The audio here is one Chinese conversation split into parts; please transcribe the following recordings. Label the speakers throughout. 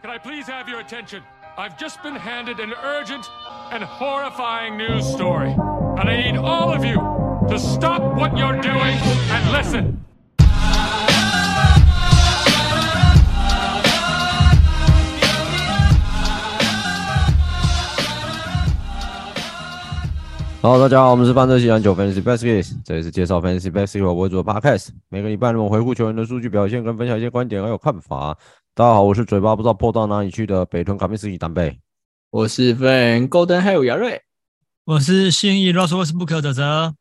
Speaker 1: can I please have your attention? I've just been handed an urgent and horrifying news story. And I need all of you to stop what you're doing and listen.
Speaker 2: 好，大家好，我们是范特西篮球 Fantasy Baskets，这里是介绍 Fantasy Baskets 我为主的 Podcast。每个礼拜呢我们回顾球员的数据表现，跟分享一些观点还有看法。大家好，我是嘴巴不知道破到哪里去的北屯卡密斯基单贝。
Speaker 3: 我是分 Golden 还有姚瑞，
Speaker 4: 我是信义 Russell Westbrook 的哲，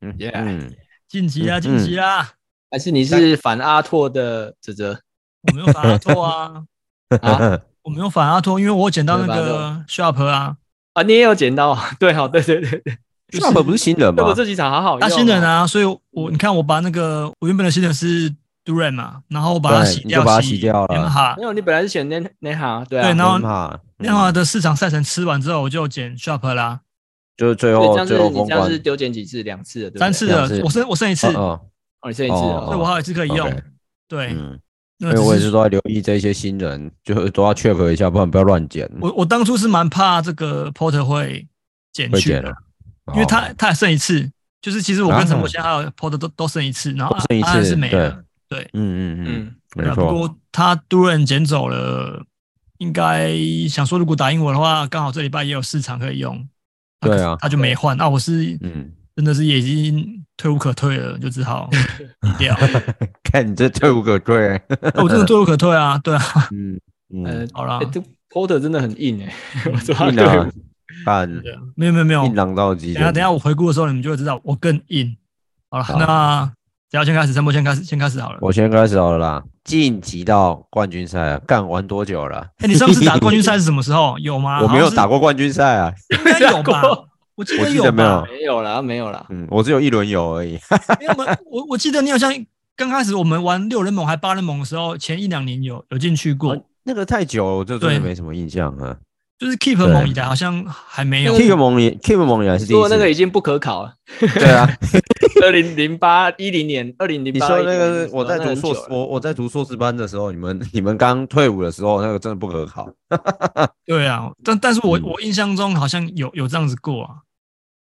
Speaker 2: 嗯
Speaker 3: Yeah
Speaker 2: 嗯，
Speaker 4: 晋级啦，
Speaker 2: 嗯
Speaker 4: 晋级啊啦！
Speaker 3: 还是你是反阿拓的哲 哲
Speaker 4: 我没有反阿拓 啊，
Speaker 3: 啊
Speaker 4: 我没有反阿拓，因为我捡到那
Speaker 3: 没有
Speaker 4: 个 Sharp 啊，
Speaker 3: 啊？你也有捡到啊？ 对哦，对对对对，
Speaker 2: s h 不是新人
Speaker 3: 对
Speaker 2: 吗
Speaker 3: 我？这几场好好用、哦
Speaker 4: 他新人，啊，所以我你看我把那个我原本的新人是 Duran 嘛，然后我把它
Speaker 2: 对
Speaker 4: 洗
Speaker 2: 你
Speaker 4: 掉，
Speaker 2: 就把它洗掉了嗯
Speaker 4: 哈
Speaker 3: 没，有，你本来是选那那行，对啊，
Speaker 4: 对然后
Speaker 2: 哈，嗯
Speaker 4: 那华的市场赛程吃完之后，我就捡 Sharp 啦，
Speaker 2: 就是最
Speaker 3: 对这
Speaker 2: 后
Speaker 3: 样
Speaker 2: 哦最
Speaker 3: 子
Speaker 2: 后
Speaker 3: 你
Speaker 2: 封
Speaker 3: 这样
Speaker 2: 关
Speaker 3: 是，丢捡几次？两次了，对不对
Speaker 4: 三次
Speaker 2: 两
Speaker 4: 了
Speaker 2: 次，
Speaker 4: 我剩我剩一次，所
Speaker 2: 哦，
Speaker 3: 哦，你剩一次了，
Speaker 2: 哦
Speaker 4: 以我还有一次可以用
Speaker 2: OK。
Speaker 4: 对，
Speaker 2: 嗯，
Speaker 4: 因
Speaker 2: 因为我也
Speaker 4: 是
Speaker 2: 是都在留意这些新人，就是都要 check 一下，不然不要乱捡，
Speaker 4: 我我当初是蛮怕这个 Porter 会减
Speaker 2: 会
Speaker 4: 去
Speaker 2: 捡
Speaker 4: 的
Speaker 2: 的，，
Speaker 4: 因为
Speaker 2: 哦
Speaker 4: 他他还剩一次，就是其实我
Speaker 2: 啊
Speaker 4: 跟陈柏轩还有 Porter 都都剩一次，然后
Speaker 2: 剩一
Speaker 4: 阿安
Speaker 2: 次
Speaker 4: 是没了，
Speaker 2: 嗯嗯嗯，
Speaker 3: 嗯，
Speaker 2: 没
Speaker 4: 对啊不
Speaker 2: 错，
Speaker 4: 过他 Duran 捡走了，应该想说如果打赢我的话，刚好这礼拜也有市场可以用，那
Speaker 2: 对
Speaker 4: 可是
Speaker 2: 啊
Speaker 4: 他就没换，那我是
Speaker 2: 嗯，
Speaker 4: 真的是也已经退无可退了，就只 好低调，
Speaker 2: 看你这退无可退，
Speaker 4: 哦我真的退无可退啊，对啊，
Speaker 2: 嗯嗯
Speaker 3: 呃，，
Speaker 4: 好啦
Speaker 3: 欸，这 Porter 真的很硬哎， 我说他
Speaker 2: 硬
Speaker 3: 队
Speaker 2: 啊
Speaker 3: 伍，
Speaker 2: 干。
Speaker 4: 对啊没有没有没有，
Speaker 2: 硬朗到极
Speaker 4: 等一下
Speaker 2: 点。
Speaker 4: 等一下，我回顾的时候你们就会知道我更硬。好了，
Speaker 2: 好
Speaker 4: 那只要先开始，陈博先开始，先开始好了。
Speaker 2: 我先开始好了啦。晋级到冠军赛了，干玩多久了？
Speaker 4: 哎、你上次打冠军赛是什么时候？有吗？
Speaker 2: 我没有打
Speaker 4: 过，
Speaker 2: 过冠军赛 啊，
Speaker 4: 应该有吧
Speaker 3: 打过？
Speaker 4: 我记
Speaker 2: 我
Speaker 4: 得
Speaker 2: 记
Speaker 4: 有
Speaker 2: 得没
Speaker 4: 吧
Speaker 2: 有？
Speaker 3: 没有啦，没有啦，
Speaker 2: 嗯，我只有一轮游而已。
Speaker 4: 没有吗？我我记得你好像刚开始我们玩六人盟还八人盟的时候，前一两年有有进去过，
Speaker 2: 那个太久了，我就真的
Speaker 4: 对
Speaker 2: 没什么印象啊。
Speaker 4: 就是 Keep 盟以来好像还没有。
Speaker 2: Keep 蒙也，Keep 蒙也还是第一
Speaker 3: 说那个
Speaker 2: 次。
Speaker 3: 已经不可 考了，
Speaker 2: 对啊，
Speaker 3: 二零零八一零年，二零零
Speaker 2: 你
Speaker 3: 八
Speaker 2: 说那个我在读硕士，
Speaker 3: 士，
Speaker 2: 我我在读硕士班的时候，你们你们刚退伍的时候，那个真的不可考。
Speaker 4: 对啊，但但是我、
Speaker 2: 嗯
Speaker 4: 我印象中好像有有这样子过啊，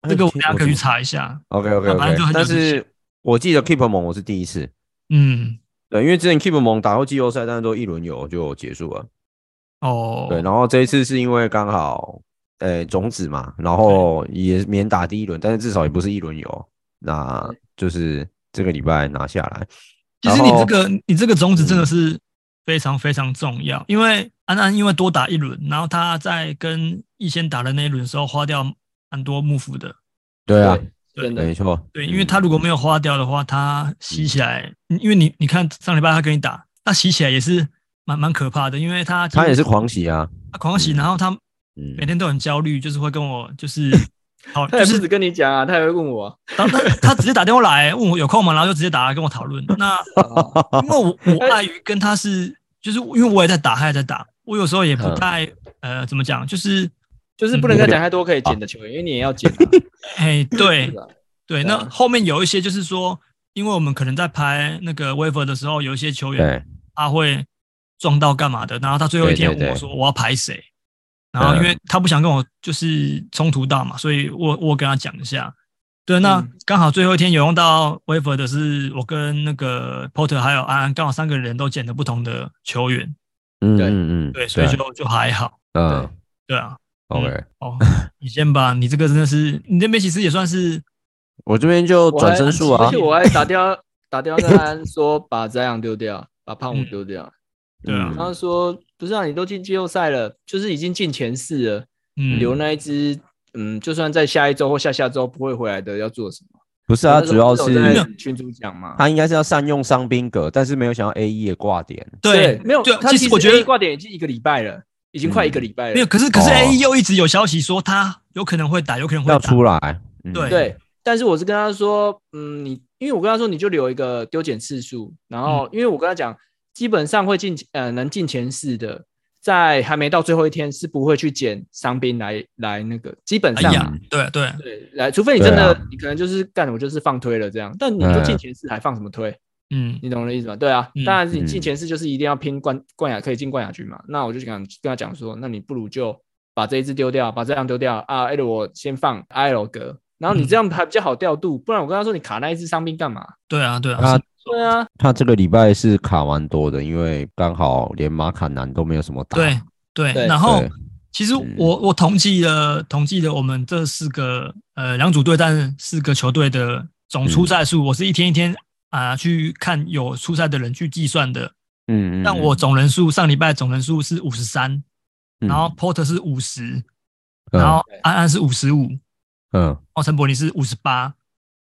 Speaker 4: 这个我们大家可以去查一下。
Speaker 2: OK OK
Speaker 4: 啊反正
Speaker 2: OK，
Speaker 4: 就很久
Speaker 2: 但
Speaker 4: 之前
Speaker 2: 是我记得 Keep 蒙我是第一次。
Speaker 4: 嗯，
Speaker 2: 对，因为之前 Keep 蒙打过季后赛，但是都一轮游就结束了。
Speaker 4: 哦，
Speaker 2: 对，然后这一次是因为刚好，呃，种子嘛，然后也免打第一轮，但是至少也不是一轮游，那就是这个礼拜拿下来。
Speaker 4: 其实你
Speaker 2: 然后嗯
Speaker 4: 这个你这个种子真的是非常非常重要，因为安安因为多打一轮，然后他在跟易先打的那一轮的时候花掉蛮多幕府的，
Speaker 2: 对啊，
Speaker 3: 对真的
Speaker 2: 没错，
Speaker 4: 对，因为他如果没有花掉的话，他洗
Speaker 3: 嗯
Speaker 4: 起来，因为你你看上礼拜他跟你打，他洗起来也是蛮蛮可怕的，因为他
Speaker 2: 嗯他也是狂喜啊，
Speaker 4: 他狂洗，然后他
Speaker 2: 嗯
Speaker 4: 每，天都很焦虑，就是会跟我 就是。好，
Speaker 3: 他也
Speaker 4: 就
Speaker 3: 不
Speaker 4: 是
Speaker 3: 止跟你讲啊，他还会问 我啊，
Speaker 4: 他他他直接打电话来问我有空吗，然后就直接打来跟我讨论。 那
Speaker 3: 哦
Speaker 4: 因为我我碍于跟他是，就是因为我也在打，他也在打，我有时候也不
Speaker 3: 嗯
Speaker 4: 太、呃怎么讲，就是
Speaker 3: 就是不能跟他讲太多可以捡的球员，因为你也要捡、啊。
Speaker 4: 哎对
Speaker 3: 是吧
Speaker 4: 对，
Speaker 3: 对
Speaker 4: 那
Speaker 3: 啊
Speaker 4: 后面有一些就是说，因为我们可能在拍那个 waiver 的时候，有一些球员
Speaker 2: 对，
Speaker 4: 他会撞到干嘛的，然后他最后一天
Speaker 2: 对对
Speaker 4: 问我
Speaker 2: 对
Speaker 4: 说我要排谁，然后因为他不想跟我就是冲突到嘛，所以我我跟他讲一下。对，那
Speaker 3: 嗯
Speaker 4: 刚好最后一天有用到 waiver 的是我跟那个 Porter 还有安安，刚好三个人都捡了不同的球员，
Speaker 2: 嗯
Speaker 3: 对
Speaker 2: 嗯嗯，
Speaker 4: 对，所以就就还好，
Speaker 2: 嗯
Speaker 4: 对啊。
Speaker 2: ，OK，
Speaker 4: 哦，你先吧，你这个真的是，你那边其实也算是
Speaker 2: 我这边就
Speaker 3: 我还
Speaker 2: 转身术啊
Speaker 3: 而且，我还 打电话打电话跟安说把翟阳丢掉，把胖虎丢掉。
Speaker 4: 对
Speaker 2: 嗯
Speaker 4: 啊
Speaker 3: 然后说不是啊，你都进季后赛了，就是已经进前四了，
Speaker 4: 嗯，
Speaker 3: 留那一只，嗯，就算在下一周或下下周不会回来的，要做什么？
Speaker 2: 不是啊，
Speaker 3: 那时
Speaker 2: 主要
Speaker 3: 候不有在
Speaker 2: 是啊
Speaker 3: 群主讲嘛。
Speaker 2: 他应该是要善用伤兵格，但是没有想要 A E 的挂点，
Speaker 4: 对
Speaker 3: 没有，
Speaker 4: 对，
Speaker 3: 他
Speaker 4: 其
Speaker 3: 实
Speaker 4: 实我觉得
Speaker 3: 挂点已经一个礼拜了，已经快一个礼拜
Speaker 4: 没有，
Speaker 3: 了。
Speaker 4: 可是可是
Speaker 2: 哦
Speaker 4: A E 又一直有消息说他有可能会打，有可能会
Speaker 2: 要
Speaker 4: 打
Speaker 2: 出。来，嗯
Speaker 4: 对
Speaker 3: 对，但是我是跟他说，嗯，你因为我跟他说你就留一个丢检次数，然后因为我跟他讲，基本上会进呃能进前四的，在还没到最后一天是不会去捡伤兵来来那个，基本
Speaker 4: 哎
Speaker 3: 上啊、
Speaker 4: 呀，对对，
Speaker 3: 对来，除非你真
Speaker 2: 对
Speaker 3: 的、
Speaker 2: 啊
Speaker 3: 你可能就是干我就是放推了这样，但你就进前四还放什么推？
Speaker 4: 嗯，
Speaker 3: 你懂我的意思吗？对啊，
Speaker 4: 嗯
Speaker 3: 当然是你进
Speaker 2: 嗯
Speaker 3: 前四就是一定要拼冠冠亚可以进冠亚军嘛。那我就想跟他讲说，那你不如就把这一支丢掉，把这样丢掉啊，L 我先放啊 L 格，
Speaker 4: 嗯
Speaker 3: 然后你这样还比较好调度，不然我跟他说你卡那一支伤兵干嘛？
Speaker 4: 对啊对啊
Speaker 2: 那，
Speaker 3: 对啊，
Speaker 2: 他这个礼拜是卡蛮多的，因为刚好连马卡南都没有什么打。
Speaker 4: 对对。
Speaker 3: 对
Speaker 4: 然后
Speaker 2: 对
Speaker 4: 其实
Speaker 2: 嗯
Speaker 4: 我我统计了统计了我们这四个呃两组对战四个球队的总
Speaker 2: 嗯
Speaker 4: 出赛数，我是一天一天啊、去看有出赛的人去计算的。
Speaker 2: 嗯嗯。
Speaker 4: 但我总人数上礼拜总人数是五十三，
Speaker 2: 嗯
Speaker 4: 然后 Porter 是五十，
Speaker 2: 嗯
Speaker 4: 然后安安是五十五，然
Speaker 2: 嗯
Speaker 4: 后陈柏霖是五十八，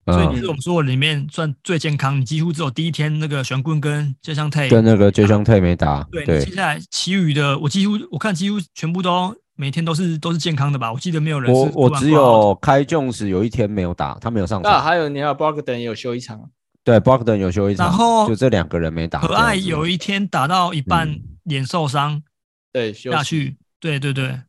Speaker 2: 嗯
Speaker 4: 所以你是我们所有里面算最健康，你几乎只有第一天那个玄棍跟接香泰，
Speaker 2: 跟那个杰香泰没打。
Speaker 4: 啊对，
Speaker 2: 对
Speaker 4: 你接下来其余的我几乎我看几乎全部都每天都是都是健康的吧，我记得没有人
Speaker 2: 我
Speaker 4: 是
Speaker 2: 我
Speaker 4: 突然
Speaker 2: 只
Speaker 4: 挂号
Speaker 2: 有开 Jones 有一天没有打，他没有上
Speaker 3: 那
Speaker 2: 场。
Speaker 3: 啊还有你还有 Brogden 也有休一场，啊
Speaker 2: 对 b o g d a n 有休一场，
Speaker 4: 然后
Speaker 2: 就这两个人没打。
Speaker 4: 可爱
Speaker 2: 这样子
Speaker 4: 有一天打到一半
Speaker 2: 嗯
Speaker 4: 脸受伤
Speaker 3: 对，休
Speaker 4: 下去，对对对，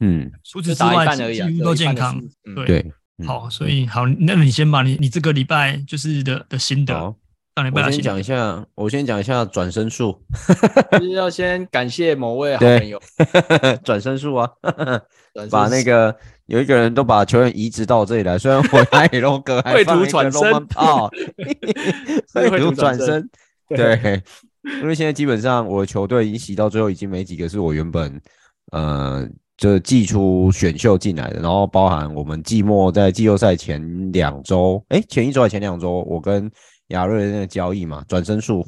Speaker 2: 嗯
Speaker 4: 除此
Speaker 3: 就
Speaker 4: 之
Speaker 3: 打一
Speaker 4: 外
Speaker 3: 半而
Speaker 4: 几
Speaker 3: 已、
Speaker 4: 几
Speaker 3: 啊，
Speaker 4: 乎
Speaker 3: 对
Speaker 4: 都
Speaker 3: 一半
Speaker 4: 健
Speaker 3: 的
Speaker 4: 康
Speaker 3: 数，字嗯
Speaker 4: 对。
Speaker 2: 对。嗯
Speaker 4: 好，所以好，那你先把你你这个礼拜就是的的心得，
Speaker 2: 好，
Speaker 4: 上礼拜
Speaker 2: 我
Speaker 4: 的
Speaker 2: 先
Speaker 4: 心
Speaker 2: 讲
Speaker 4: 得
Speaker 2: 一，下，我先讲一下转身术，
Speaker 3: 就是要先感谢某位好朋友，
Speaker 2: 转身术啊，
Speaker 3: 转身
Speaker 2: 把那个有一个人都把球员移植到我这里来，虽然我 埃隆格还
Speaker 3: 绘图
Speaker 2: 放一个
Speaker 3: 转身
Speaker 2: Roman Paul，
Speaker 3: 是
Speaker 2: 绘
Speaker 3: 绘
Speaker 2: 图
Speaker 3: 图
Speaker 2: 转
Speaker 3: 转
Speaker 2: 身
Speaker 3: 身，
Speaker 2: 对，因为现在基本上我球队已经洗到最后，已经没几个是我原本呃就是寄出选秀进来的，然后包含我们季末在季后赛前两周，诶，前一周还前两周，我跟亚瑞的那个交易嘛，转身术，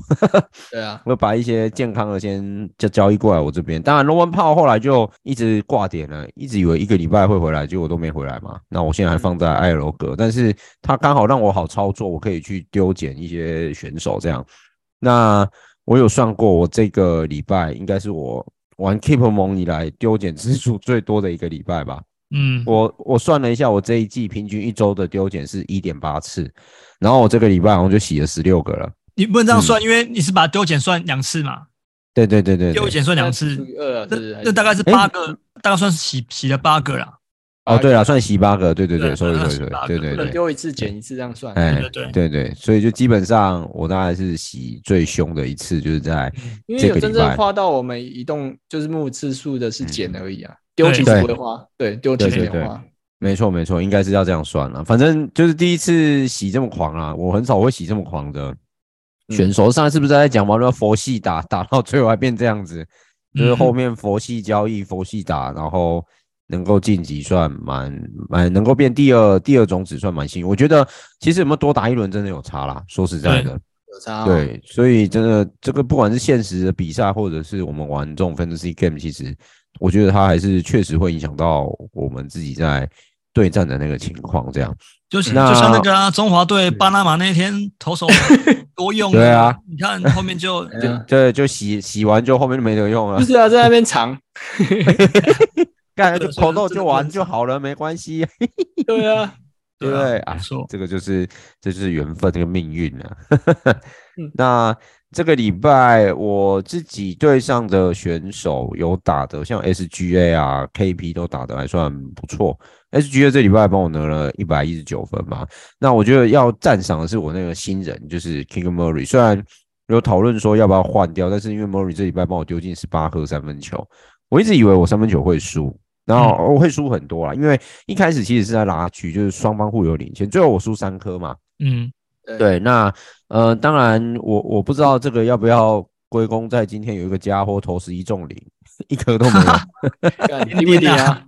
Speaker 3: 对啊，
Speaker 2: 我把一些健康的先就交易过来我这边。当然，罗文炮后来就一直挂点了，一直以为一个礼拜会回来，结果都没回来嘛。那我现在还放在艾罗格，但是他刚好让我好操作，我可以去丢捡一些选手这样。那我有算过，我这个礼拜应该是我玩 Keep 盟以来丢捡次数最多的一个礼拜吧。
Speaker 4: 嗯，
Speaker 2: 我我算了一下，我这一季平均一周的丢捡是一点八次，然后我这个礼拜好像就洗了十六个了。
Speaker 4: 你不能这样算，因为你是把丢减算两次嘛，
Speaker 2: 对对嗯对对对
Speaker 4: 丢减算两
Speaker 3: 除
Speaker 4: 次，
Speaker 3: 以二啊，
Speaker 4: 那
Speaker 3: 是不是？
Speaker 4: 那大概是
Speaker 2: 哎
Speaker 4: 八个，大概算是洗洗了八个啦。
Speaker 2: 哦，对了，算洗八个，对对对
Speaker 4: 对
Speaker 2: ，sorry
Speaker 4: 算
Speaker 2: sorry
Speaker 4: 18个
Speaker 2: sorry，对
Speaker 3: 不
Speaker 2: 对
Speaker 3: 能
Speaker 2: 对，
Speaker 3: 丢一次捡一次这样算，
Speaker 2: 哎
Speaker 4: 对对
Speaker 2: 对对，所以就基本上我大概是洗最凶的一次，就是在
Speaker 4: 嗯
Speaker 3: 因为
Speaker 2: 这
Speaker 3: 有
Speaker 2: 个
Speaker 3: 真
Speaker 2: 礼
Speaker 3: 正
Speaker 2: 拜，嗯
Speaker 3: 花到我们移动就是木次数的是减而已啊，丢其
Speaker 2: 对
Speaker 3: 实不会花，对，丢其
Speaker 2: 对
Speaker 3: 实
Speaker 2: 对
Speaker 3: 没
Speaker 2: 对
Speaker 3: 花，，
Speaker 2: 没错没错，应该是要这样算了，反正就是第一次洗这么狂啊，我很少会洗这么狂的
Speaker 4: 嗯
Speaker 2: 选手，上次是不是在讲完了佛系打，打到最后还变这样子，
Speaker 4: 嗯
Speaker 2: 就是后面佛系交易、佛系打，然后能够晋级算蛮蛮能够变第二第二种子算蛮幸运。我觉得其实有没有多打一轮真的有差啦，说实
Speaker 4: 对
Speaker 2: 在的，
Speaker 3: 有差、哦。
Speaker 2: 对，所以真的这个不管是现实的比赛，或者是我们玩这种 fantasy game，其实我觉得它还是确实会影响到我们自己在对战的那个情况。这样，
Speaker 4: 就就
Speaker 2: 那
Speaker 4: 像那个啊，中华队巴拿马那天投 手多用，
Speaker 2: 对啊，
Speaker 4: 你看后面 就
Speaker 3: 哎呀
Speaker 2: 这就洗洗完就后面就没得用了
Speaker 3: 就，是啊，在那 边藏，
Speaker 2: 干
Speaker 4: 对
Speaker 2: 就
Speaker 4: 所以
Speaker 2: 口斗
Speaker 4: 真的不
Speaker 2: 就
Speaker 4: 能
Speaker 2: 玩
Speaker 4: 吵
Speaker 2: 就好了，没关系。
Speaker 3: 对啊，
Speaker 2: 对不对
Speaker 4: 对
Speaker 2: 啊
Speaker 4: 啊没错，
Speaker 2: 这个就是这就是缘分，这个命运啊。
Speaker 3: 嗯
Speaker 2: 那这个礼拜我自己队上的选手有打的，像 SGA 啊、KP 都打的还算不错。SGA 这礼拜帮我拿了一百一十九分嘛。那我觉得要赞赏的是我那个新人，就是 King Murray，虽然有讨论说要不要换掉，但是因为 Murray 这礼拜帮我丢进十八颗三分球，我一直以为我三分球会输，然后我会输很多啦，因为一开始其实是在拉锯，就是双方互有领先，最后我输三颗嘛。
Speaker 4: 嗯，
Speaker 2: 对，那呃，当然我我不知道这个要不要归功在今天有一个家伙投十一中零，一颗都没 有，
Speaker 3: 干你不一定啊，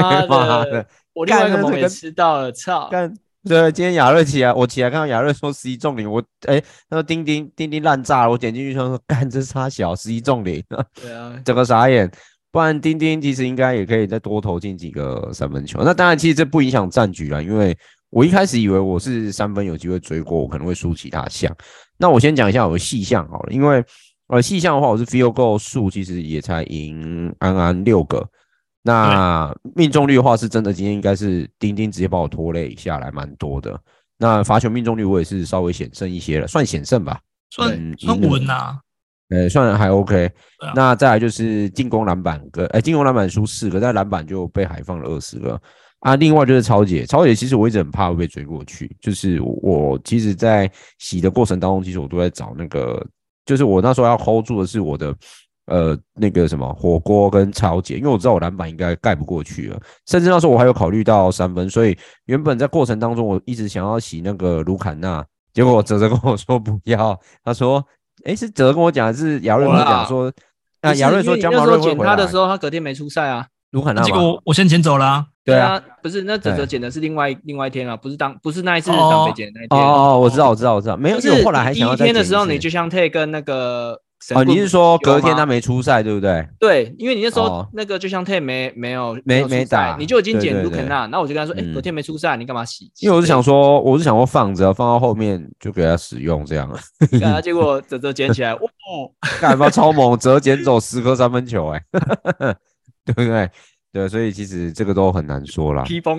Speaker 3: 妈
Speaker 2: 妈
Speaker 3: 的
Speaker 2: 的，，
Speaker 3: 我另外一个
Speaker 2: 干
Speaker 3: 盟
Speaker 2: 这个
Speaker 3: 也吃到了，操！
Speaker 2: 干。对，今天亚瑞起来，我起来看到亚瑞说十一中零，我哎，他说钉钉钉钉烂炸了，我点进去想说，干这差小十一中零，
Speaker 3: 对啊，
Speaker 2: 整个傻眼。不然丁丁其实应该也可以再多投进几个三分球。那当然，其实这不影响战局啦，因为我一开始以为我是三分有机会追过，我可能会输其他项。那我先讲一下我的细项好了，因为呃，细项的话，我是 field goal 数其实也才赢安安六个。那命中率的话，是真的今天应该是丁丁直接把我拖累下来蛮多的。那罚球命中率我也是稍微险胜一些了，算险胜吧，
Speaker 4: 算
Speaker 2: 嗯
Speaker 4: 算
Speaker 2: 赢了
Speaker 4: 稳啊呐。
Speaker 2: 呃，算还 OK
Speaker 4: 对啊。
Speaker 2: 那再来就是进攻篮板跟哎，进攻篮板输四个，但篮板就被海放了二十个啊。另外就是超姐，超姐其实我一直很怕会被追过去，就是我我其实，在洗的过程当中，其实我都在找那个，就是我那时候要 hold 住的是我的。呃，那个什么火锅跟超姐，因为我知道我篮板应该盖不过去了，甚至那时候我还有考虑到三分，所以原本在过程当中我一直想要洗那个卢坎纳，结果哲哲跟我说不要，他说，诶，是哲跟我讲，还是亚瑞跟我
Speaker 3: 我啦
Speaker 2: 讲说，啊，
Speaker 3: 不是
Speaker 2: 亚瑞
Speaker 3: 因为
Speaker 2: 说
Speaker 3: 你
Speaker 2: 加
Speaker 3: 那
Speaker 2: 毛
Speaker 3: 时
Speaker 2: 瑞
Speaker 3: 候
Speaker 2: 会
Speaker 3: 捡
Speaker 2: 回
Speaker 3: 他
Speaker 2: 来，
Speaker 3: 的时候，他隔天没出赛啊。
Speaker 2: 卢坎纳
Speaker 4: 结
Speaker 2: 嘛，
Speaker 4: 果我我先捡走 啦。
Speaker 2: 对啊，，
Speaker 3: 不是那整
Speaker 2: 对
Speaker 3: 个捡的是另外另外一天了，啊不是当不是那一次
Speaker 4: 哦
Speaker 3: 当北捡的那一
Speaker 2: 哦
Speaker 3: 天。
Speaker 2: 哦，我知道，我知道，我知道，没有，
Speaker 3: 就
Speaker 2: 因为我
Speaker 3: 是
Speaker 2: 后来还
Speaker 3: 第
Speaker 2: 想要
Speaker 3: 一
Speaker 2: 再
Speaker 3: 天的
Speaker 2: 捡一
Speaker 3: 时候，
Speaker 2: 次
Speaker 3: 你就像退跟那个神
Speaker 2: 哦，
Speaker 3: 棍
Speaker 2: 你是说
Speaker 3: 有啊
Speaker 2: 隔天
Speaker 3: 吗
Speaker 2: 他没出赛，对不对？
Speaker 3: 对，因为你那时候
Speaker 2: 哦
Speaker 3: 那个就像 Tay 没没有
Speaker 2: 没
Speaker 3: 有出
Speaker 2: 没
Speaker 3: 赛
Speaker 2: 打
Speaker 3: 你就已经
Speaker 2: 对
Speaker 3: 捡
Speaker 2: 对
Speaker 3: 卢
Speaker 2: 对
Speaker 3: 肯纳，那我就跟他说，哎，
Speaker 2: 嗯
Speaker 3: 昨天没出赛，你干嘛洗？
Speaker 2: 因为我是想说，我是想说放着，放到后面就给他使用这样。
Speaker 3: 洗，然后啊结果泽泽捡起来，哇，
Speaker 2: 干嘛超猛，折捡走十颗三分球、欸，哎， 对不对？对，所以其实这个都很难说啦。
Speaker 3: 披风，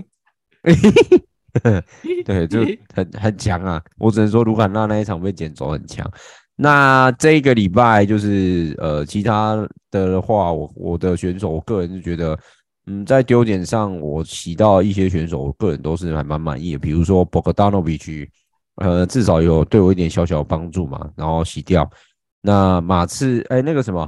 Speaker 2: 对，就很很强啊！我只能说卢坎纳那一场被捡走很强。那这一个礼拜就是呃，其他的话，我我的选手，我个人是觉得，嗯，在丢点上，我洗到一些选手，我个人都是还蛮满意的。比如说博格达诺比奇，呃，至少有对我一点小小的帮助嘛，然后洗掉。那马刺，哎，那个什么，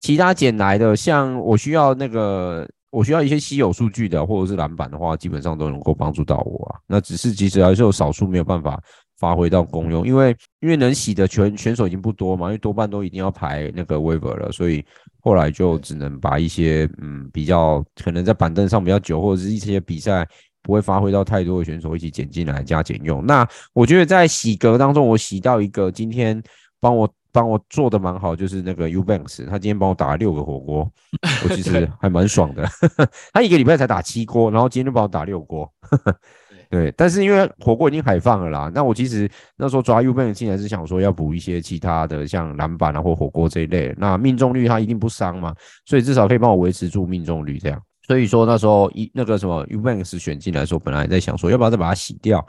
Speaker 2: 其他捡来的，像我需要那个，我需要一些稀有数据的，或者是篮板的话，基本上都能够帮助到我啊。那只是其实还是有少数没有办法发挥到功用，因为因为能洗的选选手已经不多嘛，因为多半都一定要排那个 waiver 了，所以后来就只能把一些嗯比较可能在板凳上比较久，或者是一些比赛。不会发挥到太多的选手一起捡进来加减用。那我觉得在洗格当中，我洗到一个今天帮我帮我做的蛮好，就是那个 U Banks，他今天帮我打了六个火锅，我其实还蛮爽的。 他一个礼拜才打七锅，然后今天就帮我打六锅。 对，但是因为火锅已经海放了啦，那我其实那时候抓 U Banks 进来是想说要补一些其他的，像篮板啊或火锅这一类。那命中率他一定不伤嘛，所以至少可以帮我维持住命中率这样。所以说那时候一那个什么 U Banks 选进来的时候，本来在想说要不要再把它洗掉，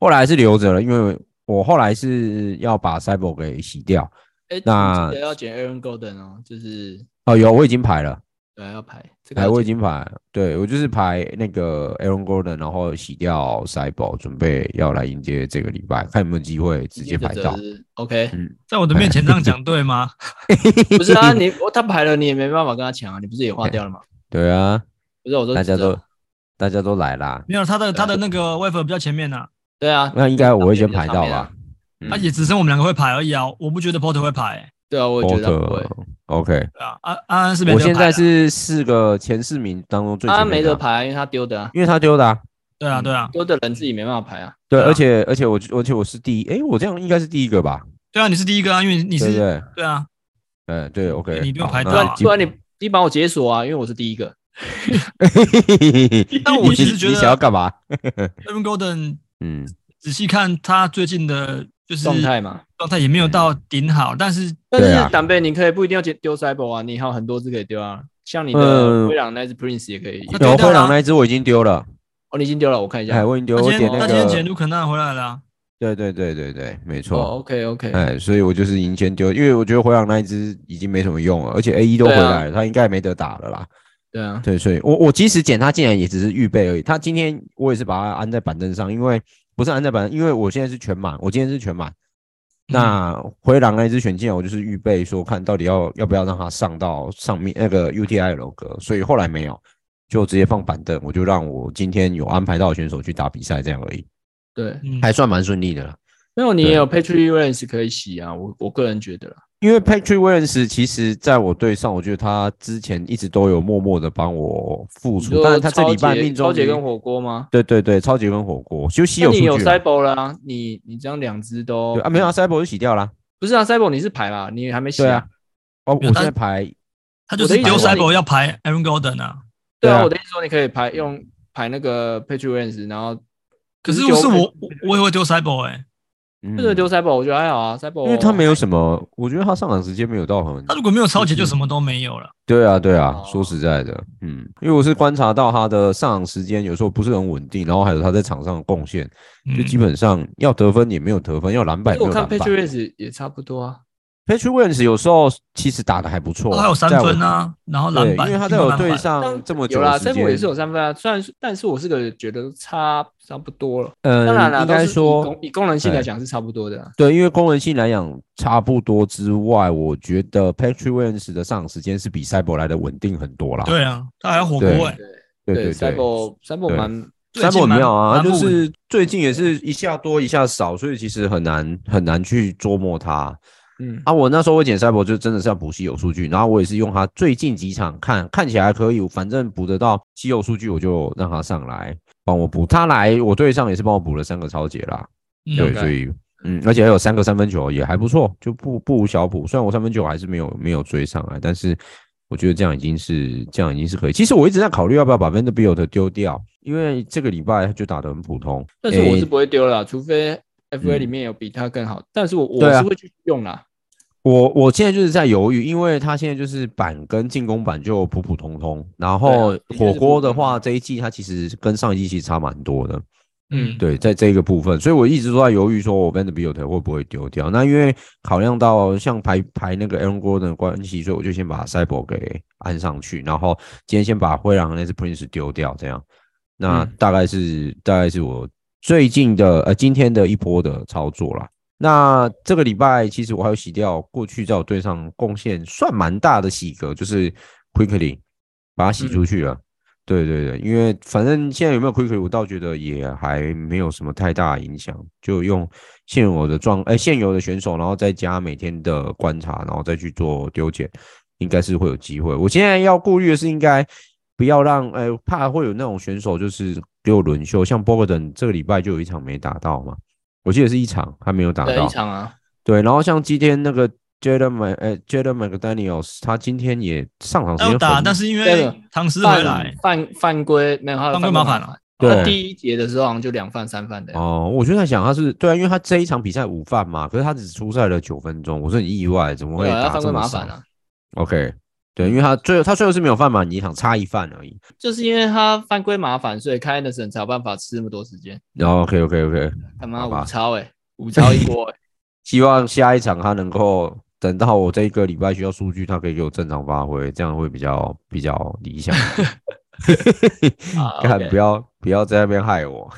Speaker 2: 后来还是留着了，因为我后来是要把 Cyber 给洗掉。
Speaker 3: 哎，
Speaker 2: 那
Speaker 3: 记得要捡 Aaron Golden 哦，就是
Speaker 2: 哦，有我已经排了，
Speaker 3: 对要排这个
Speaker 2: 排
Speaker 3: 要
Speaker 2: 我已
Speaker 3: 捡
Speaker 2: 经排了，对我就是排那个 Aaron Gordon，然后洗掉 Cyber，准备要来迎接这个礼拜，看有没有机会直接
Speaker 3: 泽
Speaker 2: 排
Speaker 3: 泽
Speaker 2: 到。
Speaker 3: 是 OK，
Speaker 4: 在我的面前这样讲对吗？
Speaker 3: 不是啊，你我他排了你也没办法跟他抢啊，你不是也花掉了吗？
Speaker 2: 对啊，
Speaker 3: 不是，我说
Speaker 2: 大家
Speaker 3: 泽泽
Speaker 2: 都大家都来啦，
Speaker 4: 没有，他的他的那个 w a v e 比较前面呐，
Speaker 3: 对啊，
Speaker 2: 那应该我会先排
Speaker 3: 场
Speaker 2: 到
Speaker 3: 面
Speaker 2: 吧
Speaker 3: 啊？
Speaker 2: 嗯
Speaker 4: 他也只剩我们两个会排而已啊。我不觉得 Porter 会排，欸
Speaker 3: 对啊，我也觉得他不会
Speaker 2: Porter，OK，
Speaker 4: 对啊，安安安是没
Speaker 2: 我
Speaker 4: 得
Speaker 2: 现
Speaker 4: 排
Speaker 2: 在
Speaker 4: 啦，
Speaker 2: 是四个前四名当中最
Speaker 3: 他
Speaker 2: 前
Speaker 3: 没
Speaker 2: 面
Speaker 3: 得
Speaker 2: 的，
Speaker 3: 排，因为他丢的啊，
Speaker 2: 因为他丢的啊。
Speaker 4: 对啊对啊
Speaker 3: 丢的人自己没办法排啊。
Speaker 2: 对，
Speaker 4: 对啊
Speaker 2: 而且而且我而且我是第一，诶，我这样应该是第一个吧？
Speaker 4: 对啊，你是第一个啊，因为你
Speaker 2: 对不
Speaker 4: 是
Speaker 2: 对？
Speaker 4: 对啊，
Speaker 2: 嗯，对，OK，
Speaker 4: 你一定要
Speaker 2: 好
Speaker 4: 排
Speaker 2: 那
Speaker 3: 不然
Speaker 4: 到啊
Speaker 2: 基
Speaker 3: 不然 你你帮我解锁啊，因为我是第一个。
Speaker 4: 但我其实觉得
Speaker 2: 你想要干嘛？
Speaker 4: Aaron Golden
Speaker 2: 嗯，
Speaker 4: 仔细看他最近的就是
Speaker 3: 状态嘛。
Speaker 4: 状态也没有到顶好，但是
Speaker 3: 但
Speaker 2: 对啊
Speaker 3: 是坦白，你可以不一定要丢丢 Cyber 啊，你还有很多只可以丢啊，像你
Speaker 2: 嗯
Speaker 3: 的灰狼那只 Prince 也可以。
Speaker 4: 那丢
Speaker 2: 有
Speaker 4: 掉
Speaker 2: 灰
Speaker 4: 了啊
Speaker 2: 狼那一只我已经丢了，
Speaker 3: 哦，你已经丢了，我看一
Speaker 2: 哎，
Speaker 3: 下。
Speaker 2: 我已经丢，
Speaker 4: 他
Speaker 2: 我
Speaker 4: 今
Speaker 2: 点
Speaker 4: 天
Speaker 2: 那
Speaker 4: 他今天捡
Speaker 2: 个，
Speaker 4: 卢肯纳回来了啊，
Speaker 2: 对对对对对，没
Speaker 3: 哦
Speaker 2: 错，
Speaker 3: ，OK OK，
Speaker 2: 哎，所以我就是已经先丢，因为我觉得灰狼那一只已经没什么用了，而且 A 一都回
Speaker 3: 对啊
Speaker 2: 来了，他应该也没得打了啦。
Speaker 3: 对啊，
Speaker 2: 对，所以我我即使捡他进来也只是预备而已。他今天我也是把他安在板凳上，因为不是安在板凳，因为我现在是全满，我今天是全满。那灰狼那一只选进来，我就是预备说看到底要要不要让他上到上面那个 UTI 楼阁，所以后来没有，就直接放板凳，我就让我今天有安排到的选手去打比赛这样而已，
Speaker 3: 对，啊
Speaker 4: 嗯，
Speaker 2: 还算蛮顺利的啦。
Speaker 3: 没有你
Speaker 2: 对
Speaker 3: 也有 Patrick Williams 可以洗啊，我我个人觉得啦。
Speaker 2: 因为 Patrick Williams 其实在我队上，我觉得他之前一直都有默默的帮我付
Speaker 3: 你
Speaker 2: 出，
Speaker 3: 说
Speaker 2: 但是他这
Speaker 3: 超
Speaker 2: 礼拜
Speaker 3: 姐
Speaker 2: 命中
Speaker 3: 超姐
Speaker 2: 率
Speaker 3: 跟火锅吗？
Speaker 2: 对对对，超级跟火锅，就稀
Speaker 3: 那
Speaker 2: 有数
Speaker 3: 你有
Speaker 2: 据啊。
Speaker 3: Cyber 啦、你你这样两只都
Speaker 2: 对啊，没有啊，塞博就洗掉啦。
Speaker 3: 不是啊，Cyber 你是排嘛，你还没洗
Speaker 2: 对啊？，哦，我
Speaker 4: 没有
Speaker 2: 现
Speaker 4: 但
Speaker 2: 在排
Speaker 4: 他就
Speaker 3: 我
Speaker 4: 是
Speaker 3: 的意思
Speaker 4: 丢
Speaker 3: 是
Speaker 4: c y b e 要排 Aaron Golden 啊，
Speaker 3: 对
Speaker 2: 对啊
Speaker 3: 啊，我的意思说你可以排用排那个 Patrick Williams，然后
Speaker 4: 可是
Speaker 3: 就是是
Speaker 4: 我我我也会丢 c y b e 哎，
Speaker 2: 嗯
Speaker 3: 这个丢 c y b e 我觉得还好啊 c y b e
Speaker 2: 因为他没有什么，我觉得他上场时间没有到很
Speaker 4: 他如果没有超前，就什么都没有了。
Speaker 2: 对啊，对啊
Speaker 3: 哦，
Speaker 2: 说实在的，嗯，因为我是观察到他的上场时间有时候不是很稳定，然后还有他在场上的贡献，就
Speaker 4: 嗯
Speaker 2: 基本上要得分也没有得分，要篮板也没
Speaker 3: 我
Speaker 2: 有
Speaker 3: 看
Speaker 2: 篮
Speaker 3: p a
Speaker 2: 板。
Speaker 3: t r i o t 也差不多啊。
Speaker 2: Patrick Williams 有时候其实打的还不错，
Speaker 4: 他还有三
Speaker 2: 在我
Speaker 4: 分啊，然后
Speaker 2: 对
Speaker 4: 篮板，
Speaker 2: 因为他
Speaker 4: 进
Speaker 2: 在
Speaker 4: 攻
Speaker 2: 我
Speaker 4: 篮
Speaker 2: 队
Speaker 4: 板
Speaker 2: 上这么久
Speaker 3: 有啦
Speaker 2: 的时
Speaker 3: ，Sam
Speaker 2: 间，
Speaker 3: 也是有三分啊，虽然是但是我是个觉得差差不多了。
Speaker 2: 嗯，
Speaker 3: 当然啦，
Speaker 2: 应
Speaker 3: 都
Speaker 2: 该
Speaker 3: 是以
Speaker 2: 说
Speaker 3: 功以功能性
Speaker 2: 对
Speaker 3: 来讲是差不多的啊。
Speaker 2: 对，因为功能性来讲差不多之外，我觉得 Patrick Williams 的上场时间是比 c y b e 来的稳定很多啦。
Speaker 4: 对啊，他还有火锅哎，
Speaker 2: 对对
Speaker 3: c y b e c y b e
Speaker 2: 对
Speaker 3: 蛮
Speaker 4: 最
Speaker 2: c y
Speaker 4: 近
Speaker 2: b e
Speaker 4: 蛮
Speaker 2: 没有啊，
Speaker 4: 蛮
Speaker 2: 就
Speaker 4: 不稳
Speaker 2: 是最近也是一下多一下少，所以其实很难很难去捉摸他
Speaker 3: 嗯，
Speaker 2: 啊。我那时候会捡 c y b e 就真的是要补稀有数据，然后我也是用他最近几场看看起来可以，反正补得到稀有数据，我就让他上来帮我补。他来我队上也是帮我补了三个超解啦，
Speaker 4: 嗯
Speaker 2: 对，
Speaker 3: OK
Speaker 2: 所以嗯，而且还有三个三分球也还不错，就不不无小补。虽然我三分球还是没有没有追上来，但是我觉得这样已经是这样已经是可以。其实我一直在考虑要不要把 Vanderbilt 丢掉，因为这个礼拜就打得很普通。
Speaker 3: 但是我
Speaker 2: 诶
Speaker 3: 是不会丢了啦，除非 FA
Speaker 2: 嗯
Speaker 3: 里面有比他更好，但是我
Speaker 2: 对
Speaker 3: 我
Speaker 2: 啊
Speaker 3: 是会去用啦。
Speaker 2: 我我现在就是在犹豫，因为他现在就是板跟进攻板就普普通通，然后
Speaker 3: 对啊的确是
Speaker 2: 火锅的
Speaker 3: 普普通
Speaker 2: 话，
Speaker 3: 通
Speaker 2: 这一季他其实跟上一季其实差蛮多的。
Speaker 4: 嗯，
Speaker 2: 对，在这个部分，所以我一直都在犹豫，说我 Vanderbilt 会不会丢掉。那因为考量到像排排那个 Aaron Gordon 的关系，所以我就先把 c y b e 给安上去，然后今天先把灰狼那只 Prince 丢掉，这样。那
Speaker 3: 嗯
Speaker 2: 大概是、大概是我最近的呃今天的一波的操作啦。那这个礼拜其实我还有洗掉过去在我队上贡献算蛮大的洗格，就是 Quickly 把它洗出去了。对对对，因为反正现在有没有 Quickly，我倒觉得也还没有什么太大影响，就用现有的状哎、现有的选手，然后再加每天的观察，然后再去做丢减，应该是会有机会。我现在要顾虑的是，应该不要让哎、怕会有那种选手就是给我轮休，像 b o g d a n 这个礼拜就有一场没打到嘛，我记得是一场他没有打
Speaker 3: 对，
Speaker 2: 到
Speaker 3: 一，场啊，
Speaker 2: 对，然后像今天那个 Jaden Mc 呃 Jaden McDaniels，他今天也上场
Speaker 4: 他
Speaker 2: 时
Speaker 4: 有
Speaker 2: 间
Speaker 4: 打，
Speaker 2: 很
Speaker 4: 但是因
Speaker 3: 对
Speaker 4: 为
Speaker 3: 的
Speaker 4: 唐斯回来
Speaker 3: 犯，犯犯规没有他的
Speaker 4: 犯规麻烦了。
Speaker 2: 对
Speaker 3: 他啊第一节的时候好像就两犯三犯的，
Speaker 2: 哦，我就在想他是对啊，因为他这一场比赛午饭嘛，可是他只出赛了九分钟，我是很意外，怎么会
Speaker 3: 对啊，他
Speaker 2: 打
Speaker 3: 犯
Speaker 2: 这
Speaker 3: 规
Speaker 2: 么
Speaker 3: 麻
Speaker 2: 少、
Speaker 3: 烦啊，嗯
Speaker 2: o k 对，因为他最后他最后是没有犯满一场，差一犯而已。
Speaker 3: 就是因为他犯规麻烦，所以开 a n 才有办法吃那么多时间。
Speaker 2: 然后 OK OK OK，
Speaker 3: 他妈
Speaker 2: 好吧
Speaker 3: 五超哎，五超一锅哎，
Speaker 2: 希望下一场他能够等到我这一个礼拜需要数据，他可以给我正常发挥，这样会比较比较理想。
Speaker 3: 啊
Speaker 2: 看
Speaker 3: OK
Speaker 2: 不要不要在那边害我。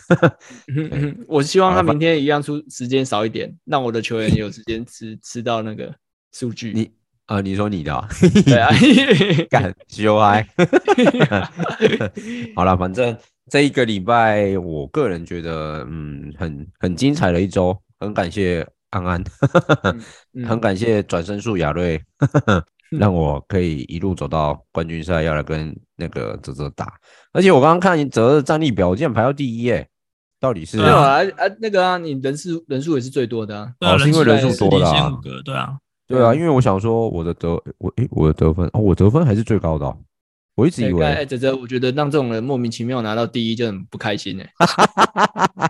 Speaker 3: 嗯嗯我希望
Speaker 2: 好
Speaker 3: 他
Speaker 2: 了
Speaker 3: 明天一样出时间少一点，让我的球员也有时间吃吃到那个数据。
Speaker 2: 你啊、你说你的、啊，
Speaker 3: 对 啊，
Speaker 2: 干修 嗨。好了，反正这一个礼拜，我个人觉得，嗯，很很精彩的一周，很感谢安安，
Speaker 3: 嗯
Speaker 2: 很感谢转身术 亚瑞，让我可以一路走到冠军赛，要来跟那个泽泽打。而且我刚刚看泽泽的战力表，我竟然排到第一耶，到底是
Speaker 4: 对
Speaker 3: 没有啊啊那个啊，你人数人数也是最多的啊。
Speaker 4: 对啊，
Speaker 2: 哦是因为
Speaker 4: 人
Speaker 2: 人数
Speaker 4: 是
Speaker 2: 多了啊
Speaker 4: 领先五个，对啊，
Speaker 2: 对啊？因为我想说我的得我诶我的得分哦，我得分还是最高的哦、我一直以
Speaker 3: 对哎，
Speaker 2: 为
Speaker 3: 哲哲，我觉得让这种人莫名其妙拿到第一就很不 开心哎、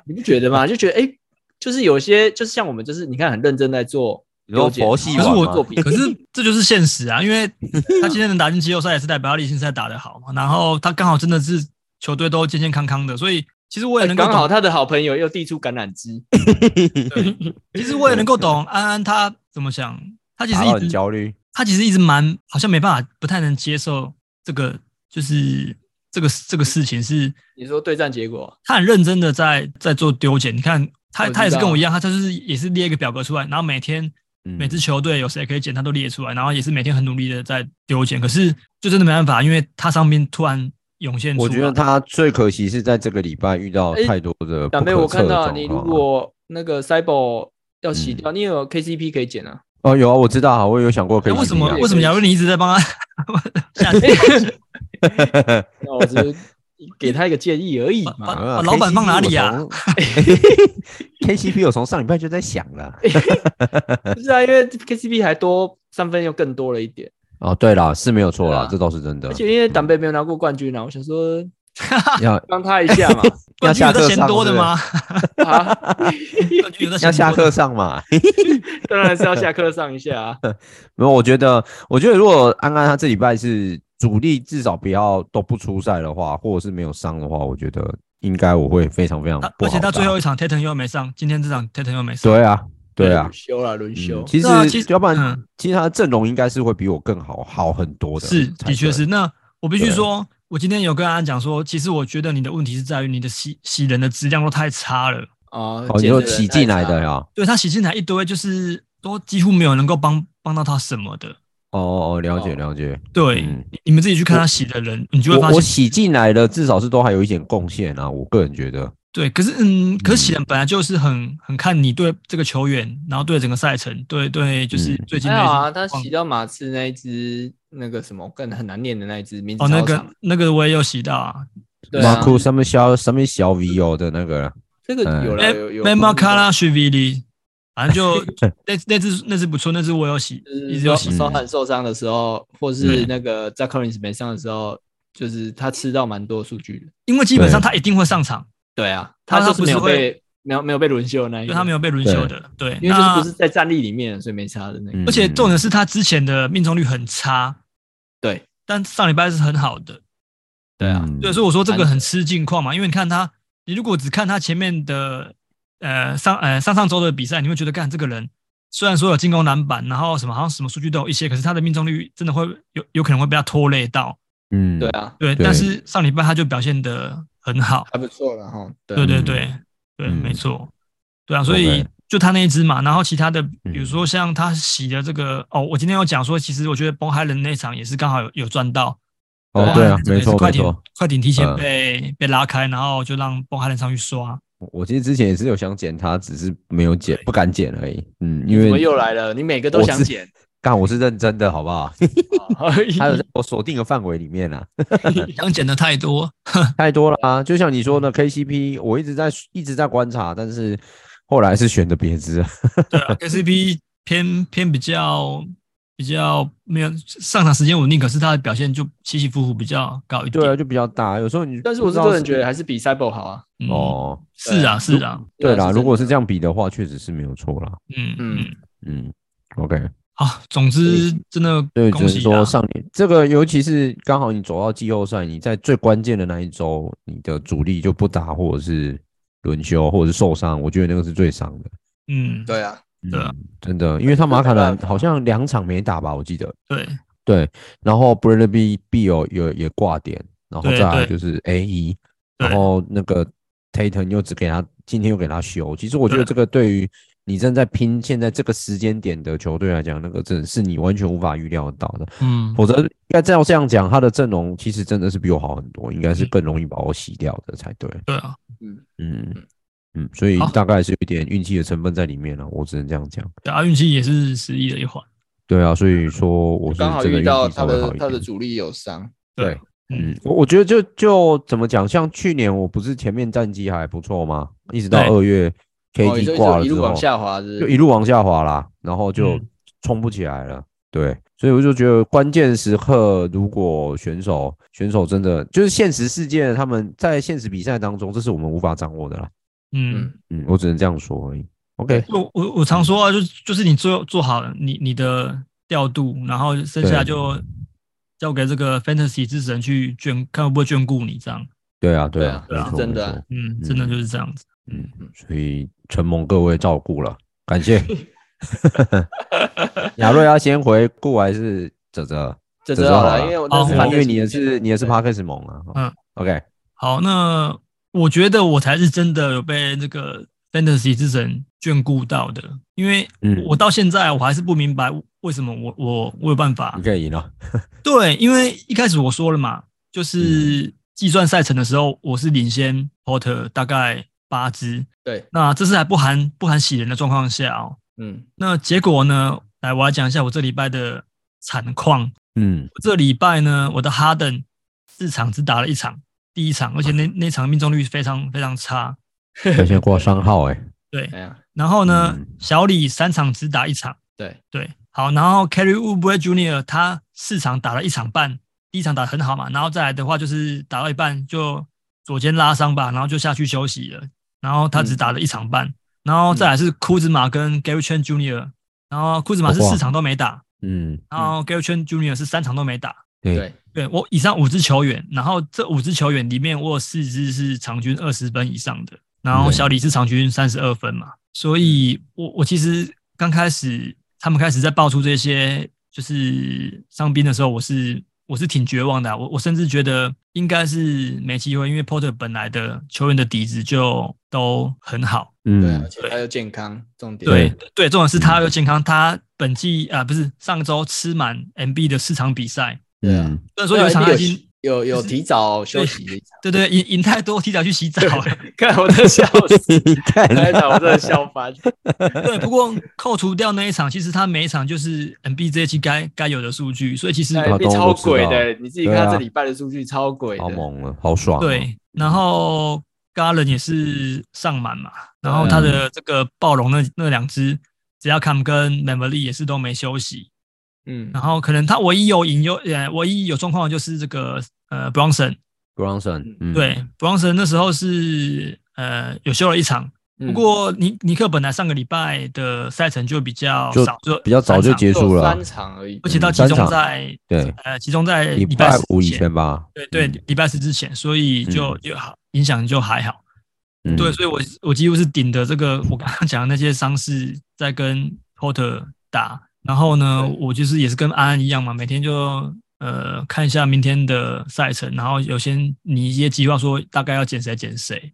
Speaker 3: 你不觉得吗？就觉得哎、就是有些就是像我们就是你看很认真在做
Speaker 2: 你说
Speaker 3: 纠结，
Speaker 2: 佛系
Speaker 4: 可是
Speaker 2: 玩
Speaker 4: 我
Speaker 2: 吗
Speaker 3: 作品，
Speaker 4: 可是这就是现实啊，因为他今天能打进季后赛，也是代表他例行赛打得好嘛。然后他刚好真的是球队都健健康康的，所以其实我也能
Speaker 2: 哎
Speaker 4: 够
Speaker 3: 刚好
Speaker 4: 懂。
Speaker 3: 他的好朋友又递出橄榄枝，
Speaker 4: 对其实我也能够懂安安他怎么想，他其实
Speaker 2: 打到很
Speaker 4: 一直
Speaker 2: 焦虑。
Speaker 4: 他其实一直蛮好像没办法，不太能接受这个就是这个这个事情是。
Speaker 3: 你说对战结果，
Speaker 4: 他很认真的在在做丢检。你看他
Speaker 3: 我知道
Speaker 4: 他也是跟我一样，他就是也是列一个表格出来，然后每天
Speaker 2: 嗯
Speaker 4: 每支球队有谁可以捡，他都列出来，然后也是每天很努力的在丢检。可是就真的没办法，因为他上面突然涌现出来，
Speaker 2: 我觉得他最可惜是在这个礼拜遇到
Speaker 3: 哎
Speaker 2: 太多的不
Speaker 3: 长辈
Speaker 2: 可
Speaker 3: 我
Speaker 2: 测
Speaker 3: 看
Speaker 2: 的
Speaker 3: 到
Speaker 2: 状
Speaker 3: 你如
Speaker 2: 况啊。嗯
Speaker 3: 果那个 Cyber 要洗掉，你有 KCP 可以捡 啊，
Speaker 2: 哦，有啊，我知道啊，我有想过可以
Speaker 4: 那哎为什
Speaker 2: 怎
Speaker 4: 么
Speaker 2: 样
Speaker 4: 为什么亚伦你一直在帮 他？下
Speaker 3: 那我只是给他一个建议而已
Speaker 4: 把
Speaker 3: 嘛。
Speaker 2: 啊
Speaker 4: 把老板放哪里啊
Speaker 2: ？KCP 我从上礼拜就在想了。
Speaker 3: 不是啊，因为 KCP 还多三分又更多了一点，
Speaker 2: 哦，对啦，是没有错
Speaker 3: 对
Speaker 2: 啦
Speaker 3: 啊，
Speaker 2: 这倒是真的
Speaker 3: 而。且因为长辈没有拿过冠军啊，我想说
Speaker 2: 要
Speaker 3: 帮他一下嘛。
Speaker 4: 冠
Speaker 2: 要
Speaker 4: 军
Speaker 2: 下
Speaker 4: 有在
Speaker 2: 课
Speaker 4: 嫌
Speaker 2: 上
Speaker 4: 多的
Speaker 2: 是不是
Speaker 4: 吗？
Speaker 3: 啊，
Speaker 4: 冠军有在嫌
Speaker 2: 要下
Speaker 4: 多的
Speaker 2: 课上嘛？
Speaker 3: 当然是要下课上一下啊。
Speaker 2: 没有，我觉得，我觉得如果安安他这礼拜是主力，至少不要都不出赛的话，或者是没有伤的话，我觉得应该我会非常非常
Speaker 4: 他
Speaker 2: 不
Speaker 4: 啊而
Speaker 2: 好打。
Speaker 4: 且他最后一场 Tatum 又没上，今天这场 Tatum 又没上。
Speaker 2: 对啊，对啊
Speaker 3: 轮，休啦，轮休
Speaker 2: 嗯。其实
Speaker 4: 对啊其实
Speaker 2: 要不然，
Speaker 4: 嗯
Speaker 2: 其实他的阵容应该是会比我更好好很多的。
Speaker 4: 是，的确是。。那我必须
Speaker 2: 对
Speaker 4: 说，我今天有跟安安讲说，其实我觉得你的问题是在于你的洗洗人的质量都太差了。
Speaker 3: 哦
Speaker 2: 哦，你说起进来的，呀？
Speaker 4: 对他洗进来一堆，就是都几乎没有能够帮帮到他什么的。
Speaker 2: 哦哦哦，了解
Speaker 3: 哦
Speaker 2: 了解。
Speaker 4: 对，
Speaker 2: 嗯
Speaker 4: 你你们自己去看他洗的人，你就会发
Speaker 2: 我我
Speaker 4: 现，
Speaker 2: 洗进来的至少是都还有一点贡献啊，我个人觉得。
Speaker 4: 对，可是嗯，可是洗
Speaker 2: 嗯
Speaker 4: 人本来就是很很看你对这个球员，然后对整个赛程，对对，就是
Speaker 2: 嗯
Speaker 4: 最近
Speaker 3: 还
Speaker 4: 的
Speaker 3: 好
Speaker 4: 一些
Speaker 3: 啊，他
Speaker 4: 情况
Speaker 3: 洗到马刺那一只那个什么更很难念的那一只名字
Speaker 4: 哦，那
Speaker 3: 超长
Speaker 4: 个那个我也有洗到啊，
Speaker 3: 对啊，
Speaker 2: 库什么小什么小 V O 的那个，
Speaker 3: 这个有
Speaker 2: 嗯
Speaker 3: 了有有
Speaker 4: m e m a k a l a s h i v i l i 反正 就那那只那只不错，那只我有洗，一直有洗
Speaker 3: 手。手很受伤的时候，或是那个 z a c h a r i s 没上的时候，就是他吃到蛮多数据的。
Speaker 4: 因为基本上他一定会上场，
Speaker 3: 对啊，
Speaker 4: 他
Speaker 3: 就是没有
Speaker 4: 他不是会
Speaker 3: 被没有没有被轮休的那一
Speaker 4: 因
Speaker 3: 个，
Speaker 4: 为他没有被轮休的。对，
Speaker 3: 因为就是
Speaker 4: 那
Speaker 3: 不是在战力里面，所以没差的那个。
Speaker 2: 嗯
Speaker 4: 而且重点是他之前的命中率很差，
Speaker 3: 对
Speaker 4: 但上礼拜是很好的。
Speaker 3: 对啊，
Speaker 2: 嗯
Speaker 4: 对，所以我说这个
Speaker 3: 难得
Speaker 4: 很吃近况嘛，因为你看他，你如果只看他前面的呃上呃上上周的比赛，你会觉得干这个人虽然说有进攻篮板，然后什么好像什么数据都有一些，可是他的命中率真的会有有可能会被他拖累到。
Speaker 2: 嗯，
Speaker 3: 对啊，
Speaker 4: 对，
Speaker 2: 对
Speaker 4: 但是上礼拜他就表现得很好。
Speaker 3: 还不错了哈。对
Speaker 4: 对对
Speaker 2: 嗯
Speaker 3: 啊
Speaker 4: 对对，
Speaker 2: 嗯
Speaker 4: 没错，对啊，所以
Speaker 2: OK 嗯
Speaker 4: 就他那一只嘛，然后其他的，比如说像他洗的这个，哦，我今天有讲说，其实我觉得 b o n h i l a n 那场也是刚好有有赚到，
Speaker 2: 哦
Speaker 4: Bohan
Speaker 2: 对啊
Speaker 4: Highland，这个
Speaker 2: 没
Speaker 4: 也是
Speaker 2: 错
Speaker 4: 快
Speaker 2: 没
Speaker 4: 艇
Speaker 2: 错。
Speaker 4: 快艇提前
Speaker 2: 嗯
Speaker 4: 被被拉开，然后就让 b o n h i l a n 上去刷，
Speaker 2: 我我其实之前也是有想剪他，只是没有剪，不敢剪而已。嗯，因
Speaker 3: 怎么又
Speaker 2: 为
Speaker 3: 来了？你每个都想减，
Speaker 2: 干我是认真的，好 不好？
Speaker 3: 哦
Speaker 2: 还有在我锁定的范围里面啊，
Speaker 4: 想捡的太多，
Speaker 2: 太多了啊。就像你
Speaker 3: 嗯
Speaker 2: 说的 KCP，我一直在一直在观察，但是后来是选的别支 啊。
Speaker 4: 对 啊，KCP 偏偏比较。比较没有上场时间稳定，可是他的表现就起起伏伏比较高一点。
Speaker 2: 对啊，就比较大。有时候你，
Speaker 3: 但是我是个人觉得还是比 c y b e 好啊。
Speaker 4: 嗯，
Speaker 2: 哦，
Speaker 4: 是啊，是啊，
Speaker 2: 对啦，
Speaker 3: 真的
Speaker 2: 如果是这样比的话，确实是没有错啦。
Speaker 4: 嗯
Speaker 3: 嗯
Speaker 4: 嗯，
Speaker 2: 嗯，OK，
Speaker 4: 好，总之真的
Speaker 2: 对，
Speaker 4: 恭
Speaker 2: 只
Speaker 4: 喜
Speaker 2: 是
Speaker 4: 啊
Speaker 2: 说上年这个，尤其是刚好你走到季后赛，你在最关键的那一周，你的主力就不打，或者是轮休，或者是受伤，我觉得那个是最伤的。
Speaker 4: 嗯，
Speaker 3: 对啊，
Speaker 4: 对啊
Speaker 2: 嗯，真的，因为他马卡
Speaker 3: 没
Speaker 2: 兰
Speaker 3: 办法
Speaker 2: 好像两场没打吧，我记得。
Speaker 4: 对，
Speaker 2: 对，然后 Bradley b e 有有也挂点，然后
Speaker 4: 对
Speaker 2: 再
Speaker 4: 对
Speaker 2: 来就是 A 一，
Speaker 4: 对
Speaker 2: 然后那个 Tatum 又只给他今天又给他休。其实我觉得
Speaker 4: 对
Speaker 2: 这个对于你正在拼现在这个时间点的球队来讲，那个真的是你完全无法预料得到的。
Speaker 4: 嗯，
Speaker 2: 否则应该这样这样讲，他的阵容其实真的是比我好很多，应该是
Speaker 4: 嗯
Speaker 2: 更容易把我洗掉的才对。
Speaker 4: 对啊，
Speaker 2: 嗯嗯，所以
Speaker 4: 好
Speaker 2: 大概是有一点运气的成分在里面了、我只能这样讲。
Speaker 4: 对啊，运气也是实力的一环。
Speaker 2: 对啊，所以说我是
Speaker 3: 刚好
Speaker 2: 这个
Speaker 3: 遇
Speaker 2: 运
Speaker 3: 到
Speaker 2: 气
Speaker 3: 他
Speaker 2: 稍微好
Speaker 3: 的
Speaker 2: 一
Speaker 3: 他的
Speaker 2: 点
Speaker 3: 主力有伤，
Speaker 4: 对
Speaker 2: 对，
Speaker 4: 嗯
Speaker 2: 嗯，我我觉得就就怎么讲，像去年我不是前面战绩还不错吗？一直到
Speaker 4: 对
Speaker 2: 二月
Speaker 3: 哦，你
Speaker 2: KD
Speaker 3: 就
Speaker 2: 挂了
Speaker 3: 一
Speaker 2: 之
Speaker 3: 路
Speaker 2: 后
Speaker 3: 往，下滑，是不是
Speaker 2: 就一路往下滑啦，然后就
Speaker 4: 嗯
Speaker 2: 冲不起来了。对，所以我就觉得关键时刻，如果选手选手真的就是现实世界，他们在现实比赛当中，这是我们无法掌握的啦。
Speaker 4: 嗯，
Speaker 2: 嗯，我只能这样说而已。OK，
Speaker 4: 我我我常说啊，就就是你做做好你你的调度，然后剩下
Speaker 2: 对
Speaker 4: 就交给这个 fantasy 之神去眷，看会不会眷顾你这样。
Speaker 2: 对啊，对啊，
Speaker 3: 对
Speaker 4: 啊是
Speaker 2: 没错
Speaker 3: 真的啊
Speaker 2: 没错
Speaker 4: 嗯，真的就是这样子。
Speaker 2: 嗯，所以承蒙各位照顾了，感谢。 亚瑞要先回顾还是泽泽？
Speaker 3: 这
Speaker 2: 这
Speaker 3: 知
Speaker 2: 就
Speaker 3: 道
Speaker 2: 好
Speaker 3: 了，
Speaker 2: 了嗯
Speaker 3: 因为
Speaker 4: 好
Speaker 3: 我那是
Speaker 4: 我
Speaker 3: 反
Speaker 2: 啊因
Speaker 3: 正
Speaker 2: 为你也是你也是
Speaker 3: 对
Speaker 2: Parkes 猛啊。
Speaker 4: 嗯
Speaker 2: ，OK，
Speaker 4: 好，那我觉得我才是真的有被这个 fantasy 之神眷顾到的，因为
Speaker 2: 嗯
Speaker 4: 我到现在我还是不明白为什么我我我有办法
Speaker 3: 啊
Speaker 2: 你可以赢了。
Speaker 4: 对，因为一开始我说了嘛，就是计算赛程的时候，我是领先 Porter 大概八支。
Speaker 3: 对，
Speaker 4: 那这是还不含不含喜人的状况下哦。
Speaker 3: 嗯，
Speaker 4: 那结果呢？来，我来讲一下我这礼拜的惨况。
Speaker 2: 嗯，
Speaker 4: 我这礼拜呢，我的哈登四场只打了一场，第一场，而且那那场命中率非常非常差。
Speaker 2: 表现过伤号哎，
Speaker 4: 对，
Speaker 3: 哎呀，
Speaker 4: 然后呢，
Speaker 2: 嗯
Speaker 4: 小李三场只打一场。
Speaker 3: 对，
Speaker 4: 对，好，然后 Carry u b r e Junior 他四场打了一场半，第一场打得很好嘛，然后再来的话就是打到一半就左肩拉伤吧，然后就下去休息了。然后他只打了一场半，然后再来
Speaker 2: 嗯
Speaker 4: 是库兹马跟 Gary Chen Jr.，然后库兹马是
Speaker 2: 哇
Speaker 4: 四场都没打，
Speaker 2: 嗯，
Speaker 4: 然后 Gary Chen Jr. 是三场都没打。
Speaker 2: 对，
Speaker 3: 对，
Speaker 4: 对我以上五支球员，然后这五支球员里面，我有四支是场均二十分以上的，然后
Speaker 2: 对
Speaker 4: 小李是场均三十二分嘛，所以我我其实刚开始他们开始在爆出这些就是伤兵的时候，我是我是挺绝望的啊、我我甚至觉得应该是没机会，因为 Porter 本来的球员的底子就都很好，
Speaker 3: 对，啊
Speaker 2: 嗯
Speaker 3: 而，且他又健康，重点
Speaker 4: 对对，重点是他又健康，他本季啊、不是上周吃满 MB 的四场比赛，
Speaker 2: 嗯，
Speaker 4: 虽然说有一场他已经。
Speaker 3: 啊有有
Speaker 4: 就是
Speaker 3: 提早休息了一场，
Speaker 4: 对对，赢赢太多，提早去洗澡了。
Speaker 3: 看我的啊 笑 死，
Speaker 2: 看
Speaker 3: 那一场我真的笑翻。
Speaker 4: 对，不过扣除掉那一场，其实他每一场就是 N B 这一期该该有的数据，所以其实
Speaker 3: 那
Speaker 2: 啊
Speaker 3: NBA
Speaker 2: 都
Speaker 3: 超
Speaker 2: 我知道
Speaker 3: 鬼的，你自己
Speaker 2: 对
Speaker 3: 看
Speaker 2: 啊
Speaker 3: 这礼拜的数据超鬼的
Speaker 2: 好，猛了，好爽，，哦
Speaker 4: 对。然后 Garland 也是上满嘛，然后他
Speaker 2: 嗯
Speaker 4: 的这个暴龙那那两只，只要 Cam 跟 m e m o r y 也是都没休息。
Speaker 3: 嗯，
Speaker 4: 然后可能他唯一有隐忧，呃，唯一有状况的就是这个呃
Speaker 2: 嗯
Speaker 4: Bronson，
Speaker 2: Bronson，嗯，
Speaker 4: 对、Bronson 那时候是呃有休了一场，不
Speaker 3: 嗯
Speaker 4: 过尼尼克本来上个礼拜的赛程就比较
Speaker 2: 就
Speaker 4: 少，就
Speaker 2: 比较早
Speaker 4: 三
Speaker 2: 就
Speaker 4: 场
Speaker 2: 结
Speaker 3: 只有
Speaker 2: 束了啊
Speaker 3: 三，场而已
Speaker 4: 而，且它
Speaker 2: 嗯
Speaker 4: 集
Speaker 2: 三
Speaker 4: 中
Speaker 2: 场
Speaker 4: 在
Speaker 2: 对，
Speaker 4: 呃集中在
Speaker 2: 礼
Speaker 4: 礼
Speaker 2: 拜
Speaker 4: 四
Speaker 2: 五以，前吧，
Speaker 4: 对对，
Speaker 2: 嗯
Speaker 4: 礼拜四之前，所以就就好影响就还好。
Speaker 2: 嗯
Speaker 4: 对，所以我我几乎是顶着这个我刚刚讲的那些伤势在跟 Porter 打，然后呢，
Speaker 3: 对
Speaker 4: 我就是也是跟安安一样嘛，每天就呃看一下明天的赛程，然后有些你一些计划说大概要减谁减谁。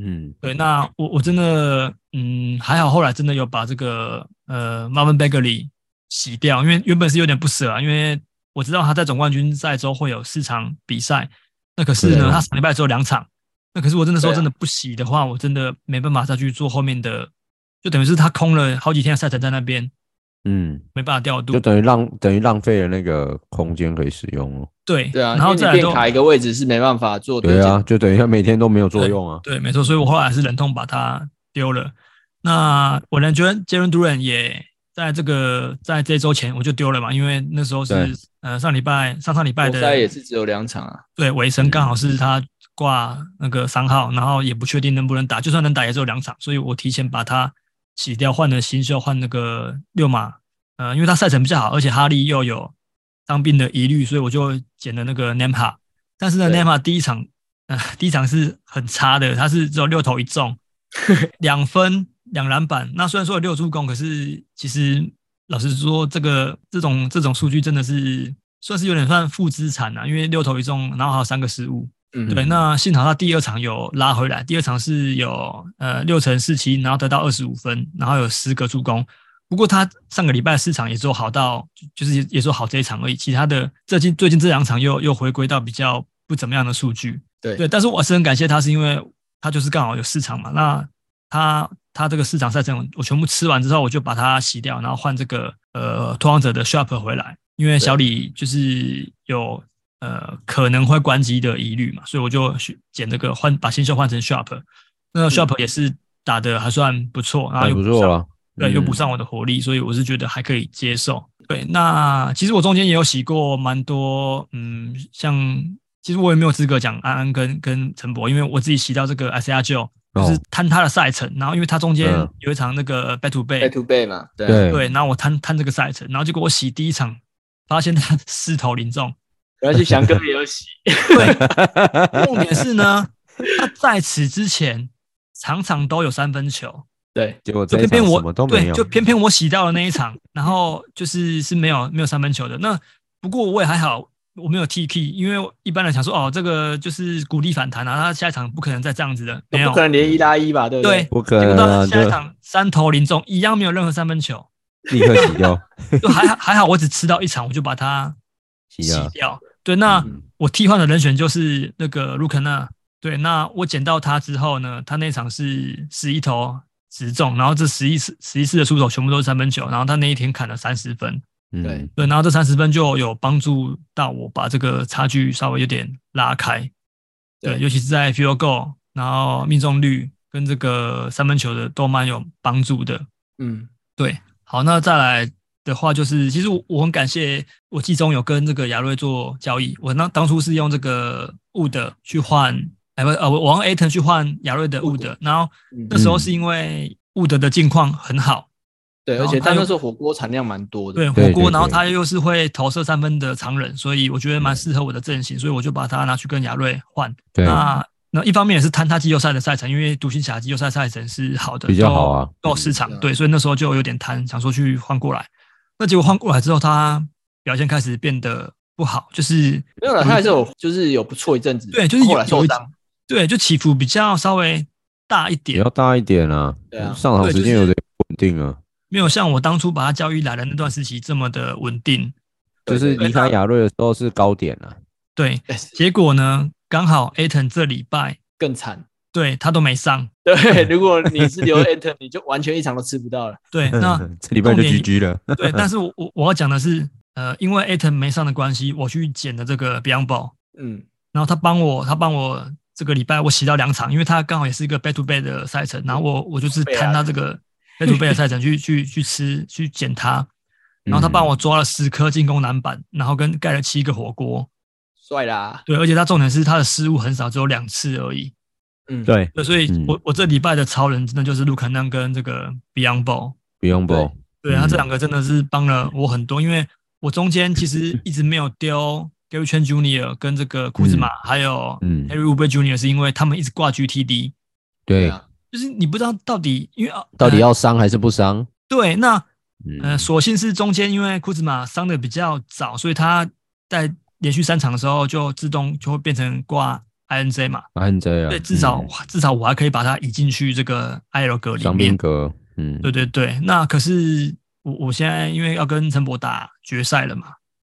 Speaker 2: 嗯，
Speaker 4: 对，那我我真的嗯还好，后来真的有把这个呃 Marvin Bagley 洗掉，因为原本是有点不舍啊，因为我知道他在总冠军赛周会有四场比赛，那可是
Speaker 2: 对
Speaker 4: 呢
Speaker 2: 啊
Speaker 4: 他上礼拜只有两场，那可是我真的说
Speaker 3: 对啊
Speaker 4: 真的不洗的话，我真的没办法再去做后面的，就等于是他空了好几天的赛程在那边，
Speaker 2: 嗯，
Speaker 4: 没办法调度
Speaker 2: 就。等于浪等于浪费了那个空间可以使用了。
Speaker 4: 对
Speaker 3: 对啊，
Speaker 4: 然后
Speaker 3: 因为
Speaker 4: 再
Speaker 3: 你
Speaker 4: 来就
Speaker 3: 变卡一个位置是没办法做
Speaker 2: 对啊
Speaker 3: 的，，
Speaker 2: 就等于他每天都没有作用啊。
Speaker 4: 对，没错，所以我后来还是忍痛把它丢了。那我连觉得 j a r e n Duran 也在这个在这周前我就丢了嘛，因为那时候是
Speaker 2: 对
Speaker 4: 呃上礼拜上上礼拜
Speaker 3: 活塞也
Speaker 4: 的
Speaker 3: 是只有两场啊，
Speaker 4: 对尾声刚好是他挂那个三号，然后也不确定能不能打，就算能打也只有两场，所以我提前把它洗掉，换了新秀，换那个六马，呃，因为他赛程比较好，而且哈利又有当兵的疑虑，所以我就捡了那个 Nampa。但是呢
Speaker 3: 对
Speaker 4: ，Nema 第一场， 呃，第一场是很差的，他是只有六投一中，两分两篮板。那虽然说有六助攻，可是其实老实说，这个这种这种数据真的是算是有点算负资产啊，因为六投一中，然后还有三个失误。
Speaker 3: 嗯，
Speaker 4: 对，那幸好他第二场有拉回来，第二场是有呃六乘四七，然后得到二十五分，然后有十个助攻。不过他上个礼拜四场也做好到，就就是也也做好这一场而已，其他的最近最近这两场又又回归到比较不怎么样的数据。
Speaker 3: 对
Speaker 4: 对，但是我还是很感谢他，是因为他就是刚好有四场嘛，那他他这个市场赛程我全部吃完之后，我就把它洗掉，然后换这个呃拓荒者的 Sharp 回来，因为小李就是有呃可能会关机的疑虑嘛，所以我就去捡这个换把新秀换成 Sharp，那 Sharp 也是打的还算不错，然后
Speaker 2: 嗯还
Speaker 4: 又
Speaker 2: 不
Speaker 4: 补上
Speaker 2: 错了，
Speaker 4: 对，
Speaker 2: 嗯
Speaker 4: 呃又补上我的火力，所以我是觉得还可以接受。对，那其实我中间也有洗过蛮多，嗯，像其实我也没有资格讲安安跟跟陈博，因为我自己洗到这个 S R 就
Speaker 2: 哦
Speaker 4: 就是摊他的赛程，然后因为他中间
Speaker 2: 嗯
Speaker 4: 有一场那个 back to
Speaker 3: back
Speaker 4: back，
Speaker 3: to back 嘛，对啊，
Speaker 2: 对
Speaker 4: 对，然后我摊摊这个赛程，然后结果我洗第一场，发现他四投零中，
Speaker 3: 而且翔哥也有洗，
Speaker 4: 重点是呢，他在此之前场场都有三分球，
Speaker 3: 对，
Speaker 2: 结果
Speaker 4: 就
Speaker 2: 这一
Speaker 4: 偏
Speaker 2: 场
Speaker 4: 偏
Speaker 2: 什
Speaker 4: 我
Speaker 2: 么都没
Speaker 4: 对，
Speaker 2: 有，
Speaker 4: 就偏偏我洗到了那一场，然后就是是没有没有三分球的。那不过我也还好，我没有 T K，因为我一般人想说哦，这个就是鼓励反弹啊，他下一场不可能再这样子的，没有
Speaker 3: 不可。能连一拉一吧，对不
Speaker 4: 对，
Speaker 2: 不可
Speaker 4: 结果
Speaker 2: 能
Speaker 4: 到
Speaker 2: 啊，就
Speaker 4: 下一场三投零中，一样没有任何三分球，
Speaker 2: 立刻洗掉，
Speaker 4: 就还好还好，我只吃到一场，我就把它
Speaker 2: 洗
Speaker 4: 洗
Speaker 2: 掉，
Speaker 4: 掉。对，那
Speaker 3: 嗯
Speaker 4: 我替换的人选就是那个卢肯纳。对，那我捡到他之后呢，他那场是十一投十中，然后这十一次十一次的出手全部都是三分球，然后他那一天砍了三十分。
Speaker 2: 嗯
Speaker 3: 对，
Speaker 4: 对，然后这三十分就有帮助到我把这个差距稍微有点拉开。对，
Speaker 3: 对
Speaker 4: 尤其是在 field goal，然后命中率跟这个三分球的都蛮有帮助的。
Speaker 3: 嗯，
Speaker 4: 对，好，那再来的话，就是其实我我很感谢我季中有跟这个亚瑞做交易，我那当初是用这个 Wood 去换，哎不呃，我我用 Aton 去换亚瑞的 Wood，然后那时候
Speaker 2: 嗯
Speaker 4: 是因为 Wood 的境况很好，
Speaker 3: 对，
Speaker 4: 然
Speaker 3: 而
Speaker 4: 后
Speaker 3: 且
Speaker 4: 他
Speaker 3: 但
Speaker 4: 又
Speaker 3: 那时候火锅产量蛮多的，
Speaker 4: 对
Speaker 2: 对
Speaker 4: 火锅，
Speaker 2: 对
Speaker 4: 然后
Speaker 2: 对
Speaker 4: 他又是会投射三分的常人，所以我觉得蛮适合我的阵型，所以我就把它拿去跟亚瑞换。
Speaker 2: 对，
Speaker 4: 那那一方面也是贪他季后赛的赛程，因为独行侠季后赛赛程是好的，
Speaker 2: 比较好啊
Speaker 4: 都有市场
Speaker 3: 嗯，
Speaker 4: 对，所以那时候就有点贪，想说去换过来。那结果换过来之后，他表现开始变得不好，就是
Speaker 3: 没有了，他还是有就是有不错一阵子，
Speaker 4: 对，就是有
Speaker 3: 后来
Speaker 4: 有
Speaker 3: 受
Speaker 4: 一
Speaker 3: 伤，
Speaker 4: 对，就起伏比较稍微大一
Speaker 2: 比
Speaker 4: 点
Speaker 2: 较，大一点啊，
Speaker 3: 对啊
Speaker 2: 上场
Speaker 4: 对
Speaker 2: 时
Speaker 4: 就
Speaker 2: 间有
Speaker 4: 是
Speaker 2: 点不稳定啊，
Speaker 4: 没有像我当初把他交易来的那段时期这么的稳定。
Speaker 2: 就
Speaker 3: 对
Speaker 2: 是
Speaker 4: 对
Speaker 2: 离开亚瑞的时候是高点啊，
Speaker 4: 对，
Speaker 3: 对
Speaker 4: 结果呢，刚好 Aton 这礼拜
Speaker 3: 更惨。
Speaker 4: 对他都没上，
Speaker 3: 对，如果你是留 Ant，你就完全一场都吃不到了。
Speaker 4: 对， 那
Speaker 2: 这礼拜就
Speaker 4: 重点
Speaker 2: GG 了，
Speaker 4: 对，但是我我我要讲的是，呃，因为 Aton 没上的关系，我去捡的这个 Beyond Ball，
Speaker 3: 嗯，
Speaker 4: 然后他帮我，他帮我这个礼拜我洗到两场，因为他刚好也是一个 back to back 的赛程，然后我我就是
Speaker 3: 对啊
Speaker 4: 摊他这个 back to back 的赛程去去去吃去捡他，然后他
Speaker 2: 嗯
Speaker 4: 帮我抓了十颗进攻篮板，然后跟盖了七个火锅，
Speaker 3: 帅啦。
Speaker 4: 对，而且他重点是他的失误很少，只有两次而已，
Speaker 3: 嗯，
Speaker 2: 对，
Speaker 4: 对，所以
Speaker 2: 嗯
Speaker 4: 我、我这礼拜的超人真的就是卢肯南跟这个 Beyond Ball。
Speaker 2: 不用不
Speaker 3: 对
Speaker 2: 用，
Speaker 4: 对他这
Speaker 2: 嗯
Speaker 4: 两个真的是帮了我很多，因为我中间其实 一直没有丢 Gary Chen Jr. 跟这个库兹马，还有
Speaker 2: 嗯
Speaker 4: Harry u b e Jr. 是因为他们一直挂 GTD，
Speaker 2: 对，
Speaker 3: 啊，
Speaker 4: 就是你不知道到底因为呃
Speaker 2: 到底要伤还是不伤？
Speaker 4: 对那呃，
Speaker 2: 嗯，
Speaker 4: 所幸是中间因为库兹马伤的比较早，所以他在连续三场的时候就自动就会变成挂 INJ 嘛，
Speaker 2: 安这样，
Speaker 4: 对，至少、
Speaker 2: 嗯
Speaker 4: 至少我还可以把它移进去这个 IL 格里
Speaker 2: 伤
Speaker 4: 面
Speaker 2: 兵，格，嗯，
Speaker 4: 对对对，那可是我我现在因为要跟陈博打决赛了嘛。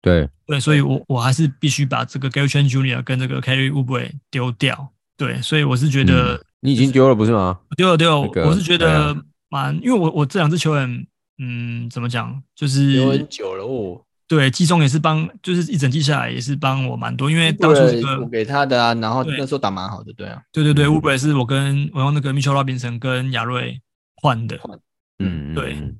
Speaker 2: 对，
Speaker 4: 对，所以我我还是必须把这个 Gary Trent Jr. 跟这个 Carry u b r e 丢掉。对，所以我是觉得
Speaker 2: 你已经丢了不是吗？
Speaker 4: 丢了丢了，
Speaker 2: 那个
Speaker 4: 啊我是觉
Speaker 2: 对
Speaker 4: 得
Speaker 3: 啊
Speaker 4: 蛮，因为我我这两支球员，嗯，怎么讲，就
Speaker 3: 留很
Speaker 4: 是
Speaker 3: 久了哦。
Speaker 4: 对季中也是帮，就是一整季下来也是帮我蛮多，因为当
Speaker 3: 当
Speaker 4: 初
Speaker 3: 初
Speaker 4: 这
Speaker 3: 我
Speaker 4: 个
Speaker 3: 给他的啊，然后
Speaker 4: 对
Speaker 3: 那时候打蛮好的，对啊，
Speaker 4: 对对对 u b r e 是我跟我用那个 Mitchell Robinson 跟亚瑞换的，
Speaker 2: 嗯，
Speaker 4: 对
Speaker 2: 嗯，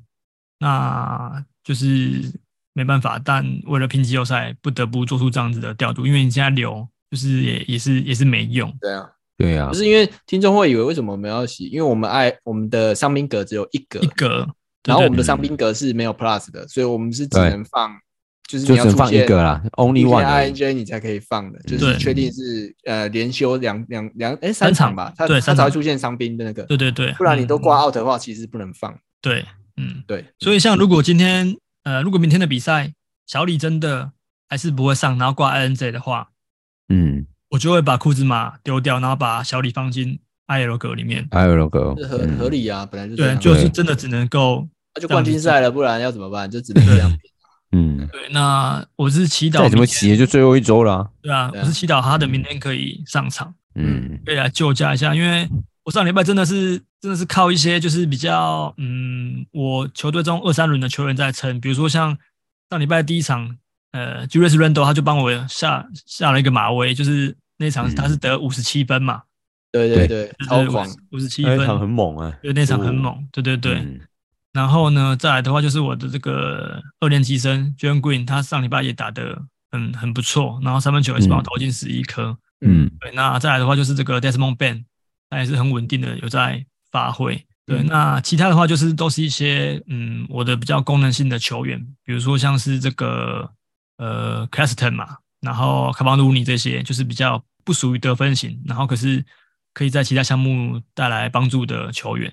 Speaker 4: 那就是没办法，但为了拼季后赛，不得不做出这样子的调度，因为你现在留就是也也是也是没用。
Speaker 3: 对啊，
Speaker 2: 对呀
Speaker 3: 不，是因为听众会以为为什么我们要洗，因为我们爱我们的伤兵格只有一格
Speaker 4: 一，格，
Speaker 3: 然后我
Speaker 4: 对
Speaker 3: 们
Speaker 4: 对
Speaker 3: 的伤兵格是没有 Plus 的，所以我们是只
Speaker 2: 对
Speaker 3: 能放，就是
Speaker 2: 就
Speaker 3: 你要
Speaker 2: 只能
Speaker 3: 出
Speaker 2: 放一
Speaker 3: 现
Speaker 2: 个啦，Only one 而已
Speaker 3: INJ 你才可以放的，就
Speaker 4: 对
Speaker 3: 是确定是呃连休两两两哎
Speaker 4: 三
Speaker 3: 三
Speaker 4: 场
Speaker 3: 场吧，他
Speaker 4: 对
Speaker 3: 他
Speaker 4: 三
Speaker 3: 才
Speaker 4: 场
Speaker 3: 会出现伤兵的那个，
Speaker 4: 对对对，
Speaker 3: 不然你都
Speaker 4: 嗯
Speaker 3: 挂 out 的话，其实不能放。
Speaker 4: 对，嗯，
Speaker 3: 对，
Speaker 4: 所以像如果今天呃，如果明天的比赛小李真的还是不会上，然后挂 INJ 的话，
Speaker 2: 嗯，
Speaker 4: 我就会把库兹马丢掉，然后把小李放进 IL 格里面。
Speaker 2: 还有那个
Speaker 3: 这合
Speaker 2: 嗯
Speaker 3: 合理啊，本来就这
Speaker 4: 对，
Speaker 3: 样
Speaker 4: 就是
Speaker 2: 对
Speaker 4: 真的只能够
Speaker 3: 那就冠军赛了，不然要怎么办？就只能这样。
Speaker 2: 嗯，
Speaker 4: 对。那我是祈祷
Speaker 2: 再怎么
Speaker 4: 明天
Speaker 2: 洗也就最后一周啦，
Speaker 4: 对啊，
Speaker 3: 对啊
Speaker 4: 我是祈祷哈登明天可以上场，
Speaker 2: 嗯，
Speaker 4: 可以来救啊驾一下，因为。我上礼拜真的是真的是靠一些就是比较嗯，我球队中二三轮的球员在撑，比如说像上礼拜第一场，呃，Julius Randle 他就帮我下下了一个马威，就是那场
Speaker 2: 嗯
Speaker 4: 他是得五十七分嘛，
Speaker 3: 对对对，超狂，
Speaker 4: 五十七
Speaker 2: 那
Speaker 4: 分
Speaker 2: 一，场很猛啊，
Speaker 4: 对，那场
Speaker 2: 哦
Speaker 4: 很猛，对对对。
Speaker 2: 嗯
Speaker 4: 然后呢，再来的话就是我的这个二年级生 j o h n Green，他上礼拜也打得很很不错，然后三分球也是帮我
Speaker 2: 嗯
Speaker 4: 投进十一颗，
Speaker 2: 嗯，
Speaker 4: 对，那再来的话就是这个 Desmond Ben，他也是很稳定的有在发挥。对，
Speaker 2: 嗯
Speaker 4: 那其他的话就是都是一些嗯，我的比较功能性的球员，比如说像是这个呃 c a s t o n 嘛，然后卡邦鲁尼这些，就是比较不属于得分型，然后可是可以在其他项目带来帮助的球员。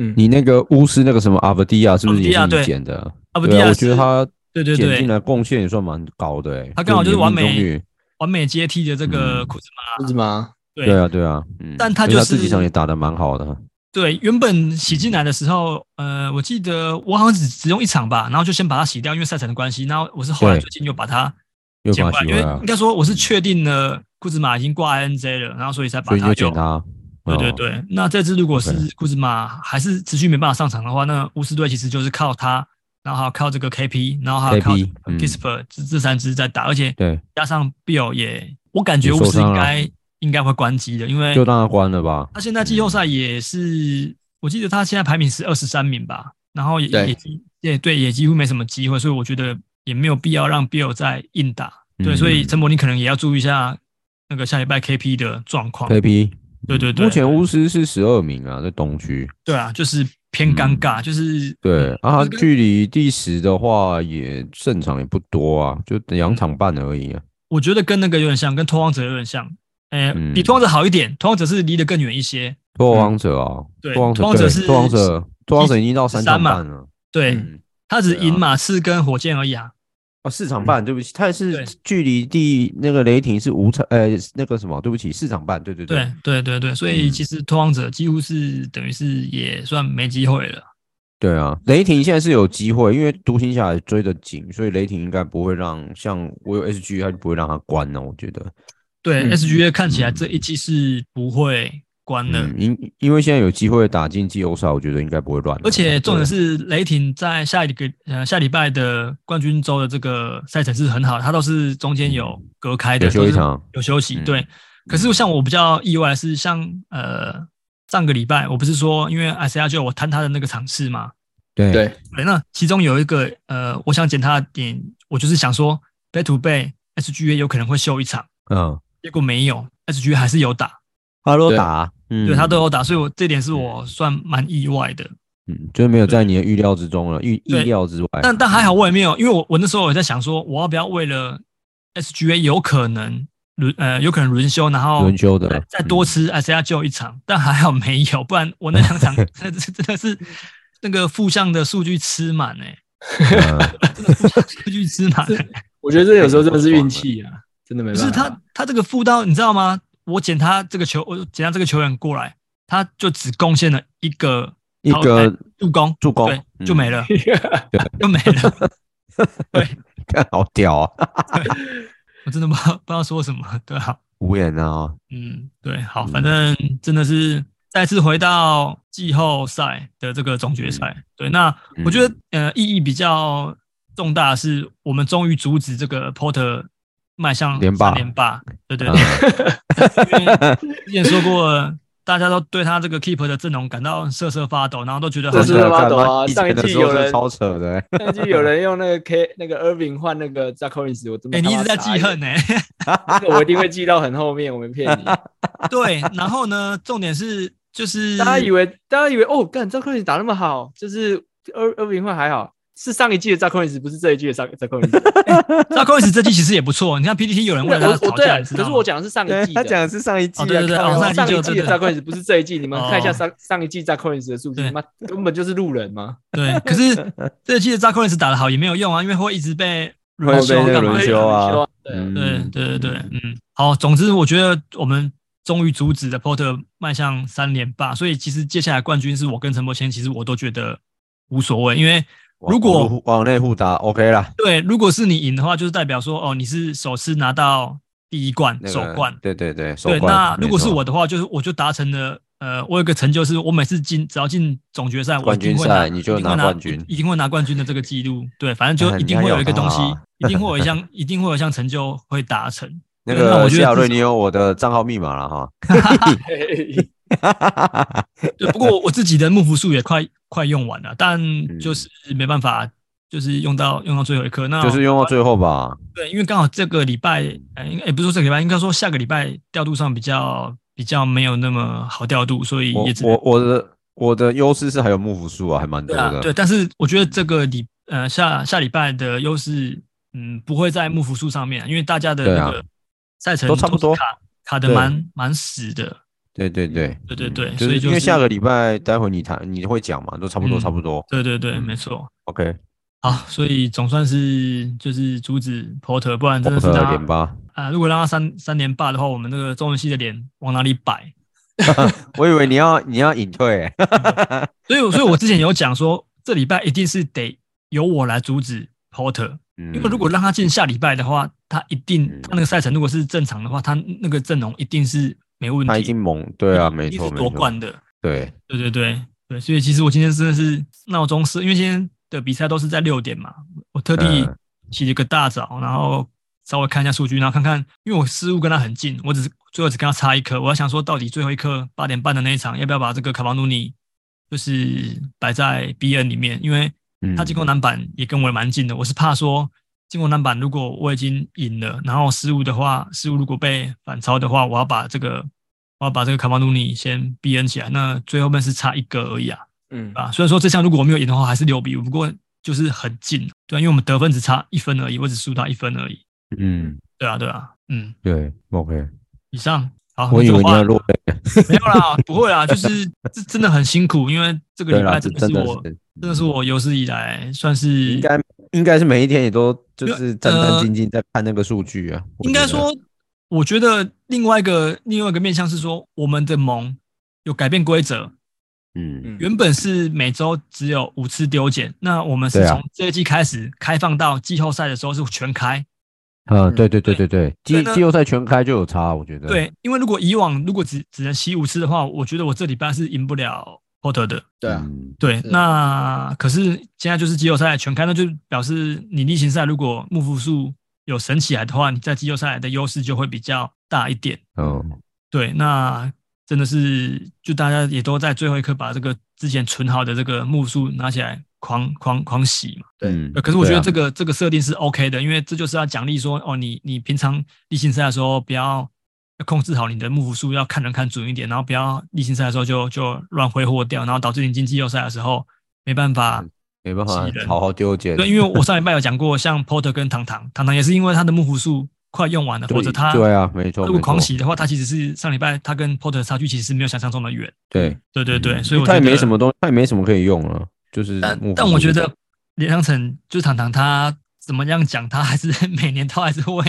Speaker 3: 嗯，
Speaker 2: 你那个巫师那个什么阿布迪亚是不是也
Speaker 4: 阿布迪
Speaker 2: 是
Speaker 4: 亚对
Speaker 2: 你捡的？
Speaker 4: 阿布迪
Speaker 2: 对啊，
Speaker 4: 亚
Speaker 2: 我觉得
Speaker 4: 是
Speaker 2: 他
Speaker 4: 对对
Speaker 2: 捡
Speaker 4: 对，
Speaker 2: 进来贡献也算蛮高的欸，
Speaker 4: 他刚好就是完美
Speaker 2: 你的命中率
Speaker 4: 完美接替的这个
Speaker 2: 嗯
Speaker 4: 库兹马，
Speaker 3: 不是吗？
Speaker 4: 对
Speaker 2: 对啊对啊，嗯
Speaker 4: 但他
Speaker 2: 而且
Speaker 4: 就是
Speaker 2: 自己场也打得蛮好的，
Speaker 4: 对，原本洗进来的时候，呃，我记得我好像只只用一场吧，然后就先把它洗掉，因为赛程的关系。然后我是后来
Speaker 2: 对
Speaker 4: 最近又把它
Speaker 2: 又
Speaker 4: 捡
Speaker 2: 把
Speaker 4: 回
Speaker 2: 他
Speaker 4: 来，
Speaker 2: 洗
Speaker 4: 因
Speaker 2: 回来
Speaker 4: 为
Speaker 2: 啊
Speaker 4: 应，该说我是确定了库兹马已经挂 INJ 了，然后所以才把
Speaker 2: 所以你
Speaker 4: 它
Speaker 2: 就捡他，
Speaker 4: 对对
Speaker 2: 哦，
Speaker 4: 对，那这支如果
Speaker 2: OK
Speaker 4: 是库兹马还是持续没办法上场的话，那巫师队其实就是靠他，然后还有靠这个 KP，然后还有靠
Speaker 2: KP 嗯
Speaker 4: Kisper 这这三支在打，而且
Speaker 2: 对，
Speaker 4: 加上 Bill 也，我感觉
Speaker 2: 也
Speaker 4: 巫
Speaker 2: 受
Speaker 4: 师应
Speaker 2: 伤了
Speaker 4: 该应该会关机的，因为
Speaker 2: 就让他关了吧，
Speaker 4: 他现在季后赛也是，我记得他现在排名是二十三名吧，然后也
Speaker 3: 对
Speaker 4: 也是也对，也几乎没什么机会，所以我觉得也没有必要让 Bill 再硬打。对，
Speaker 2: 嗯
Speaker 4: 所以陈柏你可能也要注意一下那个下礼拜 KP 的状况。
Speaker 2: KP
Speaker 4: 对对对，
Speaker 2: 目前巫师是十二名啊，在东区。
Speaker 4: 对啊，就是偏尴尬，就是
Speaker 2: 嗯
Speaker 4: 嗯
Speaker 2: 对啊，他
Speaker 4: 就是
Speaker 2: 距离第十的话也胜场也不多啊，就两场半而已啊。
Speaker 4: 我觉得跟那个有点像，跟拓荒者有点像。诶，
Speaker 2: 嗯
Speaker 4: 比拓荒者好一点，拓荒者是离得更远一些。
Speaker 2: 拓荒者啊，
Speaker 4: 嗯对
Speaker 2: 拓荒者，
Speaker 4: 拓荒者
Speaker 2: 对
Speaker 4: 是
Speaker 2: 拓荒者，拓荒者已经到
Speaker 4: 13
Speaker 2: 三场
Speaker 4: 嘛
Speaker 2: 半了。
Speaker 4: 对，
Speaker 2: 嗯
Speaker 4: 他只
Speaker 2: 对啊
Speaker 4: 赢马刺跟火箭而已啊。
Speaker 2: 啊，四场半，对不起，他
Speaker 4: 对
Speaker 2: 是距离第那个雷霆是五场，呃，那个什么，对不起，四场半，对对嗯对，
Speaker 4: 对对对对，所以其实拓荒者几乎是等于是也算没机会了。
Speaker 2: 对啊，雷霆现在是有机会，因为独行侠也追得紧，所以雷霆应该不会让像我有 SG，他就不会让他关了、我觉得，
Speaker 4: 对、
Speaker 3: 嗯
Speaker 4: s g a 看起来这一季是不会关的，
Speaker 2: 嗯，因因为现在有机会打进季后赛，我觉得应该不会乱了，
Speaker 4: 而且重点
Speaker 2: 对
Speaker 4: 是雷霆在下一个呃下礼拜的冠军周的这个赛程是很好的，它都是中间有隔开的，
Speaker 2: 有休
Speaker 4: 都
Speaker 2: 一
Speaker 4: 是
Speaker 2: 场，
Speaker 4: 有休息。
Speaker 2: 嗯
Speaker 4: 对，可是像我比较意外的是像呃上个礼拜我不是说因为 S R 就我摊他的那个场次嘛，
Speaker 2: 对
Speaker 3: 对
Speaker 4: 对，哎那其中有一个呃，我想检他的点，我就是想说 Back to Back SGA 有可能会休一场，
Speaker 2: 嗯，
Speaker 4: 结果没有，SGA 还是有打，
Speaker 2: 他都
Speaker 3: 对
Speaker 2: 打，嗯，
Speaker 4: 对他都有打，所以我这点是我算蛮意外的。
Speaker 2: 嗯，就是没有在你的预料之中了，预意
Speaker 4: 对
Speaker 2: 料之外，
Speaker 4: 但但还好我也没有，因为我我那时候我在想说，我要不要为了 SGA 有可能轮呃有可能轮休，然后
Speaker 2: 轮休的
Speaker 4: 再再多
Speaker 2: 嗯
Speaker 4: 吃 S R 救一场，但还好没有，不然我那两 场真的是真的是那个负向的数据吃满哎、
Speaker 2: 嗯
Speaker 4: 数据吃满、欸。
Speaker 3: 我觉得这有时候真的是运气啊，真的没
Speaker 4: 不
Speaker 3: 办法。
Speaker 4: 是他，他这个负到你知道吗？我捡他这个球，我捡他这个球员过来，他就只贡献了一个
Speaker 2: 一
Speaker 4: 淘汰
Speaker 2: 个
Speaker 4: 助攻，
Speaker 2: 助攻嗯
Speaker 4: 对，就没了，
Speaker 2: 对
Speaker 4: 就没了。
Speaker 2: 看好屌啊，
Speaker 4: 我真的不知道不知道说什么，对啊，
Speaker 2: 无言啊，
Speaker 4: 嗯，对，好，
Speaker 2: 嗯
Speaker 4: 反正真的是再次回到季后赛的这个总决赛。
Speaker 2: 嗯
Speaker 4: 对，那我觉得呃意义比较重大的是，我们终于阻止这个 Porter 迈向
Speaker 2: 连霸
Speaker 4: 三连霸，对对
Speaker 2: 嗯
Speaker 4: 对。 因为之前说过，大家都对他这个 keep 的阵容感到瑟瑟发抖，然后都觉得好
Speaker 3: 这
Speaker 4: 像
Speaker 3: 是发抖啊
Speaker 2: 干嘛
Speaker 3: 上一
Speaker 2: 以前的
Speaker 3: 季
Speaker 2: 时候
Speaker 3: 有
Speaker 2: 真的
Speaker 3: 人
Speaker 2: 超扯的、欸，
Speaker 3: 上一季有人用那个 K 那个 Irving 换那个 z a c o r i s 我真的
Speaker 4: 哎、你一直
Speaker 3: 他
Speaker 4: 在
Speaker 3: 妈傻眼
Speaker 4: 记恨，哎呢、
Speaker 3: 这个我一定会记到很后面，我没骗你。
Speaker 4: 对，然后呢，重点是就是
Speaker 3: 大家以为大家以为哦，干 z a c o r i s 打那么好，就是 Ir Irving 换还好，是上一季的 z a c o r i s 不是这一季的 z a c o r i s
Speaker 4: 扎克 o 这季其实也不错，你看 PPT 有人为
Speaker 3: 我
Speaker 4: 了他
Speaker 3: 我
Speaker 4: 吵
Speaker 3: 对
Speaker 4: 架，
Speaker 3: 啊，
Speaker 4: 你知
Speaker 3: 可
Speaker 4: 道
Speaker 3: 是
Speaker 4: 吗
Speaker 3: 我讲的是上一季的。
Speaker 2: 的是上一季啊
Speaker 4: 哦对对对
Speaker 2: 看
Speaker 4: 哦上
Speaker 2: 到
Speaker 4: 一季
Speaker 3: 上
Speaker 4: 就
Speaker 3: 一季
Speaker 4: 对
Speaker 3: 的
Speaker 4: 对
Speaker 3: z a c o r i s 不是这一季，你们看一下
Speaker 4: 哦
Speaker 3: 上上一季 z a c o r i s 的数据，
Speaker 4: 对
Speaker 3: 他妈根本就是路人嘛。
Speaker 4: 对，可是这季的扎克 o 打得好也没有用啊，因为会一直被
Speaker 3: 哦
Speaker 2: 会被那个
Speaker 4: 干嘛
Speaker 2: 轮休啊
Speaker 3: 轮休啊，对啊，
Speaker 2: 嗯
Speaker 4: 对对对对，嗯，好，总之我觉得我们终于阻止了 Porter 迈向三连霸，所以其实接下来冠军是我跟陈柏谦，其实我都觉得无所谓，因为如果
Speaker 2: 往往内互打 OK 啦，
Speaker 4: 对，如果是你赢的话，就是代表说哦，你是首次拿到第一冠、
Speaker 2: 那个
Speaker 4: 首冠。
Speaker 2: 对对对，首
Speaker 4: 对，
Speaker 2: 冠
Speaker 4: 那
Speaker 2: 没
Speaker 4: 如果是
Speaker 2: 错
Speaker 4: 我的话，就是我就达成了。呃，我有个成就是，我每次进只要进总决赛，我一
Speaker 2: 冠
Speaker 4: 定
Speaker 2: 军
Speaker 4: 会拿，
Speaker 2: 赛你就
Speaker 4: 一定会拿
Speaker 2: 拿冠军
Speaker 4: 一定会拿冠军的这个记录。对，反正 就
Speaker 2: 哎
Speaker 4: 一
Speaker 2: 你
Speaker 4: 定
Speaker 2: 还
Speaker 4: 会有一
Speaker 2: 有
Speaker 4: 个东西
Speaker 2: 他啊，
Speaker 4: 一定会有一 项，一定会有一项成就会达成。
Speaker 2: 那
Speaker 4: 对那我
Speaker 2: 个
Speaker 4: 觉得
Speaker 2: 谢小
Speaker 4: 至
Speaker 2: 瑞，
Speaker 4: 少
Speaker 2: 你有我的账号密码了哈。
Speaker 4: 对，不过我我自己的幕府数也快快用完了，但
Speaker 2: 嗯
Speaker 4: 就是没办法，就是用到用到最后一刻。那
Speaker 2: 就是用到最后吧，
Speaker 4: 对，因为刚好这个礼拜，呃，应该也不是说这个礼拜，应该说下个礼拜调度上比较比较没有那么好调度，所以
Speaker 2: 我
Speaker 4: 也只能
Speaker 2: 我我的我的优势是还有幕府数啊，还蛮多
Speaker 4: 对啊
Speaker 2: 的。
Speaker 4: 对。但是我觉得这个礼呃下下礼拜的优势，嗯，不会在幕幅数上面，因为大家的
Speaker 2: 对
Speaker 4: 那
Speaker 2: 啊
Speaker 4: 个赛程
Speaker 2: 都差不多
Speaker 4: 是卡卡的
Speaker 2: 对
Speaker 4: 蛮蛮死的。
Speaker 2: 对对对
Speaker 4: 对对对
Speaker 2: 嗯
Speaker 4: 所以
Speaker 2: 就
Speaker 4: 就
Speaker 2: 是
Speaker 4: 是
Speaker 2: 因为下个礼拜待会你谈你会讲嘛，都差不多
Speaker 4: 嗯
Speaker 2: 差不多。
Speaker 4: 对对对，
Speaker 2: 嗯
Speaker 4: 没错。
Speaker 2: OK，
Speaker 4: 好，所以总算是就是阻止 Porter，不然
Speaker 2: 我
Speaker 4: 真的是
Speaker 2: 们
Speaker 4: 让
Speaker 2: 点
Speaker 4: 他
Speaker 2: 八，
Speaker 4: 啊、如果让他三三连霸的话，我们那个中文系的脸往哪里摆？
Speaker 2: 我以为你要你要隐退、 欸，
Speaker 4: 所以我，所以我之前有讲说， 这礼拜一定是得由我来阻止 Porter，
Speaker 2: 因
Speaker 4: 因为如果让他进下礼拜的话，他一定
Speaker 2: 嗯
Speaker 4: 他那个赛程如果是正常的话，他那个阵容一定是没问
Speaker 2: 嗯他已
Speaker 4: 题
Speaker 2: 经，猛，对啊，没
Speaker 4: 一定
Speaker 2: 错
Speaker 4: 是
Speaker 2: 没
Speaker 4: 夺
Speaker 2: 错，
Speaker 4: 冠的。
Speaker 2: 对，
Speaker 4: 对对对对，所以其实我今天真的是闹钟是，因为今天的比赛都是在六点嘛，我特地
Speaker 2: 嗯
Speaker 4: 起了个大早，然后稍微看一下数据，然后看看，因为我失误跟他很近，我只是最后只跟他差一颗，我要想说到底最后一颗八点半的那一场要不要把这个卡巴努尼就是摆在 B N 里面，因为
Speaker 2: 嗯
Speaker 4: 他进攻篮板也跟我蛮近的。我是怕说进攻篮板，如果我已经赢了，然后失误的话，失误如果被反超的话，我要把这个我要把这个卡巴努尼先逼恩起来。那最后面是差一个而已啊，
Speaker 3: 嗯
Speaker 4: 对，吧？虽然说这项如果我没有赢的话，还是六比五，不过就是很近，对、啊，因为我们得分只差一分而已，我只输他一分而已。
Speaker 2: 嗯，
Speaker 4: 对啊，对啊，嗯，
Speaker 2: 对，OK。
Speaker 4: 以上。好，
Speaker 2: 我以
Speaker 4: 这个
Speaker 2: 为你
Speaker 4: 话
Speaker 2: 要落泪，
Speaker 4: 没有啦，不会啦，就是这真的很辛苦，因为这个
Speaker 2: 对啊
Speaker 4: 礼拜
Speaker 2: 啦，这
Speaker 4: 真的
Speaker 2: 真
Speaker 4: 是
Speaker 2: 的
Speaker 4: 我
Speaker 2: 是
Speaker 4: 真的是我有史以来算是
Speaker 2: 应该应该是每一天 也都就是战战
Speaker 4: 呃
Speaker 2: 兢兢在看那个数据啊。我
Speaker 4: 应该
Speaker 2: 觉得
Speaker 4: 说，我觉得另外一个另外一个面向是说，我们的盟有改变规则，
Speaker 2: 嗯
Speaker 3: 嗯
Speaker 4: 原本是每周只有五次丢检，那我们是
Speaker 2: 对啊
Speaker 4: 从这一季开始开放到季后赛的时候是全开。
Speaker 2: 啊，对对
Speaker 4: 嗯对
Speaker 2: 对对对，季
Speaker 4: 对那
Speaker 2: 季后赛全开就有差，我觉得。
Speaker 4: 对，因为如果以往如果只只能洗五次的话，我觉得我这礼拜是赢不了 Porter 的。
Speaker 3: 对啊，
Speaker 2: 嗯
Speaker 4: 对，
Speaker 3: 是
Speaker 4: 那可是现在就是季后赛全开，那就表示你例行赛如果幕府数有神起来的话，你在季后赛的优势就会比较大一点。
Speaker 2: 哦，
Speaker 4: 对，那真的是就大家也都在最后一刻把这个之前存好的这个木数拿起来狂狂狂洗嘛。
Speaker 3: 对
Speaker 2: 嗯
Speaker 4: 呃可是我觉
Speaker 2: 对
Speaker 4: 得
Speaker 2: 啊
Speaker 4: 这个、这个设定是 OK 的，因为这就是要奖励说哦，你你平常例行赛的时候不要。要控制好你的幕府数，要看人看准一点，然后不要例行赛的时候就就乱挥霍掉，然后导致你进季后赛的时候没办
Speaker 2: 嗯
Speaker 4: 法
Speaker 2: 没办法
Speaker 4: 洗人
Speaker 2: 好好丢解。
Speaker 4: 对，因为我上礼拜有讲过，像 Porter 跟糖糖，糖糖也是因为他的幕府数快用完了，
Speaker 2: 对
Speaker 4: 或者他
Speaker 2: 对啊，没错，
Speaker 4: 如果
Speaker 2: 没
Speaker 4: 狂
Speaker 2: 错
Speaker 4: 喜的话，他其实是上礼拜他跟 Porter 的差距其实是没有想象中的远。
Speaker 2: 对，
Speaker 4: 对对对，
Speaker 2: 嗯
Speaker 4: 所以我
Speaker 2: 他也
Speaker 4: 觉
Speaker 2: 没
Speaker 4: 得
Speaker 2: 什么东西，他也没什么可以用了，就是
Speaker 4: 但
Speaker 2: 幕
Speaker 4: 但
Speaker 2: 府
Speaker 4: 我
Speaker 2: 主
Speaker 4: 觉
Speaker 2: 义
Speaker 4: 得连长成就是糖糖他怎么样讲，他还是每年都还是 会，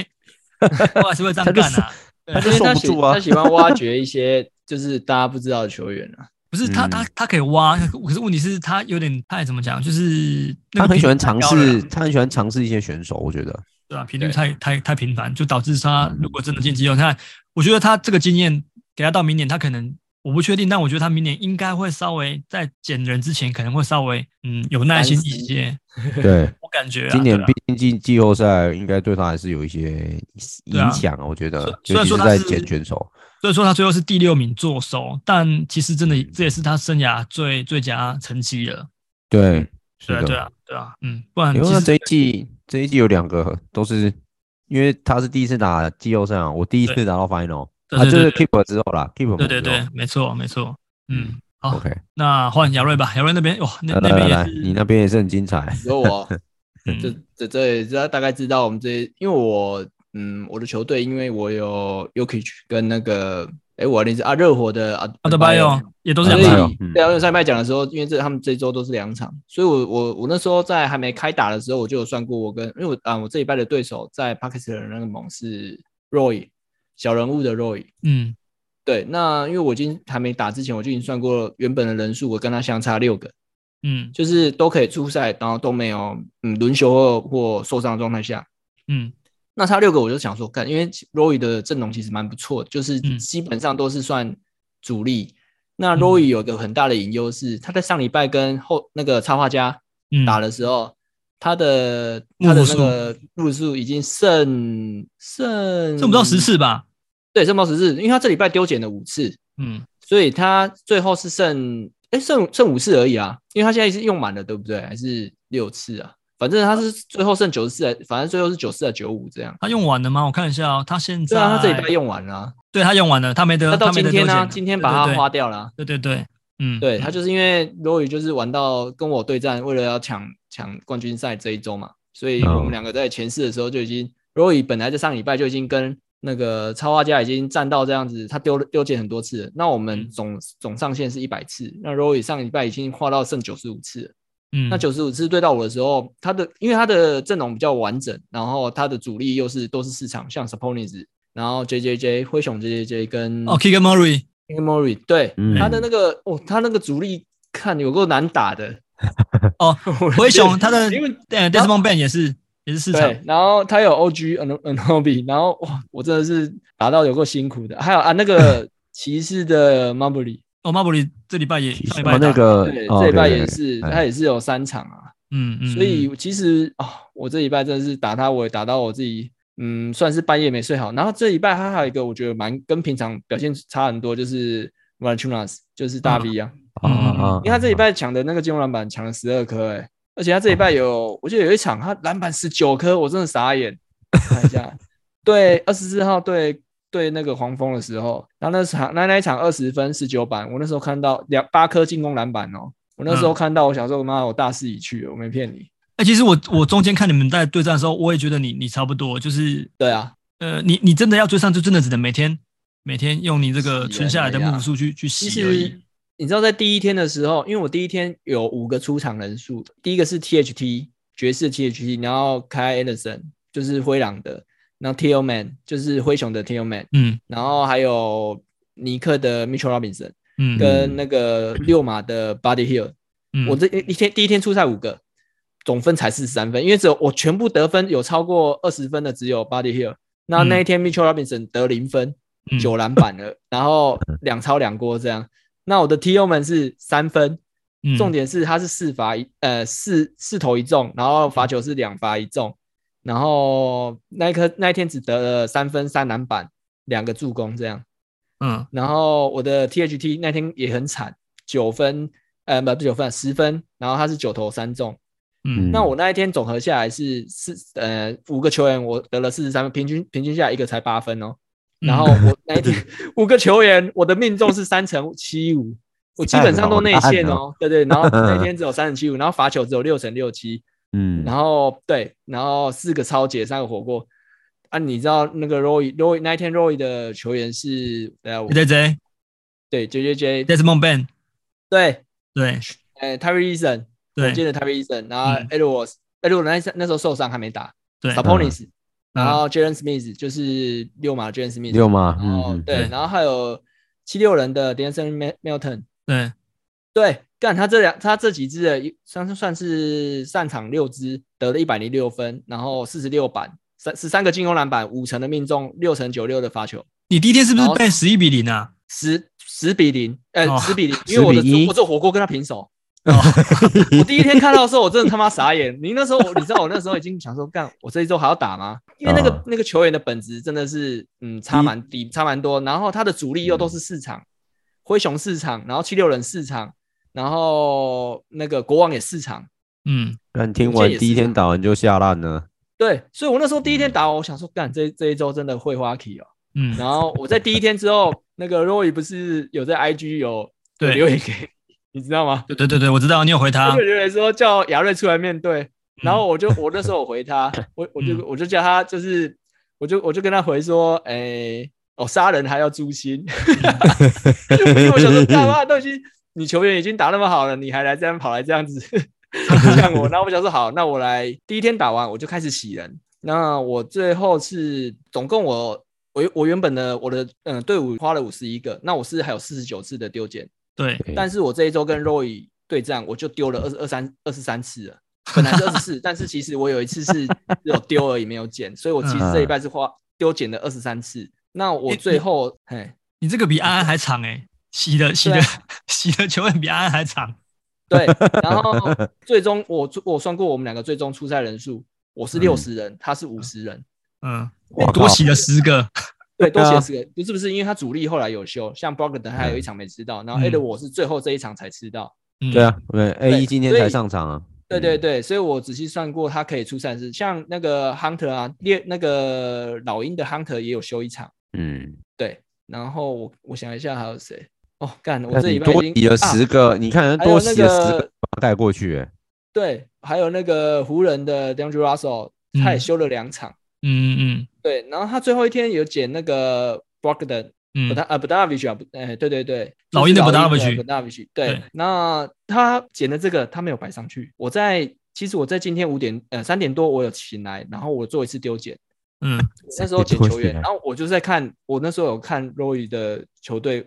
Speaker 4: 都还是会这样
Speaker 2: 他就
Speaker 4: 干
Speaker 2: 是
Speaker 4: 啊。对
Speaker 2: 他就
Speaker 3: 因为
Speaker 2: 受
Speaker 3: 他
Speaker 2: 不
Speaker 3: 喜
Speaker 2: 住啊
Speaker 3: 他。喜欢挖掘一些就是大家不知道的球员 啊。
Speaker 4: 不是
Speaker 2: 嗯
Speaker 4: 他他他可以挖，可是问题是他有点太怎么讲，就是那
Speaker 2: 他
Speaker 4: 个
Speaker 2: 很喜欢
Speaker 4: 频率
Speaker 2: 尝
Speaker 4: 太高了
Speaker 2: 试，他很喜欢尝试一些选手，我觉 得。
Speaker 4: 对吧？频率
Speaker 3: 对
Speaker 4: 太太太频繁，就导致他
Speaker 2: 嗯
Speaker 4: 如果真的进季后赛，我觉得他这个经验给他到明年，他可能我不确定，但我觉得他明年应该会稍微在捡人之前，可能会稍微嗯有耐心
Speaker 3: 反
Speaker 4: 一
Speaker 3: 思
Speaker 4: 些，
Speaker 2: 对，
Speaker 4: 我感觉啊
Speaker 2: 今
Speaker 4: 对
Speaker 2: 年
Speaker 4: 啊
Speaker 2: 毕竟季季后赛应该对他还是有一些
Speaker 4: 对啊
Speaker 2: 影响啊，我觉得，
Speaker 4: 虽虽然
Speaker 2: 尤其
Speaker 4: 说
Speaker 2: 是
Speaker 4: 他
Speaker 2: 在
Speaker 4: 是嗯
Speaker 2: 捡选手。
Speaker 4: 所以说他最后是第六名坐收，但其实真
Speaker 2: 嗯
Speaker 4: 的这也是他生涯最最佳成绩了。
Speaker 2: 对，是
Speaker 4: 对啊，
Speaker 2: 的
Speaker 4: 对。啊，对啊，嗯，不然
Speaker 2: 因
Speaker 4: 其
Speaker 2: 为
Speaker 4: 实
Speaker 2: 这一季这一季有两个都是，因为他是第一次打季后赛啊，我第一
Speaker 4: 对
Speaker 2: 次打到 final，
Speaker 4: 对
Speaker 2: 啊，就
Speaker 4: 对
Speaker 2: 是
Speaker 4: 对
Speaker 2: keep 之后啦，keep
Speaker 4: 对对对，没错没错，嗯，好，
Speaker 2: ，OK，
Speaker 4: 那换亚瑞吧，亚瑞那边哇，那那
Speaker 2: 来来来
Speaker 4: 边也
Speaker 2: 来，
Speaker 4: 是
Speaker 2: 你那边也是很精彩，
Speaker 3: 有我这
Speaker 4: 嗯
Speaker 3: 这这也知道大概知道我们这些，因为我嗯我的球队，因为我有 y o k i c 跟那个哎我那是啊热火的啊
Speaker 4: 阿德巴约哦也都是
Speaker 3: 所
Speaker 4: 两
Speaker 3: 以
Speaker 2: 巴
Speaker 4: 场
Speaker 2: 约，嗯
Speaker 3: 对啊，因为上礼拜讲的时候，因为这他们这周都是两场，所以我我我那时候在还没开打的时候，我就有算过，我跟因为我啊、我这礼拜的对手在帕克斯的那个盟是 Roy 小人物的 Roy，
Speaker 4: 嗯
Speaker 3: 对，那因为我已经还没打之前，我就已经算过了原本的人数，我跟他相差六个，
Speaker 4: 嗯
Speaker 3: 就是都可以出赛，然后都没有嗯轮休或或受伤的状态下，
Speaker 4: 嗯
Speaker 3: 那差六个我就想说，干，因为 Roy 的阵容其实蛮不错的，就是
Speaker 4: 嗯
Speaker 3: 基本上都是算主力。那
Speaker 4: 嗯
Speaker 3: Roy 有一个很大的隐忧是，他在上礼拜跟后那个插画家
Speaker 4: 嗯，
Speaker 3: 打的时候，他的他的
Speaker 4: 入
Speaker 3: 那
Speaker 4: 数
Speaker 3: 个入数已经剩剩
Speaker 4: 这不到十，次吧？
Speaker 3: 对，剩不到十次，因为他这礼拜丢减了五次，
Speaker 4: 嗯，
Speaker 3: 所以他最后是剩哎剩剩五次而已啊，因为他现在是用满了，对不对？还是六次啊？反正他是最后剩九十四还，反正最后是九四啊九五这样。
Speaker 4: 他用完了吗？我看一下哦，他现在
Speaker 3: 对啊，他这礼拜用完了啊、
Speaker 4: 对他用完了，他没得，
Speaker 3: 那到
Speaker 4: 他没
Speaker 3: 今
Speaker 4: 得
Speaker 3: 天
Speaker 4: 丢
Speaker 3: 呢、
Speaker 4: 钱了
Speaker 3: 今天把它花，掉了啊、
Speaker 4: 对对对对对，嗯，
Speaker 3: 对他就是因为罗宇就是玩到跟我对战，为了要抢抢冠军赛这一周嘛，所以
Speaker 2: 嗯
Speaker 3: 我们两个在前四的时候就已经，罗宇本来在上礼拜就已经跟那个插画家已经战到这样子，他丢了丢件很多次了。那我
Speaker 4: 嗯
Speaker 3: 们总、总上限是一百次，那罗宇上礼拜已经画到剩九十五次了。
Speaker 4: 嗯，
Speaker 3: 那九十五次对到我的时候，他的因为他的阵容比较完整，然后他的主力又是都是市场，像 Saponis，然后 J J J 灰熊 J J J 跟
Speaker 4: 哦，Kicker Murray，
Speaker 3: k i m o r i 对、
Speaker 2: 嗯
Speaker 3: 他的那个哦，他那个主力看有够难打的
Speaker 4: 哦，灰熊他的
Speaker 3: 因为
Speaker 4: 对 d e s m o n d Ban 也是也是市场
Speaker 3: 对，，然后他有 OG An Anobi，然后哇，我真的是打到有够辛苦的，还有啊 那个骑士的 m a r b r y
Speaker 4: 哦 m a r b r y 这礼拜也上礼拜
Speaker 2: 哦那
Speaker 4: 打
Speaker 2: 个
Speaker 3: 对，
Speaker 2: 哦
Speaker 3: 这礼拜
Speaker 2: 对
Speaker 3: 也
Speaker 2: 对
Speaker 3: 是
Speaker 2: 哎
Speaker 3: 他也是有三场啊，
Speaker 4: 嗯嗯，
Speaker 3: 所以
Speaker 4: 嗯
Speaker 3: 其实啊、我这礼拜真的是打他，我也打到我自己，嗯，算是半夜没睡好。然后这礼拜他还有一个，我觉得蛮跟平常表现差很多，就是 v a l a n c h u n a s 就是大
Speaker 4: 嗯
Speaker 3: V 啊，
Speaker 2: 啊啊啊，
Speaker 3: 因为他这礼拜抢的那个进攻篮板抢了十二颗，哎，而且他这礼拜有，我记得有一场他篮板十九颗，我真的傻眼。看一下，对，二十四号对对那个黄蜂的时候，然后那场那那一场二十分十九板，我那时候看到两八颗进攻篮板哦，我那时候
Speaker 4: 嗯
Speaker 3: 看到我想说妈我大势已去了，我没骗你。
Speaker 4: 哎、其实我我中间看你们在对战的时候，我也觉得你你差不多，就是
Speaker 3: 对啊，
Speaker 4: 呃，你你真的要追上，就真的只能每天每天用你这个
Speaker 3: 洗
Speaker 4: 存下来的
Speaker 3: 而已啊
Speaker 4: 幕数去去
Speaker 3: 其
Speaker 4: 洗而
Speaker 3: 实
Speaker 4: 已。
Speaker 3: 你知道在第一天的时候，因为我第一天有五个出场人数，第一个是 THT 爵士 THT，然后 Kai Anderson 就是灰狼的，然后 Tillman 就是灰熊的 Tillman，
Speaker 4: 嗯
Speaker 3: 然后还有尼克的 Mitchell Robinson
Speaker 4: 嗯，
Speaker 3: 跟那个六马的 Buddy Hill，、
Speaker 4: 嗯
Speaker 3: 呃我这一一天第一天出赛五个，总分才四十三分，因为只有我全部得分有超过二十分的只有 Buddy Hill。那那一天 Mitchell Robinson 得零分
Speaker 4: 嗯，
Speaker 3: 九篮板了，然后两超两锅这样。那我的 TO 们是三分，
Speaker 4: 嗯
Speaker 3: 重点是他是四罚一呃四四投一中，然后罚球是两罚一中，然后那一颗那一天只得了三分三篮板两个助攻这样。
Speaker 4: 嗯
Speaker 3: 然后我的 THT 那天也很惨，九分，呃，不不九分，十分，然后他是九投三中。
Speaker 4: 嗯
Speaker 3: 那我那一天总和下来是四呃五个球员，我得了四十三分，平均平均下来一个才八分哦。然后我那一天五个球员，我的命中是三乘七五，我基本上都内线哦，对对。然后那天只有三乘七五，然后罚球只有六乘六七，
Speaker 2: 嗯，
Speaker 3: 然后对，然后四个超解，三个火锅。啊，你知道那个 Roy Roy 那一天 Roy 的球员是呃我
Speaker 4: J J
Speaker 3: 对 J J J，
Speaker 4: J 是梦 Ben，
Speaker 3: 对，
Speaker 4: 对
Speaker 3: 呃 Terry Eason，我记
Speaker 4: 对
Speaker 3: 得 Terry Eason，然后
Speaker 4: 嗯
Speaker 3: Edwards，Edwards、那那时候受伤还没打
Speaker 4: 对，
Speaker 3: ，Saponis，、然
Speaker 4: 嗯
Speaker 3: 后 Jalen Smith 就是六马 Jalen Smith，
Speaker 2: 六嘛，
Speaker 3: 然后、
Speaker 2: 嗯，嗯
Speaker 3: 对，
Speaker 4: 对
Speaker 3: 然后还有七六人的 Denson Milton，
Speaker 4: 对，
Speaker 3: 对，干他这两他这几支的一算是算是上场六支得了一百零六分，然后四十六板三十三个进攻篮板，五成的命中，六成九六的发球，
Speaker 4: 你第一天是不是
Speaker 3: 然后
Speaker 4: 被十一比零啊？
Speaker 3: 十十比零，
Speaker 4: 哦
Speaker 3: 呃十比零，因为我的
Speaker 2: 10比1
Speaker 3: 我做火锅跟他平手。哦我第一天看到的时候，我真的他妈傻眼。你那时候，我你知道我那时候已经想说，干我这一周还要打吗？因为那个、
Speaker 2: 啊
Speaker 3: 那个球员的本质真的是，嗯，差蛮低，差蛮多。然后他的主力又都是市场，灰熊市场，然后七六人市场，然后那个国王也市场。
Speaker 4: 嗯，
Speaker 2: 但听完第一天打完就下烂了，
Speaker 3: 对，所以我那时候第一天打，我想说，干这这一周真的会花旗哦。
Speaker 4: 嗯，
Speaker 3: 然后我在第一天之后，那个 Roy 不是有在 IG 有有
Speaker 4: 对
Speaker 3: 留言给你，你知道吗？
Speaker 4: 对啊对对对，我知道你有回
Speaker 3: 他
Speaker 4: 他
Speaker 3: 就，留言说叫亚瑞出来面对，然后我就我那时候我回 他，我我就
Speaker 4: 嗯
Speaker 3: 我就叫他就是，我就我就跟他回说，哎、哦杀人还要诛 心，因为我想说大妈都已经你球员已经打那么好了，你还来这样跑来这样子呛 我，然后我想说好，那我来第一天打完我就开始洗人，那我最后是总共我。我我原本的我的嗯队伍花了五十一个，那我是还有四十九次的丢捡，
Speaker 4: 对，
Speaker 2: 哎
Speaker 3: 但是我这一周跟 Roy 对战，我就丢了二二三二十三次了，本来是二十四， 但是其实我有一次是只有丢而已，没有捡，所以我其实这一拜是花丢捡了二十三次。那我最后，嘿，
Speaker 4: 你这个比安安还长哎，洗的洗的洗的球员比安安还长，
Speaker 3: 对，然后最终我我算过我们两个最终出赛人数，我是六十人，他是五十人，
Speaker 4: 嗯，
Speaker 2: 我
Speaker 4: 多
Speaker 2: 靠，
Speaker 4: 洗了十个，
Speaker 3: 对，
Speaker 2: 对
Speaker 3: 多
Speaker 2: 啊
Speaker 3: 写十个，不是不是，因为他主力后来有休，像 b r o g d e n 还有一场没吃到，然后
Speaker 4: 嗯
Speaker 3: Ed 我是最后这一场才吃到，
Speaker 4: 嗯
Speaker 2: 对，啊，对，A 一今天
Speaker 3: 所以
Speaker 2: 才上场啊，
Speaker 3: 对对对，所以我仔细算过，他可以出赛事，像那个 Hunter 啊，猎那个老鹰的 Hunter 也有休一场，
Speaker 2: 嗯，
Speaker 3: 对。然后我我想一下还有谁？哦，干，我
Speaker 2: 但
Speaker 3: 这
Speaker 2: 你
Speaker 3: 礼拜
Speaker 2: 多
Speaker 3: 已
Speaker 2: 洗
Speaker 3: 经
Speaker 2: 了十
Speaker 3: 啊，
Speaker 2: 个，你看人
Speaker 3: 还有
Speaker 2: 多洗了
Speaker 3: 那
Speaker 2: 十
Speaker 3: 个
Speaker 2: 个把它盖过去，哎
Speaker 3: 对，还有那个湖人的 d a n g e r Russell，他也休了两场，
Speaker 4: 嗯嗯
Speaker 3: 对。然后他最后一天有捡那个 Brogdon，
Speaker 4: 嗯
Speaker 3: 不
Speaker 4: 嗯
Speaker 3: 大，啊不大 v i c 啊，不哎对对对，
Speaker 4: 老鹰的
Speaker 3: 不
Speaker 4: Bogdanovich
Speaker 3: 不大 v i 对
Speaker 4: 对，
Speaker 3: 那他捡的这个他没有摆上去，我在其实我在今天五点呃三点多我有醒来，然后我做一次丢捡，
Speaker 4: 嗯，
Speaker 3: 那时候捡
Speaker 2: 多
Speaker 3: 球员，
Speaker 2: 醒来
Speaker 3: 然后我就在看我那时候有看 Roy 的球队，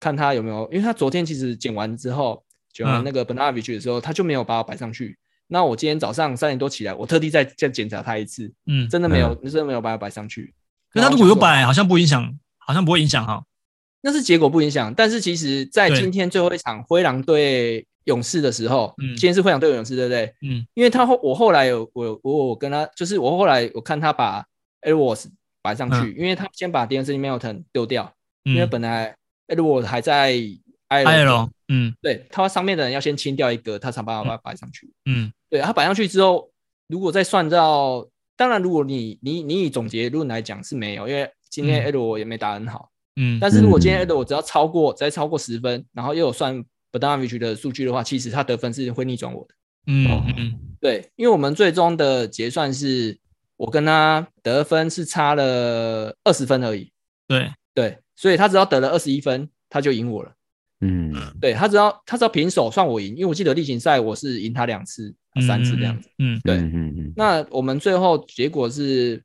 Speaker 3: 看他有没有，因为他昨天其实捡完之后，捡完
Speaker 4: 嗯
Speaker 3: 那个 b e n a v i c 的时候，他就没有把我摆上去。那我今天早上三点多起来，我特地再再检查他一次，
Speaker 4: 嗯，
Speaker 3: 真的没有，真的没有把他摆上去。
Speaker 4: 可是
Speaker 3: 然
Speaker 4: 他
Speaker 3: 后
Speaker 4: 如果有
Speaker 3: 想说
Speaker 4: 摆，好像不影响，好像不会影响哈。
Speaker 3: 那是结果不影响，但是其实，在
Speaker 4: 对
Speaker 3: 今天最后一场灰狼对勇士的时候，
Speaker 4: 嗯
Speaker 3: 今天是灰狼对勇士，对不对？
Speaker 4: 嗯，
Speaker 3: 因为他后我后来有我有我我跟他，就是我后来我看他把 Edwards 摆上去，因为他先把 d a n c e Milton 丢掉，因为
Speaker 4: 嗯嗯，
Speaker 3: 本来 Edwards 还在 I
Speaker 4: 艾隆，嗯
Speaker 3: 对，他上面的人要先清掉一格，他才把它摆上去。
Speaker 4: 嗯
Speaker 3: 对，它摆上去之后，如果再算到，当然如果你你你以总结论来讲是没有，因为今
Speaker 4: 嗯
Speaker 3: 天 A 罗也没打很好。
Speaker 4: 嗯，
Speaker 3: 但是如果今天 A
Speaker 2: 嗯
Speaker 3: 罗只要超过只要超过十分，然后又有算 b o d a n i c 的数据的话，其实他得分是会逆转我的。
Speaker 4: 嗯嗯嗯
Speaker 3: 对，因为我们最终的结算是我跟他得分是差了二十分而已。
Speaker 4: 对，
Speaker 3: 对，所以他只要得了二十一分，他就赢我了。
Speaker 2: 嗯，
Speaker 3: 对他只要他只要平手算我赢，因为我记得例行赛我是赢他两次、三次这样子。，
Speaker 4: 嗯
Speaker 3: 对
Speaker 2: 嗯嗯嗯，
Speaker 3: 那我们最后结果是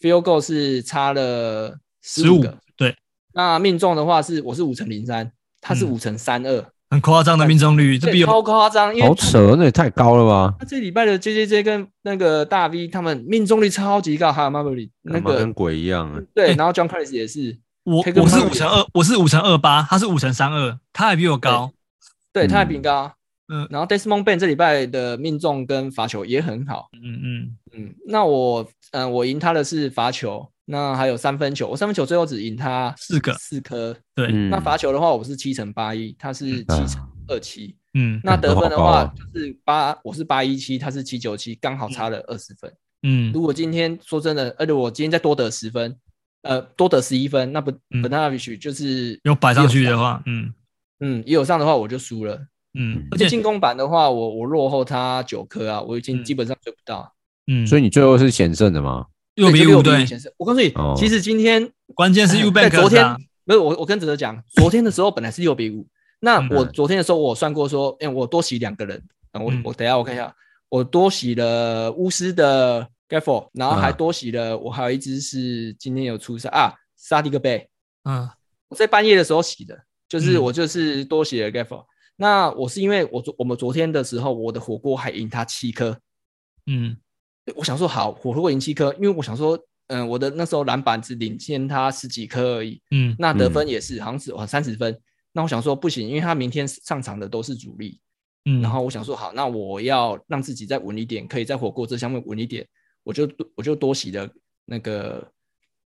Speaker 3: field goal 是差了十
Speaker 4: 十
Speaker 3: 五
Speaker 4: 五
Speaker 3: 个，
Speaker 4: 对，
Speaker 3: 那命中的话是我是五乘零三，他是
Speaker 4: 嗯
Speaker 3: 五乘三二，
Speaker 4: 很夸张的命中率，这
Speaker 3: 这
Speaker 4: 比有
Speaker 3: 超夸张，因为
Speaker 2: 好扯，那也太高了吧？
Speaker 3: 他这礼拜的 J J J 跟那个大 V 他们命中率超级高，还有 m a r v e l
Speaker 4: 呃
Speaker 3: 那
Speaker 2: 干嘛
Speaker 3: 个
Speaker 2: 跟鬼一样啊？
Speaker 3: 对，
Speaker 4: 哎
Speaker 3: 然后 John Curtis 也是，
Speaker 4: 我
Speaker 3: 可以跟
Speaker 4: 我是
Speaker 3: 他
Speaker 4: 五乘二，我是五乘二八，他是五乘三二，他还比我高。
Speaker 3: 对，他还
Speaker 2: 嗯
Speaker 3: 比你高。
Speaker 4: 嗯
Speaker 3: 然后 Desmond Bain 这礼拜的命中跟罚球也很好，
Speaker 4: 嗯嗯
Speaker 3: 嗯，那我嗯、呃我赢他的是罚球，那还有三分球，我三分球最后只赢他
Speaker 4: 四个
Speaker 3: 四颗，
Speaker 4: 对
Speaker 2: 嗯，
Speaker 3: 那罚球的话，我是七乘八一，他是
Speaker 4: 啊
Speaker 3: 七乘二七。
Speaker 4: 嗯
Speaker 3: 那得分的
Speaker 2: 好高
Speaker 3: 话
Speaker 2: 啊
Speaker 3: 就是八，我是八一七，他是七九七，刚好差了二十分。
Speaker 4: 嗯
Speaker 3: 如果今天说真的，而且我今天再多得十分，呃，多得十一分，那不
Speaker 4: 嗯
Speaker 3: b a n a v i c 就是
Speaker 4: 有摆上去的话，嗯
Speaker 3: 嗯，也有上的话我就输了。
Speaker 4: 嗯，而
Speaker 3: 而且
Speaker 4: 且
Speaker 3: 进攻版的话，我我落后他九颗啊，我已经基本上追不到。
Speaker 4: 嗯，
Speaker 2: 所
Speaker 4: 以
Speaker 2: 以你最后是险胜的 嘛？
Speaker 4: 六比
Speaker 3: 五
Speaker 4: 五对，
Speaker 3: 我告诉你
Speaker 2: 哦，
Speaker 3: 其实今天哎
Speaker 4: 关键是啊 U
Speaker 3: 在
Speaker 4: Bank
Speaker 3: 昨天没有我，我跟哲 哲讲，昨天的时候本来是六比五，那
Speaker 4: 嗯
Speaker 3: 我昨天的时候我算过说，哎、我多洗两个人，嗯、我
Speaker 4: 嗯
Speaker 3: 我等一下我看一下，我多洗了巫师的 Gaffel，然后还
Speaker 2: 啊
Speaker 3: 多洗了、我还有一只是今天有出赛啊，沙迪克贝，
Speaker 4: 嗯
Speaker 3: 我在半夜的时候洗的，就是
Speaker 4: 嗯
Speaker 3: 我就是多洗了 Gaffel，、那我是因为我昨我们昨天的时候我的火锅还赢他七颗，
Speaker 4: 嗯
Speaker 3: 我想说好火锅赢七颗，因为我想说。嗯，我的那时候篮板只领先他十几颗而已，
Speaker 4: 嗯
Speaker 3: 那得分也是，好像只哇三十分。那我想说不行，因为他明天上场的都是主力。
Speaker 4: 嗯，
Speaker 3: 然后我想说好，那我要让自己再稳一点，可以在火锅这项目稳一点，我就我就多洗了那个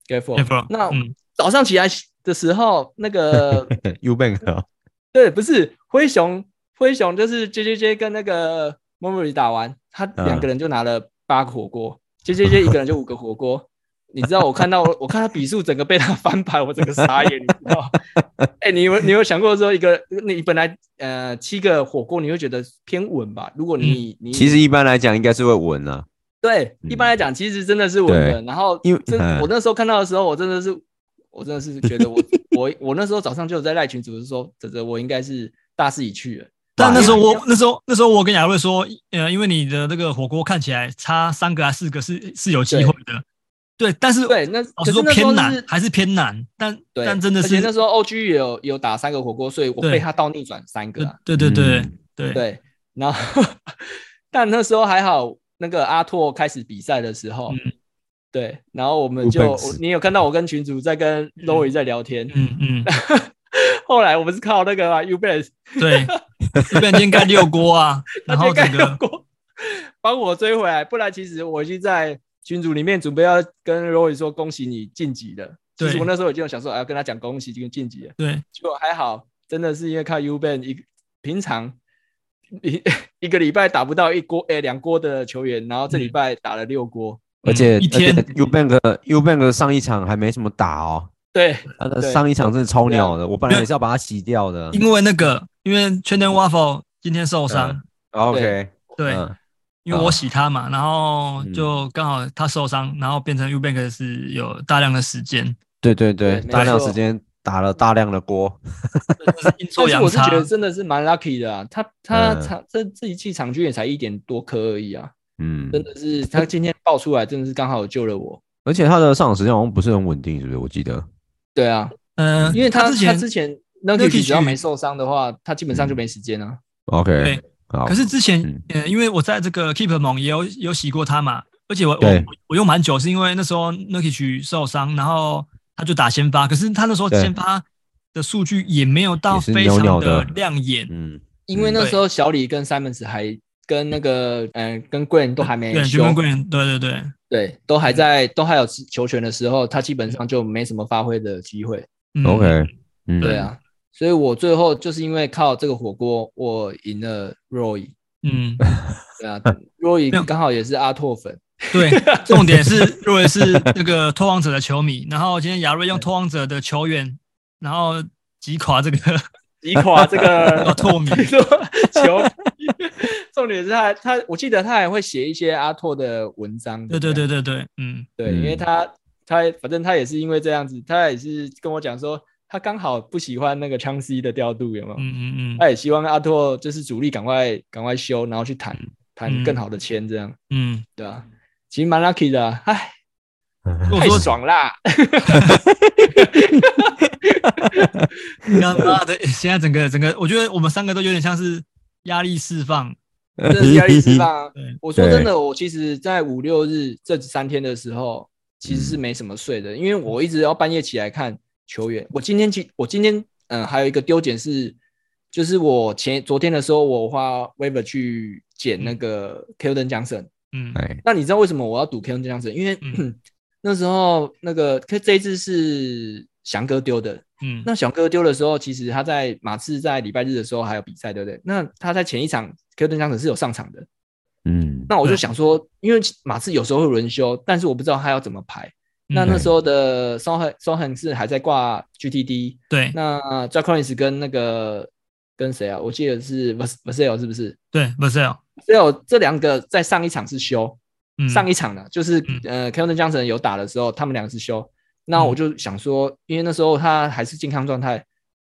Speaker 3: g a f
Speaker 4: Gafford，
Speaker 3: o 那
Speaker 4: 嗯
Speaker 3: 早上起来的时候，那个
Speaker 2: U Bank 啊
Speaker 3: 对，不是灰熊，灰熊就是 J J J 跟那个 m o m o r y 打完，他
Speaker 2: 嗯
Speaker 3: 两个人就拿了八个火锅、j J J 一个人就五个火锅。你知道我看到我我看他笔数整个被他翻盘，我整个傻眼，你知道？哎、你有你有想过说一个你本来呃七个火锅你会觉得偏稳吧？如果你、你
Speaker 2: 嗯其实一般来讲应该是会稳啊，
Speaker 3: 对一般来讲其实真的是稳的，
Speaker 2: 对
Speaker 3: 然后
Speaker 2: 因为
Speaker 3: 真
Speaker 2: 嗯
Speaker 3: 我那时候看到的时候，我真的是我真的是觉得我 我我那时候早上就有在赖群组说，哲哲我应该是大势已去了。
Speaker 4: 但那时候
Speaker 3: 哇
Speaker 4: 我那时候那时候我跟雅瑞说，呃，因为你的那个火锅看起来差三个还啊是四个是是有机会的，对，但是
Speaker 3: 对，那
Speaker 4: 老
Speaker 3: 可
Speaker 4: 实
Speaker 3: 是
Speaker 4: 说
Speaker 3: 那时
Speaker 4: 偏
Speaker 3: 候是
Speaker 4: 难，还是偏难，但
Speaker 3: 对，
Speaker 4: 但真的
Speaker 3: 而且
Speaker 4: 是呃
Speaker 3: 那时候 OG 也有有打三个火锅，所以我
Speaker 4: 对
Speaker 3: 被他倒逆转三个啊、
Speaker 4: 对对对
Speaker 2: 嗯
Speaker 4: 对对，
Speaker 3: 对，然后但那时候还好，那个阿拓开始比赛的时候，
Speaker 4: 嗯
Speaker 3: 对，然后我们
Speaker 2: Rubens
Speaker 3: 就我你有看到我跟群主在跟 Lori 在聊天，
Speaker 4: 嗯嗯，
Speaker 3: 后来我们是靠那个 u b a s
Speaker 4: 对，日本今天盖六锅啊，然后整个
Speaker 3: 帮我追回来，不然其实我已经在群组里面准备要跟 Lori 说恭喜你晋级了。其实
Speaker 4: 对
Speaker 3: 我那时候已经有想说，哎，要跟他讲恭喜这个晋级了。
Speaker 4: 对
Speaker 3: 就还好，真的是因为靠 U b a n 一个平常一 一个礼拜打不到一锅诶两锅的球员，然后
Speaker 4: 嗯
Speaker 3: 这礼拜打了六锅，
Speaker 2: 而且
Speaker 4: 一天
Speaker 2: 而且 U Bank U Bank 上一场还没什么打哦，
Speaker 3: 对
Speaker 2: 他的
Speaker 3: 对
Speaker 2: 上一场真的超鸟的，我本来也是要把它洗掉的。
Speaker 4: 因为那个因为 c h a n e l Waffle 今天受伤，
Speaker 2: 哦 OK，
Speaker 4: 对，
Speaker 2: 嗯
Speaker 4: 因为我洗他嘛，然后
Speaker 2: 嗯
Speaker 4: 就刚好他受伤，然后变成 U Bank 是有大量的时间，
Speaker 2: 对对对
Speaker 3: 对，没
Speaker 2: 大量
Speaker 3: 错
Speaker 2: 时间打了大量的锅，
Speaker 4: 真的是阴错
Speaker 3: 但是
Speaker 4: 阳
Speaker 3: 我是
Speaker 4: 差
Speaker 3: 觉。得真的是蛮 lucky 的啊，他他
Speaker 2: 嗯
Speaker 3: 场、这这一季场均也才一点多颗而已啊，
Speaker 2: 嗯，
Speaker 3: 真的是他今天爆出来，真的是刚好救了我。
Speaker 2: 而且他的上场时间好像不是很稳定，是不是？我记得，
Speaker 3: 对啊，
Speaker 4: 嗯，
Speaker 3: 因为
Speaker 4: 他
Speaker 3: 他
Speaker 4: 之前
Speaker 3: 他之前 n u k i
Speaker 4: Nurkic
Speaker 3: 只要没受伤的话，他基本上就没时间
Speaker 4: 嗯
Speaker 3: 啊。
Speaker 2: OK，
Speaker 4: 对
Speaker 2: 好，
Speaker 4: 可是之前，
Speaker 2: 嗯
Speaker 4: 呃，因为我在这个 Keep 盟也有有洗过他嘛，而且我
Speaker 2: 对
Speaker 4: 我我用蛮久，是因为那时候 Nurkic 受伤，然后他就打先发，可是他那时候
Speaker 2: 对
Speaker 4: 先发的数据也没有到
Speaker 2: 也是
Speaker 4: 非常
Speaker 2: 袅袅
Speaker 4: 的
Speaker 2: 的
Speaker 4: 亮眼，
Speaker 2: 嗯，
Speaker 3: 因为
Speaker 2: 嗯
Speaker 3: 那时候小李跟 Simons 还跟那个嗯、跟 g r e n 都还没
Speaker 4: 对，
Speaker 3: 休，
Speaker 4: 就跟 g r 对对对，
Speaker 3: 对，都还在都还有球权的时候，他基本上就没什么发挥的机会。
Speaker 4: 嗯
Speaker 2: OK，嗯，
Speaker 3: 对，啊，所以我最后就是因为靠这个火锅，我赢了 Roy。
Speaker 4: 嗯，
Speaker 3: 对啊 ，Roy
Speaker 4: 没有
Speaker 3: 刚好也是阿拓粉，
Speaker 4: 对，重点是若为是那 个拓荒者的球迷，然后今天亚瑞用拓荒者的球员，然后击垮 这个
Speaker 3: 击垮这
Speaker 4: 要
Speaker 3: 个
Speaker 4: 拓迷，
Speaker 3: 说 球。重点是他他，我记得他还会写一些阿拓的文章。
Speaker 4: 对对
Speaker 3: 不
Speaker 4: 对对对，嗯，
Speaker 3: 对，因为
Speaker 2: 嗯
Speaker 3: 他他反正他也是因为这样子，他也是跟我讲说，他刚好不喜欢那个枪 C 的调度，有没有？
Speaker 4: 嗯嗯嗯
Speaker 3: 他也希望阿拓就是主力赶快赶快修，然后去谈谈更好的签，这样、
Speaker 4: 嗯，
Speaker 3: 对啊，其实蛮 lucky 的、啊，唉，
Speaker 4: 如果
Speaker 3: 太
Speaker 4: 说
Speaker 3: 爽啦！
Speaker 4: 他妈的，现在整个整个，我觉得我们三个都有点像是压力释放，
Speaker 3: 真的是压力释放啊
Speaker 4: 对。
Speaker 3: 我说真的，我其实，在五六日这三天的时候，其实是没什么睡的，因为我一直要半夜起来看球员。我今天其我今天嗯，还有一个丢捡是，就是我前昨天的时候，我花 Weber 去捡那个 Kelden Johnson。
Speaker 4: 嗯
Speaker 2: 哎，
Speaker 3: 那你知道为什么我要赌 Kelden Johnson？因为、
Speaker 4: 嗯
Speaker 3: 那时候那个这一次是翔哥丢的，
Speaker 4: 嗯，
Speaker 3: 那小哥丢的时候，其实他在马刺在礼拜日的时候还有比赛，对不对？那他在前一场科顿江城是有上场的。
Speaker 2: 嗯，
Speaker 3: 那我就
Speaker 4: 对
Speaker 3: 想说，因为马刺有时候会轮休，但是我不知道他要怎么排。那那
Speaker 2: 嗯
Speaker 3: 时候的 s o h e n s o h e n 是还在挂 GTD，
Speaker 4: 对
Speaker 3: 那 j a c k Collins 跟那个跟谁啊？我记得是 Vas Vassell 是不是
Speaker 4: 对，不是哦，
Speaker 3: ？Vassell 这两个在上一场是休，
Speaker 4: 嗯，
Speaker 3: 上一场呢，就是、
Speaker 4: 嗯
Speaker 3: 呃 k e l d o n Johnson 有打的时候，他们两个是休。那我就想说，因为那时候他还是健康状态，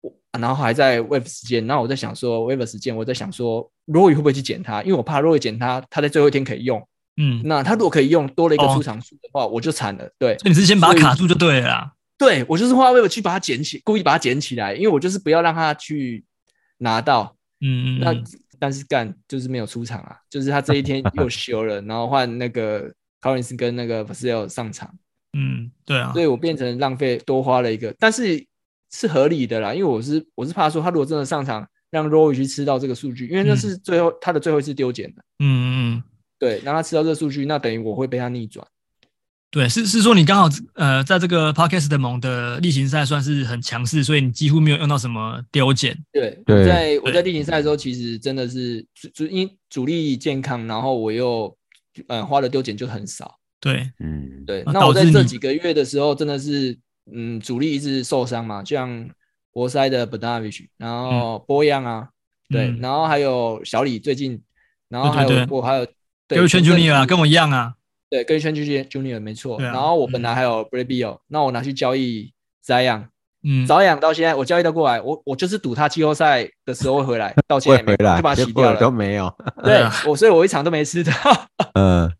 Speaker 3: 我然后还在 wave 时间，那我在想说 wave 时间，我在想说 Roy 会不会去捡他，因为我怕 Roy 捡他，他在最后一天可以用。
Speaker 4: 嗯，
Speaker 3: 那他如果可以用，多了一个
Speaker 4: 哦
Speaker 3: 出场数的话，我就惨了。对，
Speaker 4: 所以你是先把它
Speaker 3: 所以
Speaker 4: 卡住就对了啦，
Speaker 3: 对我就是花 wave 去把他捡起，故意把他捡起来，因为我就是不要让他去拿到。
Speaker 4: 嗯嗯
Speaker 3: 那
Speaker 4: 嗯，
Speaker 3: 但是干就是没有出场啊，就是他这一天 又休了，然后换那个 Collins 跟那个 v a s s e l 上场。
Speaker 4: 嗯，对啊
Speaker 3: 所，以我变成浪费多花了一个，但是是合理的啦，因为我是我是怕说他如果真的上场，让 Roy 去吃到这个数据，
Speaker 4: 嗯
Speaker 3: 因为那是最后、他的最后一次丢捡的，
Speaker 4: 嗯嗯嗯。
Speaker 3: 对，让他吃到这个数据，那等于我会被他逆转，
Speaker 4: 对，是是说你刚好呃，在这个 podcast 的盟的例行赛算是很强势，所以你几乎没有用到什么丢捡。
Speaker 3: 对，
Speaker 2: 对
Speaker 3: 我在我在例行赛的时候，其实真的是主主因为主力健康，然后我又嗯花的丢捡就很少，
Speaker 4: 对，
Speaker 2: 嗯，
Speaker 3: 对，
Speaker 4: 那
Speaker 3: 那我
Speaker 4: 啊导
Speaker 3: 在
Speaker 4: 致
Speaker 3: 这
Speaker 4: 你
Speaker 3: 几个月的时候，真的是嗯主力一直受伤嘛，就像活塞的 b o d a v i c h 然后波扬啊，对
Speaker 4: 嗯，
Speaker 3: 然后还有小李最近，然后
Speaker 4: 对对
Speaker 3: 还有
Speaker 4: 对
Speaker 3: 我还有
Speaker 4: 给我圈
Speaker 3: 前
Speaker 4: junior 啊，
Speaker 3: 阵子
Speaker 4: 跟我一样啊。
Speaker 3: 对跟圈 Junior Junior 没错，
Speaker 4: 对啊
Speaker 3: 然后我本来还有 b r a b i o 那我拿去交易 Zion，
Speaker 4: 嗯，
Speaker 3: Zion 到现在我交易到过来，我我就是赌他季后赛的时候会回来，到现
Speaker 2: 会
Speaker 3: 在也没
Speaker 2: 回来，
Speaker 3: 就把它
Speaker 2: 结
Speaker 3: 洗
Speaker 2: 果
Speaker 3: 掉
Speaker 2: 都
Speaker 3: 了，
Speaker 2: 没 有，
Speaker 4: 对
Speaker 3: 对
Speaker 4: 啊
Speaker 3: 我所以我一场都没吃到。
Speaker 2: 嗯，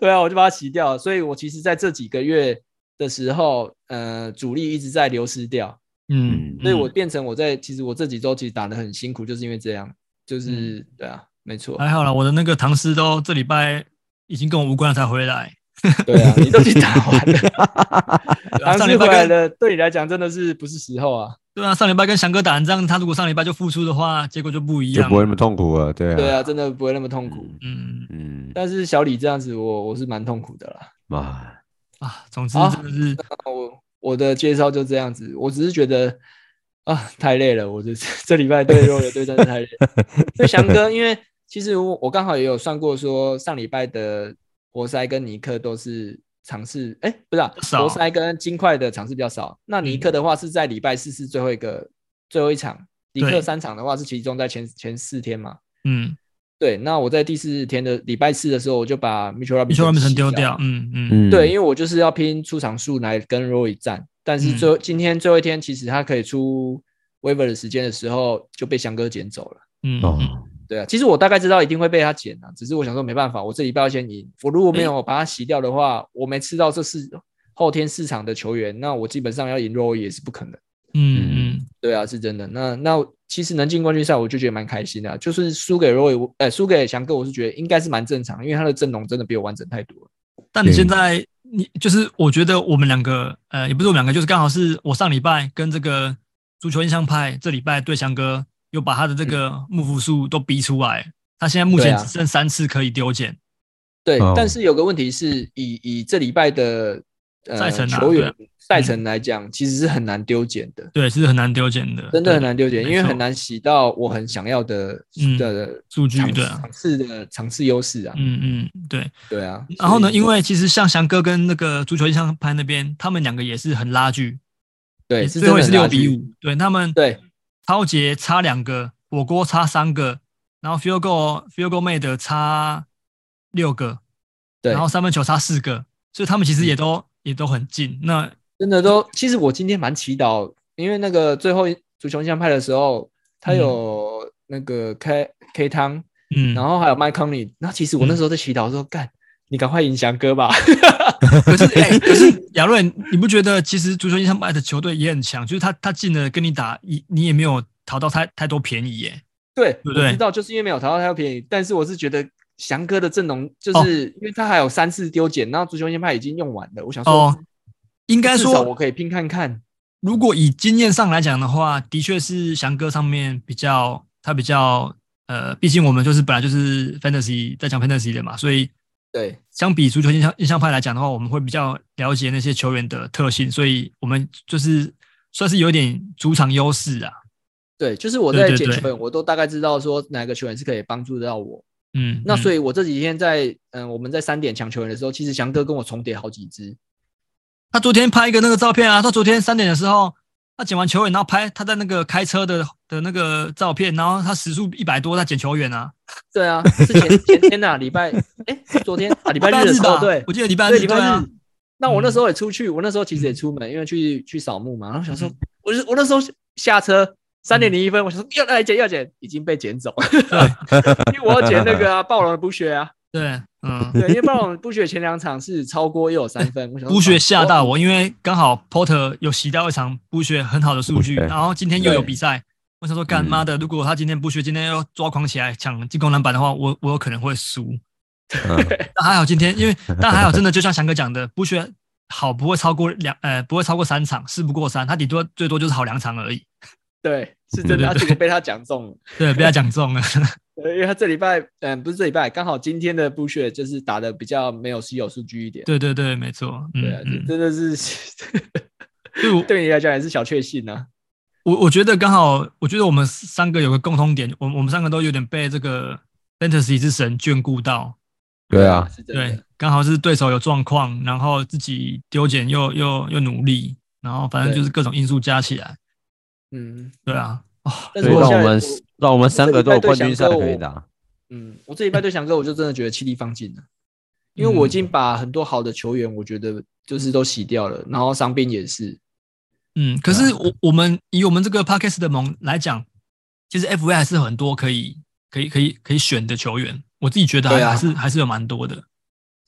Speaker 3: 对啊，我就把它洗掉了。所以我其实在这几个月的时候，呃，主力一直在流失掉，
Speaker 4: 嗯，
Speaker 3: 所以我
Speaker 4: 嗯
Speaker 3: 变成我在、其实我这几周其实打得很辛苦，就是因为这样，
Speaker 4: 嗯
Speaker 3: 就是、对啊，没错，
Speaker 4: 还好啦，我的那个唐诗都这礼拜已经跟我无关了才回来。
Speaker 3: 对啊，你都去打完了，
Speaker 4: 对啊
Speaker 3: 然后
Speaker 4: 上
Speaker 3: 是
Speaker 4: 礼
Speaker 3: 回
Speaker 4: 拜
Speaker 3: 来
Speaker 4: 跟
Speaker 3: 了，对你来讲真的是不是时候啊？
Speaker 4: 对啊，上礼拜跟翔哥打成这样，他如果上礼拜就付出的话，结果就不一
Speaker 2: 就
Speaker 4: 样
Speaker 2: 不。会那么痛苦了，对啊，
Speaker 3: 对啊，真的不会那么痛苦。
Speaker 4: 嗯
Speaker 2: 嗯，
Speaker 3: 但是小李这样子我，我是蛮痛苦的啦。
Speaker 2: 嘛，
Speaker 4: 啊，总之
Speaker 3: 好
Speaker 4: 真的是
Speaker 3: 那我我的介绍就这样子，我只是觉得啊太累了，我这 这礼拜对肉的对真的太累了。对翔哥，因为其实我我刚好也有算过说上礼拜的活塞跟尼克都是尝试，哎、不是、啊，
Speaker 4: 少嗯
Speaker 3: 活塞跟金块的尝试比较少。那尼克的话是在礼拜四是最后一个最后一场，尼
Speaker 4: 对
Speaker 3: 克三场的话是集中在前前四天嘛。
Speaker 4: 嗯
Speaker 3: 对，那我在第四天的礼拜四的时候，我就把 Mitchell
Speaker 4: ，Mitchell
Speaker 3: Robinson 洗
Speaker 4: Robinson 丢
Speaker 3: 掉
Speaker 4: 掉。嗯嗯
Speaker 2: 嗯，
Speaker 3: 对，因为我就是要拼出场数来跟 Roy 战，但是最后、今天最后一天，其实他可以出 Waiver 的时间的时候就被翔哥捡走了。
Speaker 4: 嗯
Speaker 2: 哦，
Speaker 4: 嗯，
Speaker 3: 对啊，其实我大概知道一定会被他捡啊，只是我想说没办法，我这礼拜要先赢。我如果没有把他洗掉的话，我没吃到这四后天市场的球员，那我基本上要赢 Roy 也是不可能。
Speaker 4: 嗯嗯，
Speaker 3: 对啊，是真的。那那其实能进冠军赛，我就觉得蛮开心的啊、就是输给 Roy，我呃，输给翔哥，我是觉得应该是蛮正常，因为他的阵容真的比我完整太多了。
Speaker 4: 但你
Speaker 2: 对
Speaker 4: 现在你就是，我觉得我们两个，呃，也不是我们两个，就是刚好是我上礼拜跟这个足球印象派这礼拜对翔哥又把他的这个幕幅数都逼出来，他现在目前
Speaker 3: 嗯对啊
Speaker 4: 只剩三次可以丢捡。
Speaker 3: 对，
Speaker 2: 哦
Speaker 3: 但是有个问题是以以这礼拜的
Speaker 4: 赛
Speaker 3: 呃
Speaker 4: 程啊
Speaker 3: 球员赛
Speaker 4: 嗯
Speaker 3: 程来讲，其实是很难丢减的，
Speaker 4: 对，是很难丢捡的，
Speaker 3: 真的
Speaker 4: 对
Speaker 3: 很难丢减，
Speaker 4: 没
Speaker 3: 因为
Speaker 4: 错
Speaker 3: 很难洗到我很想要的
Speaker 4: 嗯
Speaker 3: 的
Speaker 4: 数据
Speaker 3: 场
Speaker 4: 对啊，
Speaker 3: 场次的场次优势啊，
Speaker 4: 嗯嗯对。
Speaker 3: 对啊。
Speaker 4: 然后呢，
Speaker 3: 所以
Speaker 4: 因为其实像翔哥跟那个足球印象派那边，他们两个也是很拉锯，
Speaker 3: 对是
Speaker 4: 最后也是
Speaker 3: 真
Speaker 4: 六
Speaker 3: 的很拉
Speaker 4: 比
Speaker 3: 锯
Speaker 4: 五，对他们
Speaker 3: 对
Speaker 4: 超杰差两个，火锅差三个，然后 field goal field goal made 差六个，
Speaker 3: 对
Speaker 4: 然后三分球差四个，所以他们其实也都、也都很近。那
Speaker 3: 真的都，其实我今天蛮祈祷，因为那个最后一足球印象派的时候，他
Speaker 4: 嗯
Speaker 3: 有那个 K K 汤，
Speaker 4: 嗯，
Speaker 3: 然后还有麦康利，那其实我那时候在祈祷说，干你赶快赢翔哥吧，
Speaker 4: 可是哎、可是亚瑞，你不觉得其实足球印象派的球队也很强？就是他他进了跟你打，你你也没有讨到太太多便宜耶、
Speaker 3: 对，
Speaker 4: 不
Speaker 3: 我
Speaker 4: 对
Speaker 3: 知道，就是因为没有淘到太便宜，但是我是觉得翔哥的阵容，
Speaker 4: 哦
Speaker 3: 就是因为他还有三次丢捡，然后足球先派已经用完了，我想说，
Speaker 4: 哦，应该
Speaker 3: 至少
Speaker 4: 说
Speaker 3: 我可以拼看看，
Speaker 4: 如果以经验上来讲的话，的确是翔哥上面比较，他比较呃，毕竟我们就是本来就是 fantasy 在讲 fantasy 的嘛，所以
Speaker 3: 对
Speaker 4: 相比足球印象印象派来讲的话，我们会比较了解那些球员的特性，所以我们就是算是有点主场优势啊。
Speaker 3: 对，就是我
Speaker 4: 对
Speaker 3: 在
Speaker 4: 对
Speaker 3: 捡
Speaker 4: 对
Speaker 3: 球员，我都大概知道说哪个球员是可以帮助得到我，
Speaker 4: 嗯，
Speaker 3: 那所
Speaker 4: 以
Speaker 3: 以我这几天在嗯我们在三点抢球员的时候，其实翔哥跟我重叠好几支，
Speaker 4: 他昨天拍一个那个照片啊，他昨天三点的时候，他捡完球员，然后拍他在那个开车的的那个照片，然后他时速一百多，他捡球员啊，
Speaker 3: 对啊，是前前天呐、礼拜哎、是昨天啊礼
Speaker 4: 哦
Speaker 3: 拜日的时候，
Speaker 4: 吧，
Speaker 3: 对
Speaker 4: 我记得礼拜
Speaker 3: 对
Speaker 4: 日，
Speaker 3: 礼拜
Speaker 4: 对
Speaker 3: 日。
Speaker 4: 啊，
Speaker 3: 那我那时候也出去，我那时候其实也出门，因为去去扫墓嘛。然后想
Speaker 4: 嗯
Speaker 3: 说，我是我那时候下车三点零一分，我想说要来捡要捡，已经被捡走， 因为我要捡那个啊暴龙的补血啊。
Speaker 4: 对，嗯。
Speaker 3: 对，因为暴龙的补血前两场是超过又有三分，我想说
Speaker 4: 补血吓到
Speaker 3: 哦
Speaker 4: 我，因为刚好 Porter 有洗到一场补血很好的数据，
Speaker 2: 补血
Speaker 4: 然后今天又有比赛，我想说干
Speaker 2: 嗯
Speaker 4: 妈的，如果他今天补血，今天要抓狂起来抢进攻篮板的话，我我有可能会输。
Speaker 2: 嗯
Speaker 4: 但还好今天，因为但还好真的就像翔哥讲的，补血好不会超过两呃不会超过三场，事不过三，他顶多最多就是好两场而已。
Speaker 3: 对，是真
Speaker 4: 对
Speaker 3: 的，
Speaker 4: 对
Speaker 3: 啊
Speaker 4: 对
Speaker 3: 结果被他讲中了。
Speaker 4: 对，被他讲中了。
Speaker 3: 对因为他这礼拜，嗯，不是这礼拜，刚好今天的补血就是打的比较没有稀有数据一点。
Speaker 4: 对对对，没错。嗯
Speaker 3: 对啊，这
Speaker 4: 嗯，
Speaker 3: 真的是
Speaker 4: 对我
Speaker 3: 对你来讲也是小确幸啊。
Speaker 4: 我我觉得刚好，我觉得我们三个有个共通点，我们我们三个都有点被这个 fantasy 之神眷顾到。
Speaker 2: 对啊，
Speaker 3: 是真的。
Speaker 4: 对，刚好是对手有状况，然后自己丢减又又又努力，然后反正就是各种因素加起来，
Speaker 3: 嗯，
Speaker 4: 对啊，哦，
Speaker 3: 但
Speaker 2: 所以
Speaker 3: 是我
Speaker 2: 让
Speaker 3: 现
Speaker 2: 我
Speaker 3: 在
Speaker 2: 们让我们三个都有
Speaker 3: 我这个
Speaker 2: 冠
Speaker 3: 礼拜对
Speaker 2: 军赛
Speaker 3: 翔哥
Speaker 2: 可以
Speaker 3: 我
Speaker 2: 打。
Speaker 3: 嗯，我这礼拜对翔哥，我就真的觉得气力放尽了，因为我已经
Speaker 4: 嗯
Speaker 3: 把很多好的球员，我觉得就是都洗掉了，然后伤病也是，
Speaker 4: 嗯，
Speaker 3: 啊
Speaker 4: 可是我我们以我们这个 podcast 的盟来讲，其实 FA 还是很多可以可以可以可以选的球员，我自己觉得还、
Speaker 3: 对啊
Speaker 4: 还是还是有蛮多的，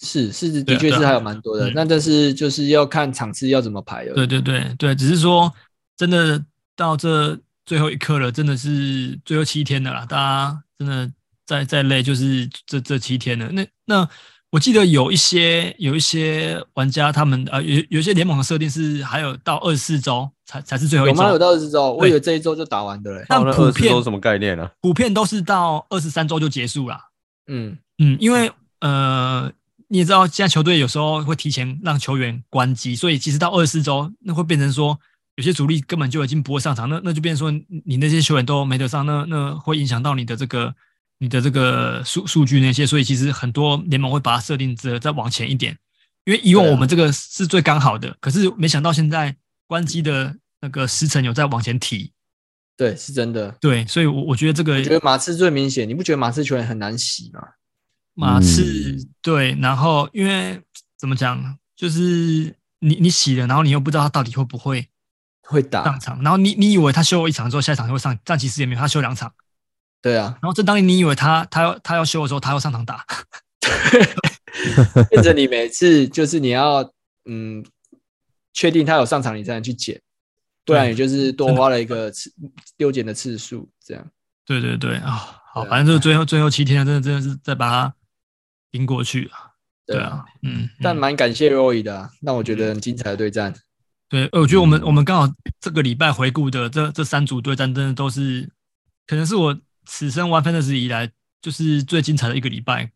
Speaker 3: 是是
Speaker 4: 对
Speaker 3: 的
Speaker 4: 啊
Speaker 3: 确
Speaker 4: 对
Speaker 3: 是
Speaker 4: 啊
Speaker 3: 还有蛮多的
Speaker 4: 嗯，
Speaker 3: 那但是就是要看场次要怎么排了。
Speaker 4: 对对对对，只是说真的到这最后一刻了，真的是最后七天了啦，大家真的再再累就是这这七天了。那那我记得有一些有一些玩家他们呃有有一些联盟的设定是还有到二十四周才才是最后一
Speaker 3: 有吗？有
Speaker 4: 周，
Speaker 3: 到二十周，我
Speaker 4: 对
Speaker 3: 以为这一周就打完的嘞。
Speaker 4: 但
Speaker 2: 那
Speaker 4: 普
Speaker 2: 二十
Speaker 4: 遍
Speaker 2: 周什么概念啊呢？
Speaker 4: 普遍都是到二十三周就结束啦。
Speaker 3: 嗯，
Speaker 4: 嗯，因为呃，你也知道，现在球队有时候会提前让球员关机，所以其实到二十四周，那会变成说有些主力根本就已经不会上场，那那就变成说你你那些球员都没得上，那那会影响到你的这个你的这个数数据那些，所以其实很多联盟会把它设定着再往前一点，因为以往
Speaker 3: 对啊
Speaker 4: 我们这个是最刚好的，可是没想到现在关机的那个时辰有在往前提，
Speaker 3: 对，是真的。
Speaker 4: 对，所以我我觉得这个
Speaker 3: 我觉得马刺最明显，你不觉得马刺球员很难洗吗？
Speaker 4: 马刺、
Speaker 2: 嗯
Speaker 4: 对，然后因为怎么讲，就是你你洗了，然后你又不知道他到底会不会
Speaker 3: 会
Speaker 4: 上
Speaker 3: 打，
Speaker 4: 场，然后你你以为他休一场之后下一场就会上，但其实也没有，他休两场，
Speaker 3: 对 啊，
Speaker 4: 然后正当你以为他他要他要休的时候，他要上场打，
Speaker 3: 变成你每次就是你要嗯确定他有上场，你才能去捡，不然
Speaker 4: 对
Speaker 3: 也就是多
Speaker 4: 嗯真的
Speaker 3: 花了一个次丢捡的次数这样。
Speaker 4: 对对对啊，好，
Speaker 3: 对啊
Speaker 4: 反正就是最后最后七天，真的真的是再把它赢过去啊，对啊，嗯，嗯
Speaker 3: 但蛮感谢 Roy 的、啊，让我觉得很精彩的对战。
Speaker 4: 对，呃我觉得我们
Speaker 2: 嗯
Speaker 4: 我们刚好这个礼拜回顾的这这三组对战，真的都是可能是我此生玩 fantasy 以来就是最精彩的一个礼拜。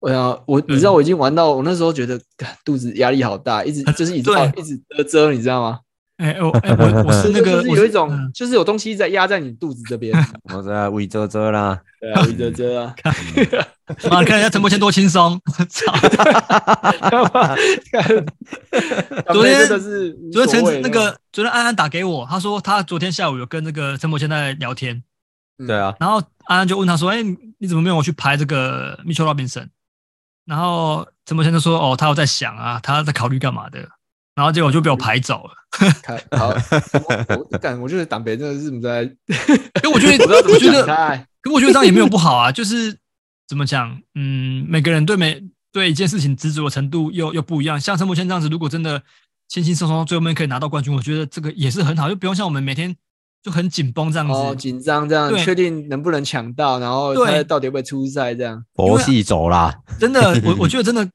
Speaker 3: 我想我你知道我已经玩到我那时候觉得干肚子压力好大，一直就是一直
Speaker 4: 对
Speaker 3: 一直遮遮，你知道吗？
Speaker 4: 哎、我哎、我我是那个
Speaker 3: 就是
Speaker 4: 我
Speaker 3: 有一
Speaker 4: 是
Speaker 3: 种、
Speaker 4: 嗯
Speaker 3: 就是有东西在压在你肚子这边，
Speaker 2: 我在魏遮遮 啦，嗯
Speaker 3: 对啊，一直遮遮啊，
Speaker 4: 妈，看人家陈柏谦多轻松， 操！ 昨天
Speaker 3: 真的是无
Speaker 4: 昨天
Speaker 3: 所谓
Speaker 4: 陈那个昨天安安打给我，他说他昨天下午有跟那个陈柏谦在聊天，
Speaker 2: 对啊，
Speaker 4: 然后安安就问他说：“哎、你你怎么没有我去排这个 Mitchell Robinson？” 然后陈柏谦就说：“哦，他有在想啊，他在考虑干嘛的。”然后结果就
Speaker 3: 嗯
Speaker 4: 被我排走了，
Speaker 3: 看好，我我感我觉得党培真的是 不在，
Speaker 4: 因为哎我觉得
Speaker 3: 我不知道怎么
Speaker 4: 我觉
Speaker 3: 讲
Speaker 4: 得
Speaker 3: 他哎，
Speaker 4: 可我觉得这样也没有不好啊， 就是怎么讲，嗯，每个人对每对一件事情执着的程度又又不一样。像陈柏谦这样子，如果真的轻轻松松最后面可以拿到冠军，我觉得这个也是很好，就不用像我们每天就很紧绷这样子。
Speaker 3: 哦，紧张这样，
Speaker 4: 嗯对
Speaker 3: 确定能不能抢到，然后
Speaker 4: 对
Speaker 3: 他到底会不会出赛这样？
Speaker 2: 佛系走啦，
Speaker 4: 真的， 我我觉得真的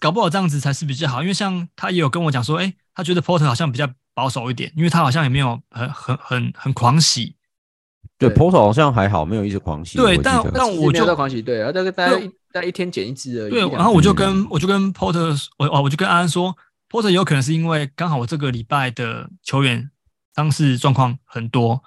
Speaker 4: 搞不好这样子才是比较好，因为像他也有跟我讲说，哎、他觉得 Porter 好像比较保守一点，因为他好像也没有很很很很狂喜。
Speaker 2: 对
Speaker 3: 对
Speaker 2: p o t e 好像还好，没有一直狂喜，
Speaker 4: 对
Speaker 2: 我记
Speaker 4: 但
Speaker 2: 得，
Speaker 4: 但
Speaker 3: 其实
Speaker 4: 我
Speaker 3: 没
Speaker 4: 就
Speaker 3: 有到狂喜队，然后大概大概
Speaker 4: 对
Speaker 3: 一大概一天减一只而已。
Speaker 4: 对，然后我就跟我就跟 Porter 说我哦，我就跟安安说，Porter 有可能是因为刚好我这个礼拜的球员伤势状况很多，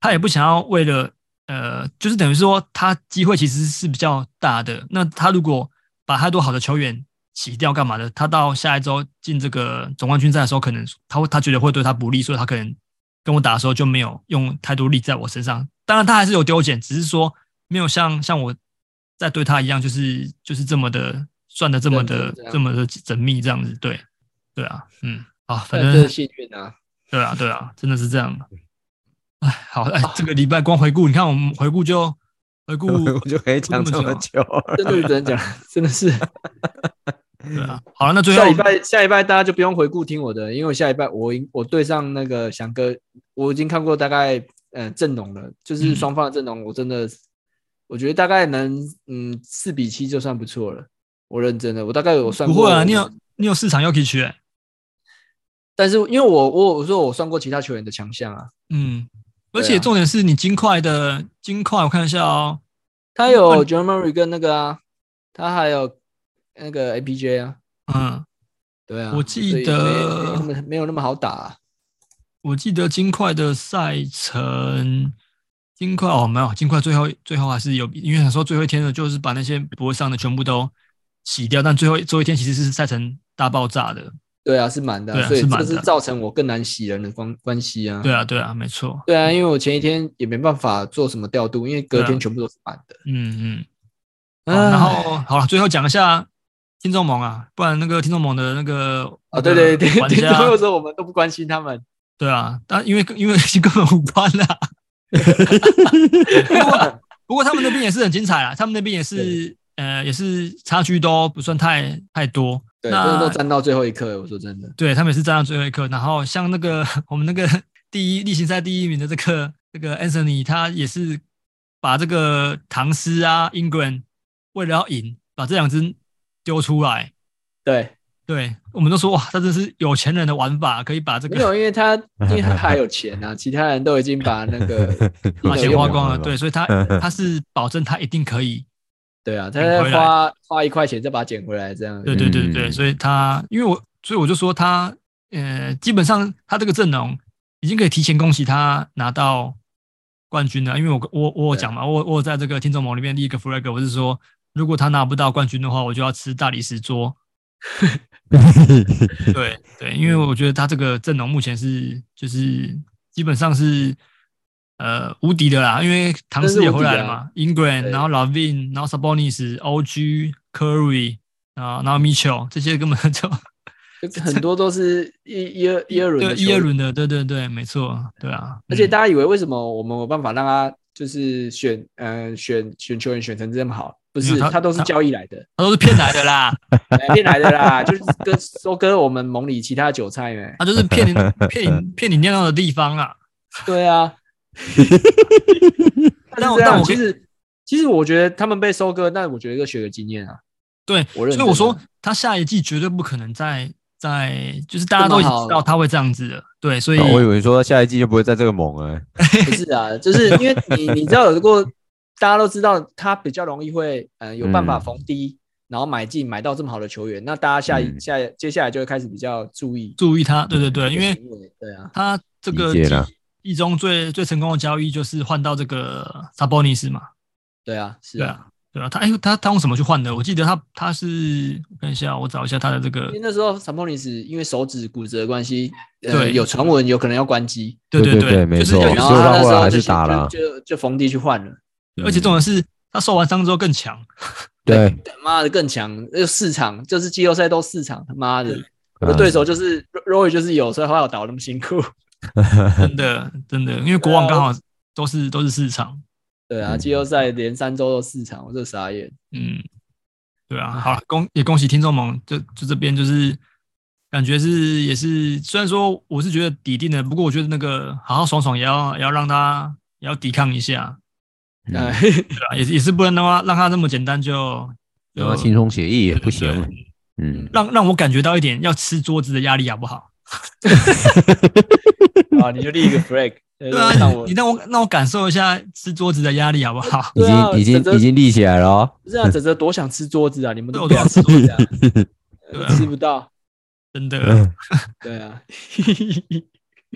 Speaker 4: 他也不想要为了呃，就是等于说他机会其实是比较大的。那他如果把太多好的球员洗掉干嘛的，他到下一周进这个总冠军赛的时候，可能他会他觉得会对他不利，所以他可能跟我打的时候就没有用太多力在我身上。当然他还是有丢减，只是说没有像像我在对他一样，就是就是这么的算的这么的
Speaker 3: 认真这样
Speaker 4: 这么的缜密这样子。对对啊，嗯，好，反
Speaker 3: 但
Speaker 4: 正
Speaker 3: 真的幸运啊，
Speaker 4: 对啊，对啊，真的是这样。哎，好，哎，
Speaker 3: 啊
Speaker 4: 这个礼拜光回顾，你看我们回顾就回 顾
Speaker 2: 我就可以讲这么久了，
Speaker 3: 真的只 能讲，真的是
Speaker 4: 对啊。好了，那最后
Speaker 3: 下礼拜下礼拜大家就不用回顾听我的，因为我下礼拜我赢我对上那个翔哥，我已经看过大概呃阵容了，
Speaker 4: 嗯
Speaker 3: 就是双方的阵容，我真的我觉得大概能嗯四比七就算不错了。我认真的，我大概有算
Speaker 4: 不
Speaker 3: 过。
Speaker 4: 会啊，你有你有市场 Yuki 区、欸，
Speaker 3: 但是因为我我我说我算过其他球员的强项啊，
Speaker 4: 嗯，而
Speaker 3: 对啊
Speaker 4: 且重点是你金块的金块，我看一下哦，
Speaker 3: 他有 j e r m a n y 跟那个啊，他还有那个 APJ 啊，
Speaker 4: 嗯，
Speaker 3: 对啊，
Speaker 4: 我记
Speaker 3: 所以
Speaker 4: 得
Speaker 3: 没没那么没有那么好打、啊，
Speaker 4: 我记得金块的赛程，金块哦没有，金块最后最后还是有，因为想说最后一天的就是把那些不会上的全部都洗掉，但最后最后一天其实是赛程大爆炸的，
Speaker 3: 对啊，是满的啊、
Speaker 4: 对啊
Speaker 3: 所以
Speaker 4: 是
Speaker 3: 这
Speaker 4: 满
Speaker 3: 个
Speaker 4: 的
Speaker 3: 是造成我更难洗人的关关系啊。
Speaker 4: 对啊对啊，没错，
Speaker 3: 对啊，因为我前一天也没办法做什么调度，因为隔
Speaker 4: 对啊
Speaker 3: 天全部都是满的。
Speaker 4: 嗯嗯。好
Speaker 3: 唉
Speaker 4: 然后好了，最后讲一下听众盟啊，不然那个听众盟的那个
Speaker 3: 啊，对对对，
Speaker 4: 玩
Speaker 3: 对
Speaker 4: 家
Speaker 3: 有时候我们都不关心他们，
Speaker 4: 对啊，但因为因为已经根本无关 啦。不过不过他们那边也是很精彩啦，啊他们那边也是呃也是差距都不算太太多。
Speaker 3: 对，
Speaker 4: 那
Speaker 3: 真的都站到最后一刻。我说真的，
Speaker 4: 对他们也是站到最后一刻。然后像那个 我们那个第一例行赛第一名的这个这个 Anthony，他也是把这个唐诗啊 England 为了要赢，把这两只丢出来。
Speaker 3: 对，
Speaker 4: 对，我们都说哇，这真是有钱人的玩法，可以把这
Speaker 3: 没
Speaker 4: 个
Speaker 3: 有，因为他因为他还有钱啊，其他人都已经把那个
Speaker 4: 把钱花光 了。
Speaker 2: 有嗯
Speaker 4: 对，，所以他他是保证他一定可以
Speaker 3: 对啊，他
Speaker 4: 捡回来
Speaker 3: 再花花一块钱再把它捡回来，这样
Speaker 4: 对对对对，
Speaker 2: 嗯
Speaker 4: 所以他因为我，所以我就说他，呃，基本上他这个阵容已经可以提前恭喜他拿到冠军了，因为我我我有讲嘛，我我有在这个听众盟里面立一个 flag，我是说，如果他拿不到冠军的话，我就要吃大理石桌。对对，因为我觉得他这个阵容目前是就是基本上是呃无敌的啦，因为唐斯也回来了嘛，Ingram，
Speaker 3: 对
Speaker 4: 然后 Lavin，然后 Sabonis、OG、Curry 啊，然后 Mitchell 这些根本就
Speaker 3: 就很多都是一一二一二轮
Speaker 4: 对
Speaker 3: 的
Speaker 4: 一
Speaker 3: 球
Speaker 4: 二
Speaker 3: 员，
Speaker 4: 轮的，对对对，没错，对啊，
Speaker 3: 而且
Speaker 4: 嗯
Speaker 3: 大家以为为什么我们有办法让他就是选嗯、选选球员选成这么好？不
Speaker 4: 没
Speaker 3: 是，
Speaker 4: 有他
Speaker 3: 他都是
Speaker 4: 他
Speaker 3: 交易来的，
Speaker 4: 他都是骗来的啦，
Speaker 3: 哎骗来的啦， 就是割收割我们盟里其他的韭菜呗、
Speaker 4: 他就是 骗你骗你骗你尿尿的地方啊，
Speaker 3: 对啊，但
Speaker 4: 我
Speaker 3: 是这
Speaker 4: 但
Speaker 3: 样
Speaker 4: 我可
Speaker 3: 其
Speaker 4: 以
Speaker 3: 实其实我觉得他们被收割，那我觉得就学个 经验啊。
Speaker 4: 对，
Speaker 3: 我
Speaker 4: 所
Speaker 3: 认
Speaker 4: 以
Speaker 3: 真
Speaker 4: 我
Speaker 3: 的
Speaker 4: 说他下一季绝对不可能再再就是大家都已经
Speaker 3: 这么好
Speaker 4: 知道他会这样子的，对，所以
Speaker 2: 啊哦我以为说下一季就不会在这个猛了，
Speaker 3: 不是啊，就是因为你你知道有过，大家都知道他比较容易会嗯、呃有办法
Speaker 2: 嗯
Speaker 3: 逢低，然后买进买到这么好的球员，那大家下一、
Speaker 2: 嗯
Speaker 3: 下接下来就会开始比较注意
Speaker 4: 注意他，对对对，因为
Speaker 3: 行为对啊，
Speaker 4: 他这个
Speaker 2: 理解啦
Speaker 4: 一中最最成功的交易就是换到这个 Sabonis 嘛，
Speaker 3: 对啊，是
Speaker 4: 对
Speaker 3: 啊。
Speaker 4: 啊，对啊，他哎、他他用什么去换的？我记得他他是我看一下，我找一下他的这个
Speaker 3: 因为，那时候 Sabonis 因为手指骨折的关系，呃、
Speaker 4: 对
Speaker 3: 有传闻有可能要关机，
Speaker 4: 对
Speaker 2: 对对
Speaker 4: 对，
Speaker 2: 没
Speaker 4: 就是
Speaker 2: 错
Speaker 4: 要
Speaker 2: 对
Speaker 4: 有
Speaker 3: 然后
Speaker 2: 哦所以
Speaker 3: 他那
Speaker 2: 他后
Speaker 3: 时
Speaker 2: 来
Speaker 3: 候
Speaker 2: 还
Speaker 3: 就是
Speaker 2: 打了啊
Speaker 3: 就就就逢低去换了，
Speaker 4: 而且重点是他受完伤之后更强，
Speaker 2: 对，
Speaker 3: 他妈的更强，就四场就是季后赛都四场，他妈的，我的
Speaker 2: 嗯
Speaker 3: 对手就是 Roy，就是有，所以后来我打得那么辛苦。
Speaker 2: 嗯
Speaker 4: 真的真的，因为国王刚好都是都是市场，
Speaker 3: 对啊，
Speaker 2: 嗯
Speaker 3: 季后赛连三周都四场，我这傻眼。
Speaker 4: 嗯，对啊，好恭也恭喜听众们，就就这边就是感觉是也是，虽然说我是觉得抵定的，不过我觉得那个好好爽爽也要也要让他也要抵抗一下，
Speaker 3: 嗯
Speaker 2: 嗯，
Speaker 4: 对啊，也是也是不能让他让他那么简单就
Speaker 2: 让他轻松写意也不行
Speaker 4: 啊对。
Speaker 2: 嗯，
Speaker 4: 让让我感觉到一点要吃桌子的压力好不好？
Speaker 3: 啊，你就立一个 flag，
Speaker 4: 对
Speaker 3: 对
Speaker 4: 啊
Speaker 3: 让，我
Speaker 4: 你让我让我感受一下吃桌子的压力好不好？
Speaker 2: 已
Speaker 3: 对啊
Speaker 2: 经已
Speaker 3: 整
Speaker 2: 经
Speaker 3: 个
Speaker 2: 已经立起来了哦。
Speaker 3: 不是啊，泽泽多想吃桌子啊，你们
Speaker 4: 对
Speaker 3: 都
Speaker 4: 我
Speaker 3: 不
Speaker 4: 都
Speaker 3: 要
Speaker 4: 要吃
Speaker 3: 吃桌子啊，
Speaker 4: 对啊
Speaker 3: 呃 吃不到。
Speaker 4: 真的，
Speaker 2: 嗯
Speaker 3: 对啊，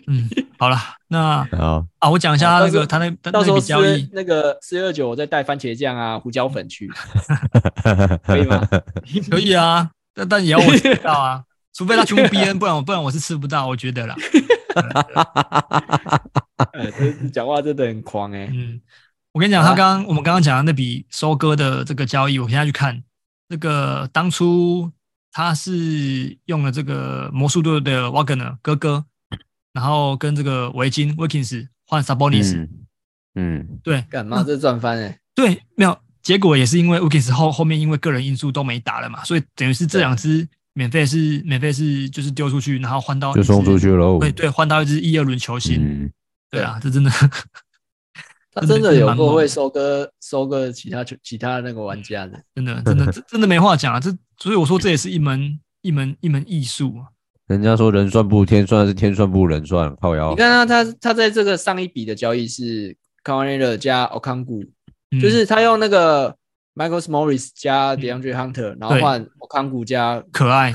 Speaker 4: 嗯，好了，那
Speaker 2: 好，
Speaker 4: 啊，我讲一下他那
Speaker 3: 好到时
Speaker 4: 个
Speaker 3: 候
Speaker 4: 他那他
Speaker 3: 到
Speaker 4: 那
Speaker 3: 时候
Speaker 4: 笔
Speaker 3: 吃
Speaker 4: 交易，
Speaker 3: 那个四二九，我再带番茄酱啊、胡椒 粉去，可以吗？
Speaker 4: 可以啊，但但也要我吃到啊，除非他全部 BN，不然我不然我是吃不到，我觉 得啦。
Speaker 3: 哎，这讲话真的很狂哎。
Speaker 4: 嗯，我跟你讲，
Speaker 3: 啊
Speaker 4: 他刚刚我们刚刚讲的那笔收割的这个交易，我现在去看，那个当初他是用了这个魔术队的 Wagner 哥哥，然后跟这个维金 Wilkins 换 Sabonis，、
Speaker 2: 嗯嗯，
Speaker 4: 对
Speaker 3: 干嘛这赚 翻哎？
Speaker 4: 对，没有结果也是因为 Wilkins 后后面因为个人因素都没打了嘛，所以等于是这两只免费是免费是就是丢出去，然后换到
Speaker 2: 就
Speaker 4: 一
Speaker 2: 送
Speaker 4: 支
Speaker 2: 出去喽。
Speaker 4: 哦对对，换到一支一二轮球星。
Speaker 2: 嗯，
Speaker 4: 对啊，这真的
Speaker 3: 他真的有够会收割收割其他球其他那个玩家的。
Speaker 4: 真的真 的这真的没话讲啊！这所以我说这也是一门一门一门艺术啊。
Speaker 2: 人家说人算不如天算，是天算不如人算，靠
Speaker 4: 哦
Speaker 2: 腰
Speaker 3: 你。看啊，他他在这个上一笔的交易是 c o n r 加 o k a n g u
Speaker 4: 嗯
Speaker 3: 就是他用那个 Michael Morris 加 DeAndre Hunter，然后
Speaker 4: 对
Speaker 3: 换 o k a n g u 加，
Speaker 4: 可爱，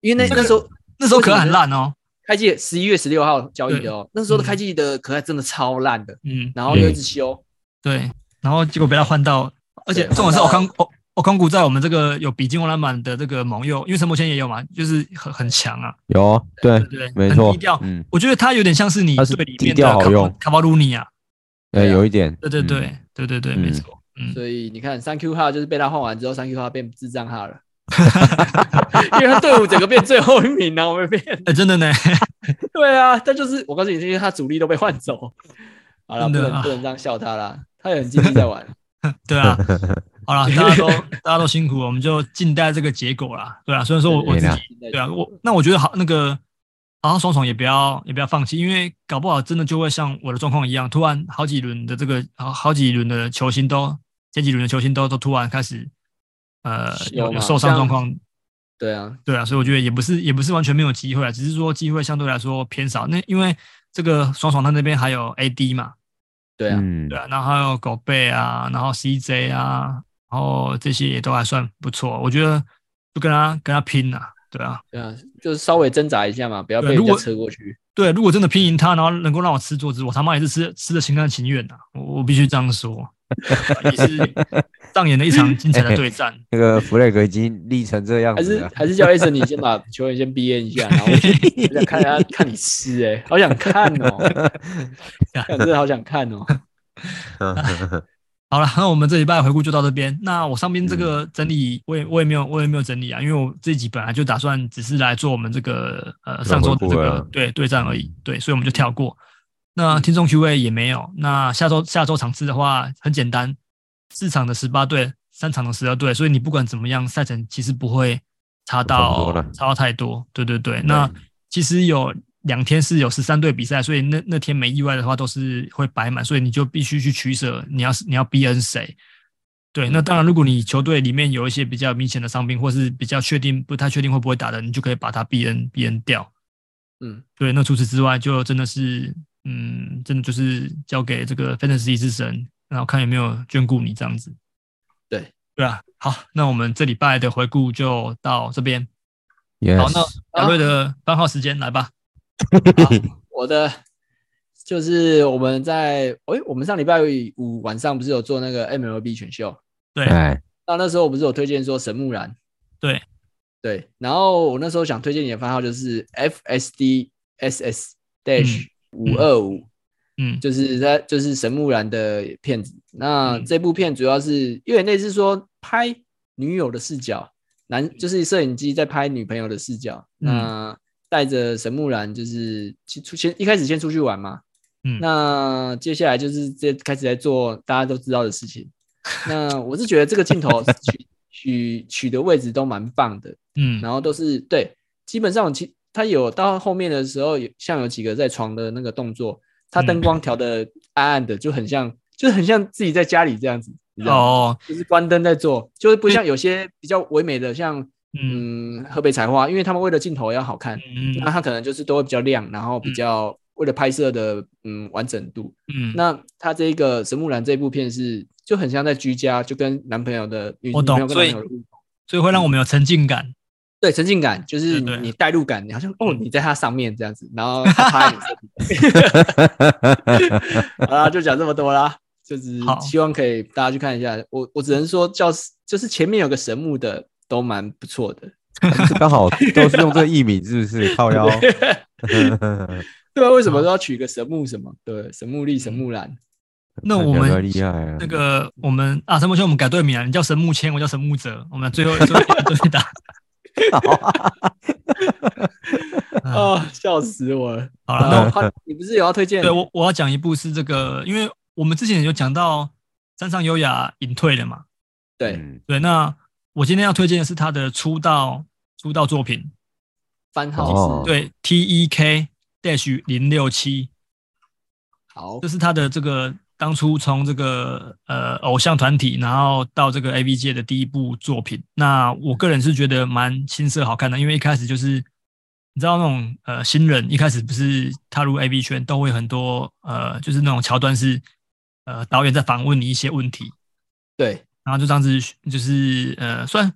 Speaker 3: 因为那
Speaker 2: 嗯
Speaker 3: 那时候
Speaker 4: 那时候可爱很烂哦。
Speaker 3: 开季十一月十六号交易的哦，那时候的开季的可爱真的超烂的，
Speaker 4: 嗯，
Speaker 3: 然后又一直修，
Speaker 4: 对，然后结果被他换到，而且
Speaker 3: 对
Speaker 4: 重点是
Speaker 3: 换到
Speaker 4: 奥康奥奥康古在我们这个有比金王篮板的这个盟友，因为陈柏谦也有嘛，就是很很强啊。
Speaker 2: 有哦，对
Speaker 4: 对，对，
Speaker 2: 没
Speaker 4: 很
Speaker 2: 错
Speaker 4: 低调。。
Speaker 2: 嗯，
Speaker 4: 我觉得他有点像是你
Speaker 2: 他是
Speaker 4: 队里
Speaker 2: 低
Speaker 4: 面
Speaker 2: 调
Speaker 4: 的
Speaker 2: 好
Speaker 4: 卡
Speaker 2: 用
Speaker 4: 卡巴鲁尼亚。
Speaker 2: 哎，
Speaker 3: 对啊
Speaker 2: 有一点。
Speaker 4: 对对
Speaker 2: 嗯
Speaker 4: 对对对对，没
Speaker 2: 嗯
Speaker 4: 错。嗯，
Speaker 3: 所以你看三 Q 号就是被他换完之后，三 Q 号变智障号了， 因为他队伍整个变最后一名然后没变。
Speaker 4: 哎，真的呢。
Speaker 3: 对啊，他就是我告诉你，因为他主力都被换走。 好了，
Speaker 4: 真
Speaker 3: 不
Speaker 4: 的
Speaker 3: 能
Speaker 4: 啊
Speaker 3: 不能这样笑他啦，他也很尽力在玩。
Speaker 4: 对 啊，好 了，大家都大家都辛苦，我们就静待这个结果啦。对啊，虽然 说我我自
Speaker 2: 对啊
Speaker 4: 己对啊，我那我觉得好那个好好爽爽也不要也不要放弃，因为搞不好真的就会像我的状况一样，突然好几轮的这个好好几轮的球星都前几轮的球星都都突然开始呃有有
Speaker 3: 有嘛
Speaker 4: 受伤
Speaker 3: 像
Speaker 4: 状况，
Speaker 3: 对啊，
Speaker 4: 对啊，所以我觉得也不是也不是完全没有机会啊，只是说机会相对来说偏少。那因为这个爽爽他那边还有 AD 嘛，
Speaker 3: 对啊，
Speaker 2: 嗯
Speaker 4: 对，啊，然后还有狗贝啊，然后 CJ 啊，然后这些也都还算不错，我觉得就跟他跟他拼啊，对啊，
Speaker 3: 对啊，就是稍微挣扎一下嘛，不要
Speaker 4: 对啊
Speaker 3: 被人
Speaker 4: 如
Speaker 3: 家
Speaker 4: 果
Speaker 3: 车过去。
Speaker 4: 对，如果真的拼赢他，然后能够让我吃桌子，我他妈也是吃吃的心甘情愿的、啊我我必须这样说， 也是上演了一场精彩的对战。
Speaker 2: 那个弗雷格已经立成这
Speaker 4: 哦
Speaker 2: 样
Speaker 3: 还
Speaker 2: 子
Speaker 3: 是
Speaker 4: 啊
Speaker 2: 了。
Speaker 3: 还是叫 A 森，你先 把球员先 B N 一下，然后我我想看他 看你吃哎、好想看 哦，看真的好想看哦。
Speaker 2: 嗯
Speaker 4: 好了，那我们这礼拜的回顾就到这边。那我上边
Speaker 2: 嗯
Speaker 4: 这个整理，我也我也没有我也没有整理啊，因为我这集本来就打算只是来做我们这个呃上周的这
Speaker 2: 回顾
Speaker 4: 个
Speaker 2: 啊嗯
Speaker 4: 对对战而已，对，所以我们就跳过。那听众 Q&A 也没有。那下周下周场次的话很简单，四场的十八队，三场的十二队，所以你不管怎么样，赛程其实不会差
Speaker 2: 差
Speaker 4: 到
Speaker 2: 不多了
Speaker 4: 差到太多。对对对，那其实有两天是有十三队比赛，所以那那天没意外的话都是会摆满，所以你就必须去取舍，你要你要 B N 谁。对，
Speaker 3: 嗯
Speaker 4: 那当然，如果你球队里面有一些比较明显的伤病，或是比较确定不太确定会不会打的，你就可以把它 B N B N 掉。
Speaker 3: 嗯，
Speaker 4: 对，那除此之外，就真的是，嗯，真的就是交给这个 fantasy 之神，然后看有没有眷顾你这样子。
Speaker 3: 对
Speaker 4: 对啊，好，那我们这礼拜的回顾就到这边。
Speaker 2: Yes，
Speaker 4: 好，那小瑞的番号时间来吧。
Speaker 3: 我的就是我们在诶，我们上礼拜五晚上不是有做那个 MLB 选秀？
Speaker 4: 对
Speaker 2: 哎，
Speaker 3: 那那时候我不是有推荐说神木然？
Speaker 4: 对
Speaker 3: 对，然后我那时候想推荐你的番号就是 FSD SS dash 五二五，
Speaker 4: 嗯，
Speaker 3: 就是在就是神木然的片子。那这部片主要是有点类似说拍女友的视角，男就是摄影机在拍女朋友的视角，
Speaker 4: 嗯
Speaker 3: 那带着神木然就是去出先一开始先出去玩嘛，
Speaker 4: 嗯
Speaker 3: 那接下来就是这开始在做大家都知道的事情。那我是觉得这个镜头取取取的位置都蛮棒的，
Speaker 4: 嗯
Speaker 3: 然后都是对，基本上其他有到后面的时候，有像有几个在床的那个动作，他
Speaker 4: 嗯
Speaker 3: 灯光调的暗暗的，就很像，就是很像自己在家里这样子，你知道吗？
Speaker 4: 哦，
Speaker 3: 就是关灯在做，就是不像有些比较唯美的，像
Speaker 4: 嗯
Speaker 3: 嗯河北彩画，因为他们为了镜头要好看，
Speaker 4: 嗯
Speaker 3: 那他可能就是都会比较亮，然后比
Speaker 4: 嗯
Speaker 3: 较为了拍摄的嗯完整度，
Speaker 4: 嗯，
Speaker 3: 那他这个《神木兰》这部片是就很像在居家，就跟男朋友的女
Speaker 4: 我
Speaker 3: 女
Speaker 4: 懂
Speaker 3: 朋友跟
Speaker 4: 所
Speaker 3: 男
Speaker 4: 以
Speaker 3: 朋友的互动
Speaker 4: 所以会让我们有沉浸感。
Speaker 3: 对沉浸感，就是
Speaker 4: 对对
Speaker 3: 你代入感，你好像哦你在他上面这样子，然后他趴在你身体好啦，就讲 这么多啦，就是
Speaker 4: 好
Speaker 3: 希望可以大家去看一下。我我只能说叫就是前面有个神木的都蛮不错的，
Speaker 2: 这刚好都是用这个艺名，是不是？靠腰，
Speaker 3: 对啊，为什么都要取一个神木什么？对，神木丽、
Speaker 4: 嗯
Speaker 3: 神木兰，
Speaker 4: 那我
Speaker 2: 看起来
Speaker 4: 们
Speaker 2: 比较厉害啊，
Speaker 4: 那 个我们啊，神木兄，我们改队名了，你叫神木谦，我叫神木哲，我们最后最后一个对打。啊，
Speaker 3: 啊，笑死我了。
Speaker 4: 好 了，那
Speaker 3: 然
Speaker 4: 我
Speaker 3: 后他，你不是有要推荐？
Speaker 4: 对我我要讲一部是这个，因为我们之前有讲到山上优雅隐退了嘛，
Speaker 3: 对
Speaker 2: 嗯
Speaker 4: 对，那我今天要推荐的是他的出道出道作品，
Speaker 3: 番号
Speaker 2: 哦
Speaker 3: 是
Speaker 4: 对 T E K dash 零六七，
Speaker 3: 好
Speaker 4: 这，是他的这个当初从这个呃偶像团体，然后到这个 A V 界的第一部作品。那我个人是觉得蛮青涩好看的，因为一开始就是你知道那种呃新人一开始不是踏入 A V 圈都会有很多呃就是那种桥段是呃导演在访问你一些问题，
Speaker 3: 对？
Speaker 4: 然后就这样子就是呃算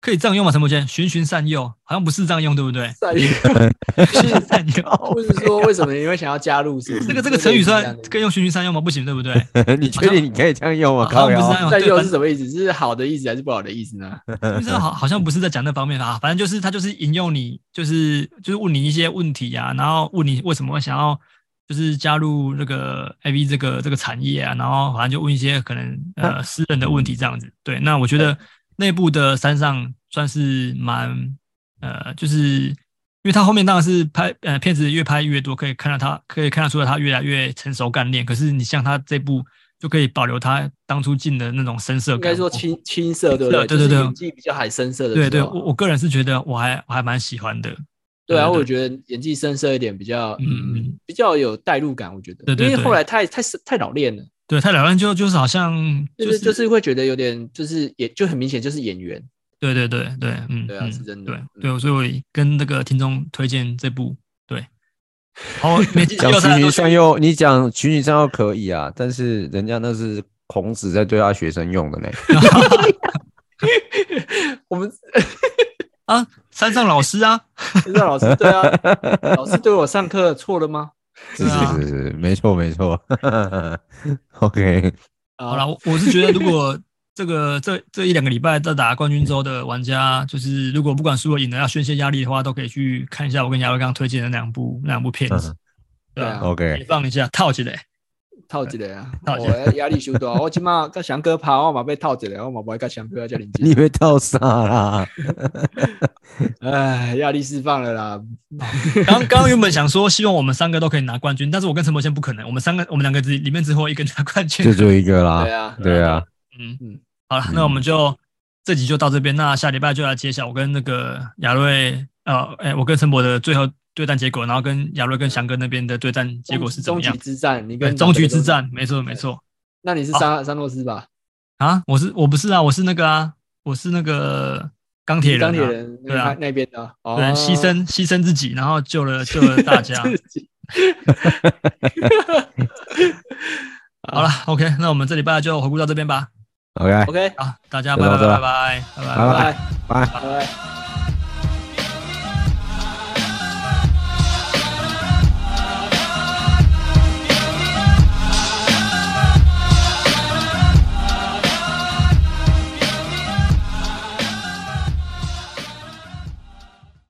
Speaker 4: 可以这样用吗？陈柏谦循循善诱，好像不是这样用，对不对
Speaker 3: 善意。
Speaker 4: 循循善诱。
Speaker 3: 或是说为什么你会想要加入？是不是
Speaker 4: 这个这个成语算
Speaker 3: 样的
Speaker 4: 可以用循循善诱吗？不行，对不对？
Speaker 2: 你确定你可以这样用吗？
Speaker 4: 好
Speaker 2: 靠
Speaker 4: 像不
Speaker 2: 腰
Speaker 4: 是，这样用，
Speaker 3: 善
Speaker 4: 对
Speaker 3: 诱
Speaker 4: 反
Speaker 3: 哦是什么意思？是好的意思还是不好的意思呢？
Speaker 4: 因为这个好好像不是在讲那方面啊，反正就是他就是引诱你，就是就是问你一些问题啊，然后问你为什么会想要就是加入这个 A V 这个这个产业啊，然后反正就问一些可能呃私人的问题这样子。对，那我觉得内部的山上算是蛮呃，就是因为他后面当然是拍呃片子越拍越多，可以看到他可以看得出来他越来越成熟干练。可是你像他这部就可以保留他当初进的那种深色
Speaker 3: 应
Speaker 4: 感，
Speaker 3: 该说青青涩，对不
Speaker 4: 对对
Speaker 3: 就是
Speaker 4: 对
Speaker 3: 演技比较还深色的时候
Speaker 4: 对
Speaker 3: 啊。
Speaker 4: 对，我我个人是觉得我还我还蛮喜欢的。
Speaker 3: 对啊，
Speaker 4: 对对
Speaker 3: 我觉得演技深色一点比较，
Speaker 4: 嗯
Speaker 3: 嗯
Speaker 4: 嗯，
Speaker 3: 比较有代入感。我觉得，
Speaker 4: 对对
Speaker 3: 因为
Speaker 4: 对
Speaker 3: 后来太太太老练了，
Speaker 4: 对，太老人就就是好像
Speaker 3: 就
Speaker 4: 就是是
Speaker 3: 就是会觉得有点，就是也就很明显就是演员。
Speaker 4: 对对对对，嗯，
Speaker 3: 对啊
Speaker 4: 嗯
Speaker 3: 是真的嗯
Speaker 4: 对对，所以我也跟那个听众推荐这部，对， 好，每季
Speaker 2: 讲
Speaker 4: 有
Speaker 2: 循
Speaker 4: 三
Speaker 2: 循
Speaker 4: 都
Speaker 2: 善诱，你讲循循善诱可以啊，但是人家那是孔子在对他学生用 的呢。
Speaker 3: 我们
Speaker 4: 啊，山上老师啊，
Speaker 3: 不知道老师对 啊，老师对我上课错了吗？
Speaker 2: 是
Speaker 4: 啊
Speaker 2: 是是是，没错没错。OK，
Speaker 4: 好
Speaker 3: 好
Speaker 4: 了，，我我是觉得如果这个这这一两个礼拜在打冠军周的玩家，就是如果不管输了赢了要宣泄压力的话，都可以去看一下我跟亚瑞刚刚推荐的那两部那两部片子，对
Speaker 3: 对
Speaker 4: 啊
Speaker 3: 啊，
Speaker 4: 可以
Speaker 2: OK，
Speaker 4: 放一下套起来，
Speaker 3: 套起来啊！
Speaker 4: 套一
Speaker 3: 我
Speaker 4: 个
Speaker 3: 压力修多，我起码跟翔哥跑，我嘛被套起来，我嘛不爱跟翔哥叫林杰。
Speaker 2: 你被套傻 啦。
Speaker 3: 哎，压力释放了啦。
Speaker 4: 刚刚刚原本想说，希望我们三个都可以拿冠军，但是我跟陈柏先不可能，我们三个我们两个只里面只有一个拿冠军
Speaker 2: 就。只有一个啦
Speaker 3: 对。啊，
Speaker 2: 对啊，
Speaker 4: 嗯嗯
Speaker 3: 嗯，
Speaker 4: 好了，那我们就这集就到这边，那下礼拜就来揭晓我跟那个亚瑞，呃，哎，我跟陈博的最后对战结果，然后跟亚瑞跟翔哥那边的对战结果是怎么
Speaker 3: 终
Speaker 4: 样
Speaker 3: 局？之战，你
Speaker 4: 对，
Speaker 3: 跟
Speaker 4: 终局之
Speaker 3: 哪
Speaker 4: 战，
Speaker 3: 个都
Speaker 4: 没错没错
Speaker 3: 是，那你是沙沙诺斯吧？
Speaker 4: 啊，我是我不是啊，我是那个啊，我是那个钢铁
Speaker 3: 你
Speaker 4: 人、啊，
Speaker 3: 钢铁人
Speaker 4: 对啊
Speaker 3: 那那边的啊，哦
Speaker 4: 对，牺牲牺牲自己，然后救了救了大 家。
Speaker 3: 自己啊
Speaker 4: 好了，OK，那我们这礼拜就回顾到这边吧。 OK，
Speaker 3: OK，
Speaker 2: 啊，大家
Speaker 4: 就
Speaker 2: 拜
Speaker 4: 到
Speaker 2: 拜
Speaker 4: 这
Speaker 2: 拜
Speaker 4: 了
Speaker 2: 拜拜拜
Speaker 4: 拜
Speaker 3: 拜
Speaker 4: 拜。
Speaker 2: 拜
Speaker 3: 拜。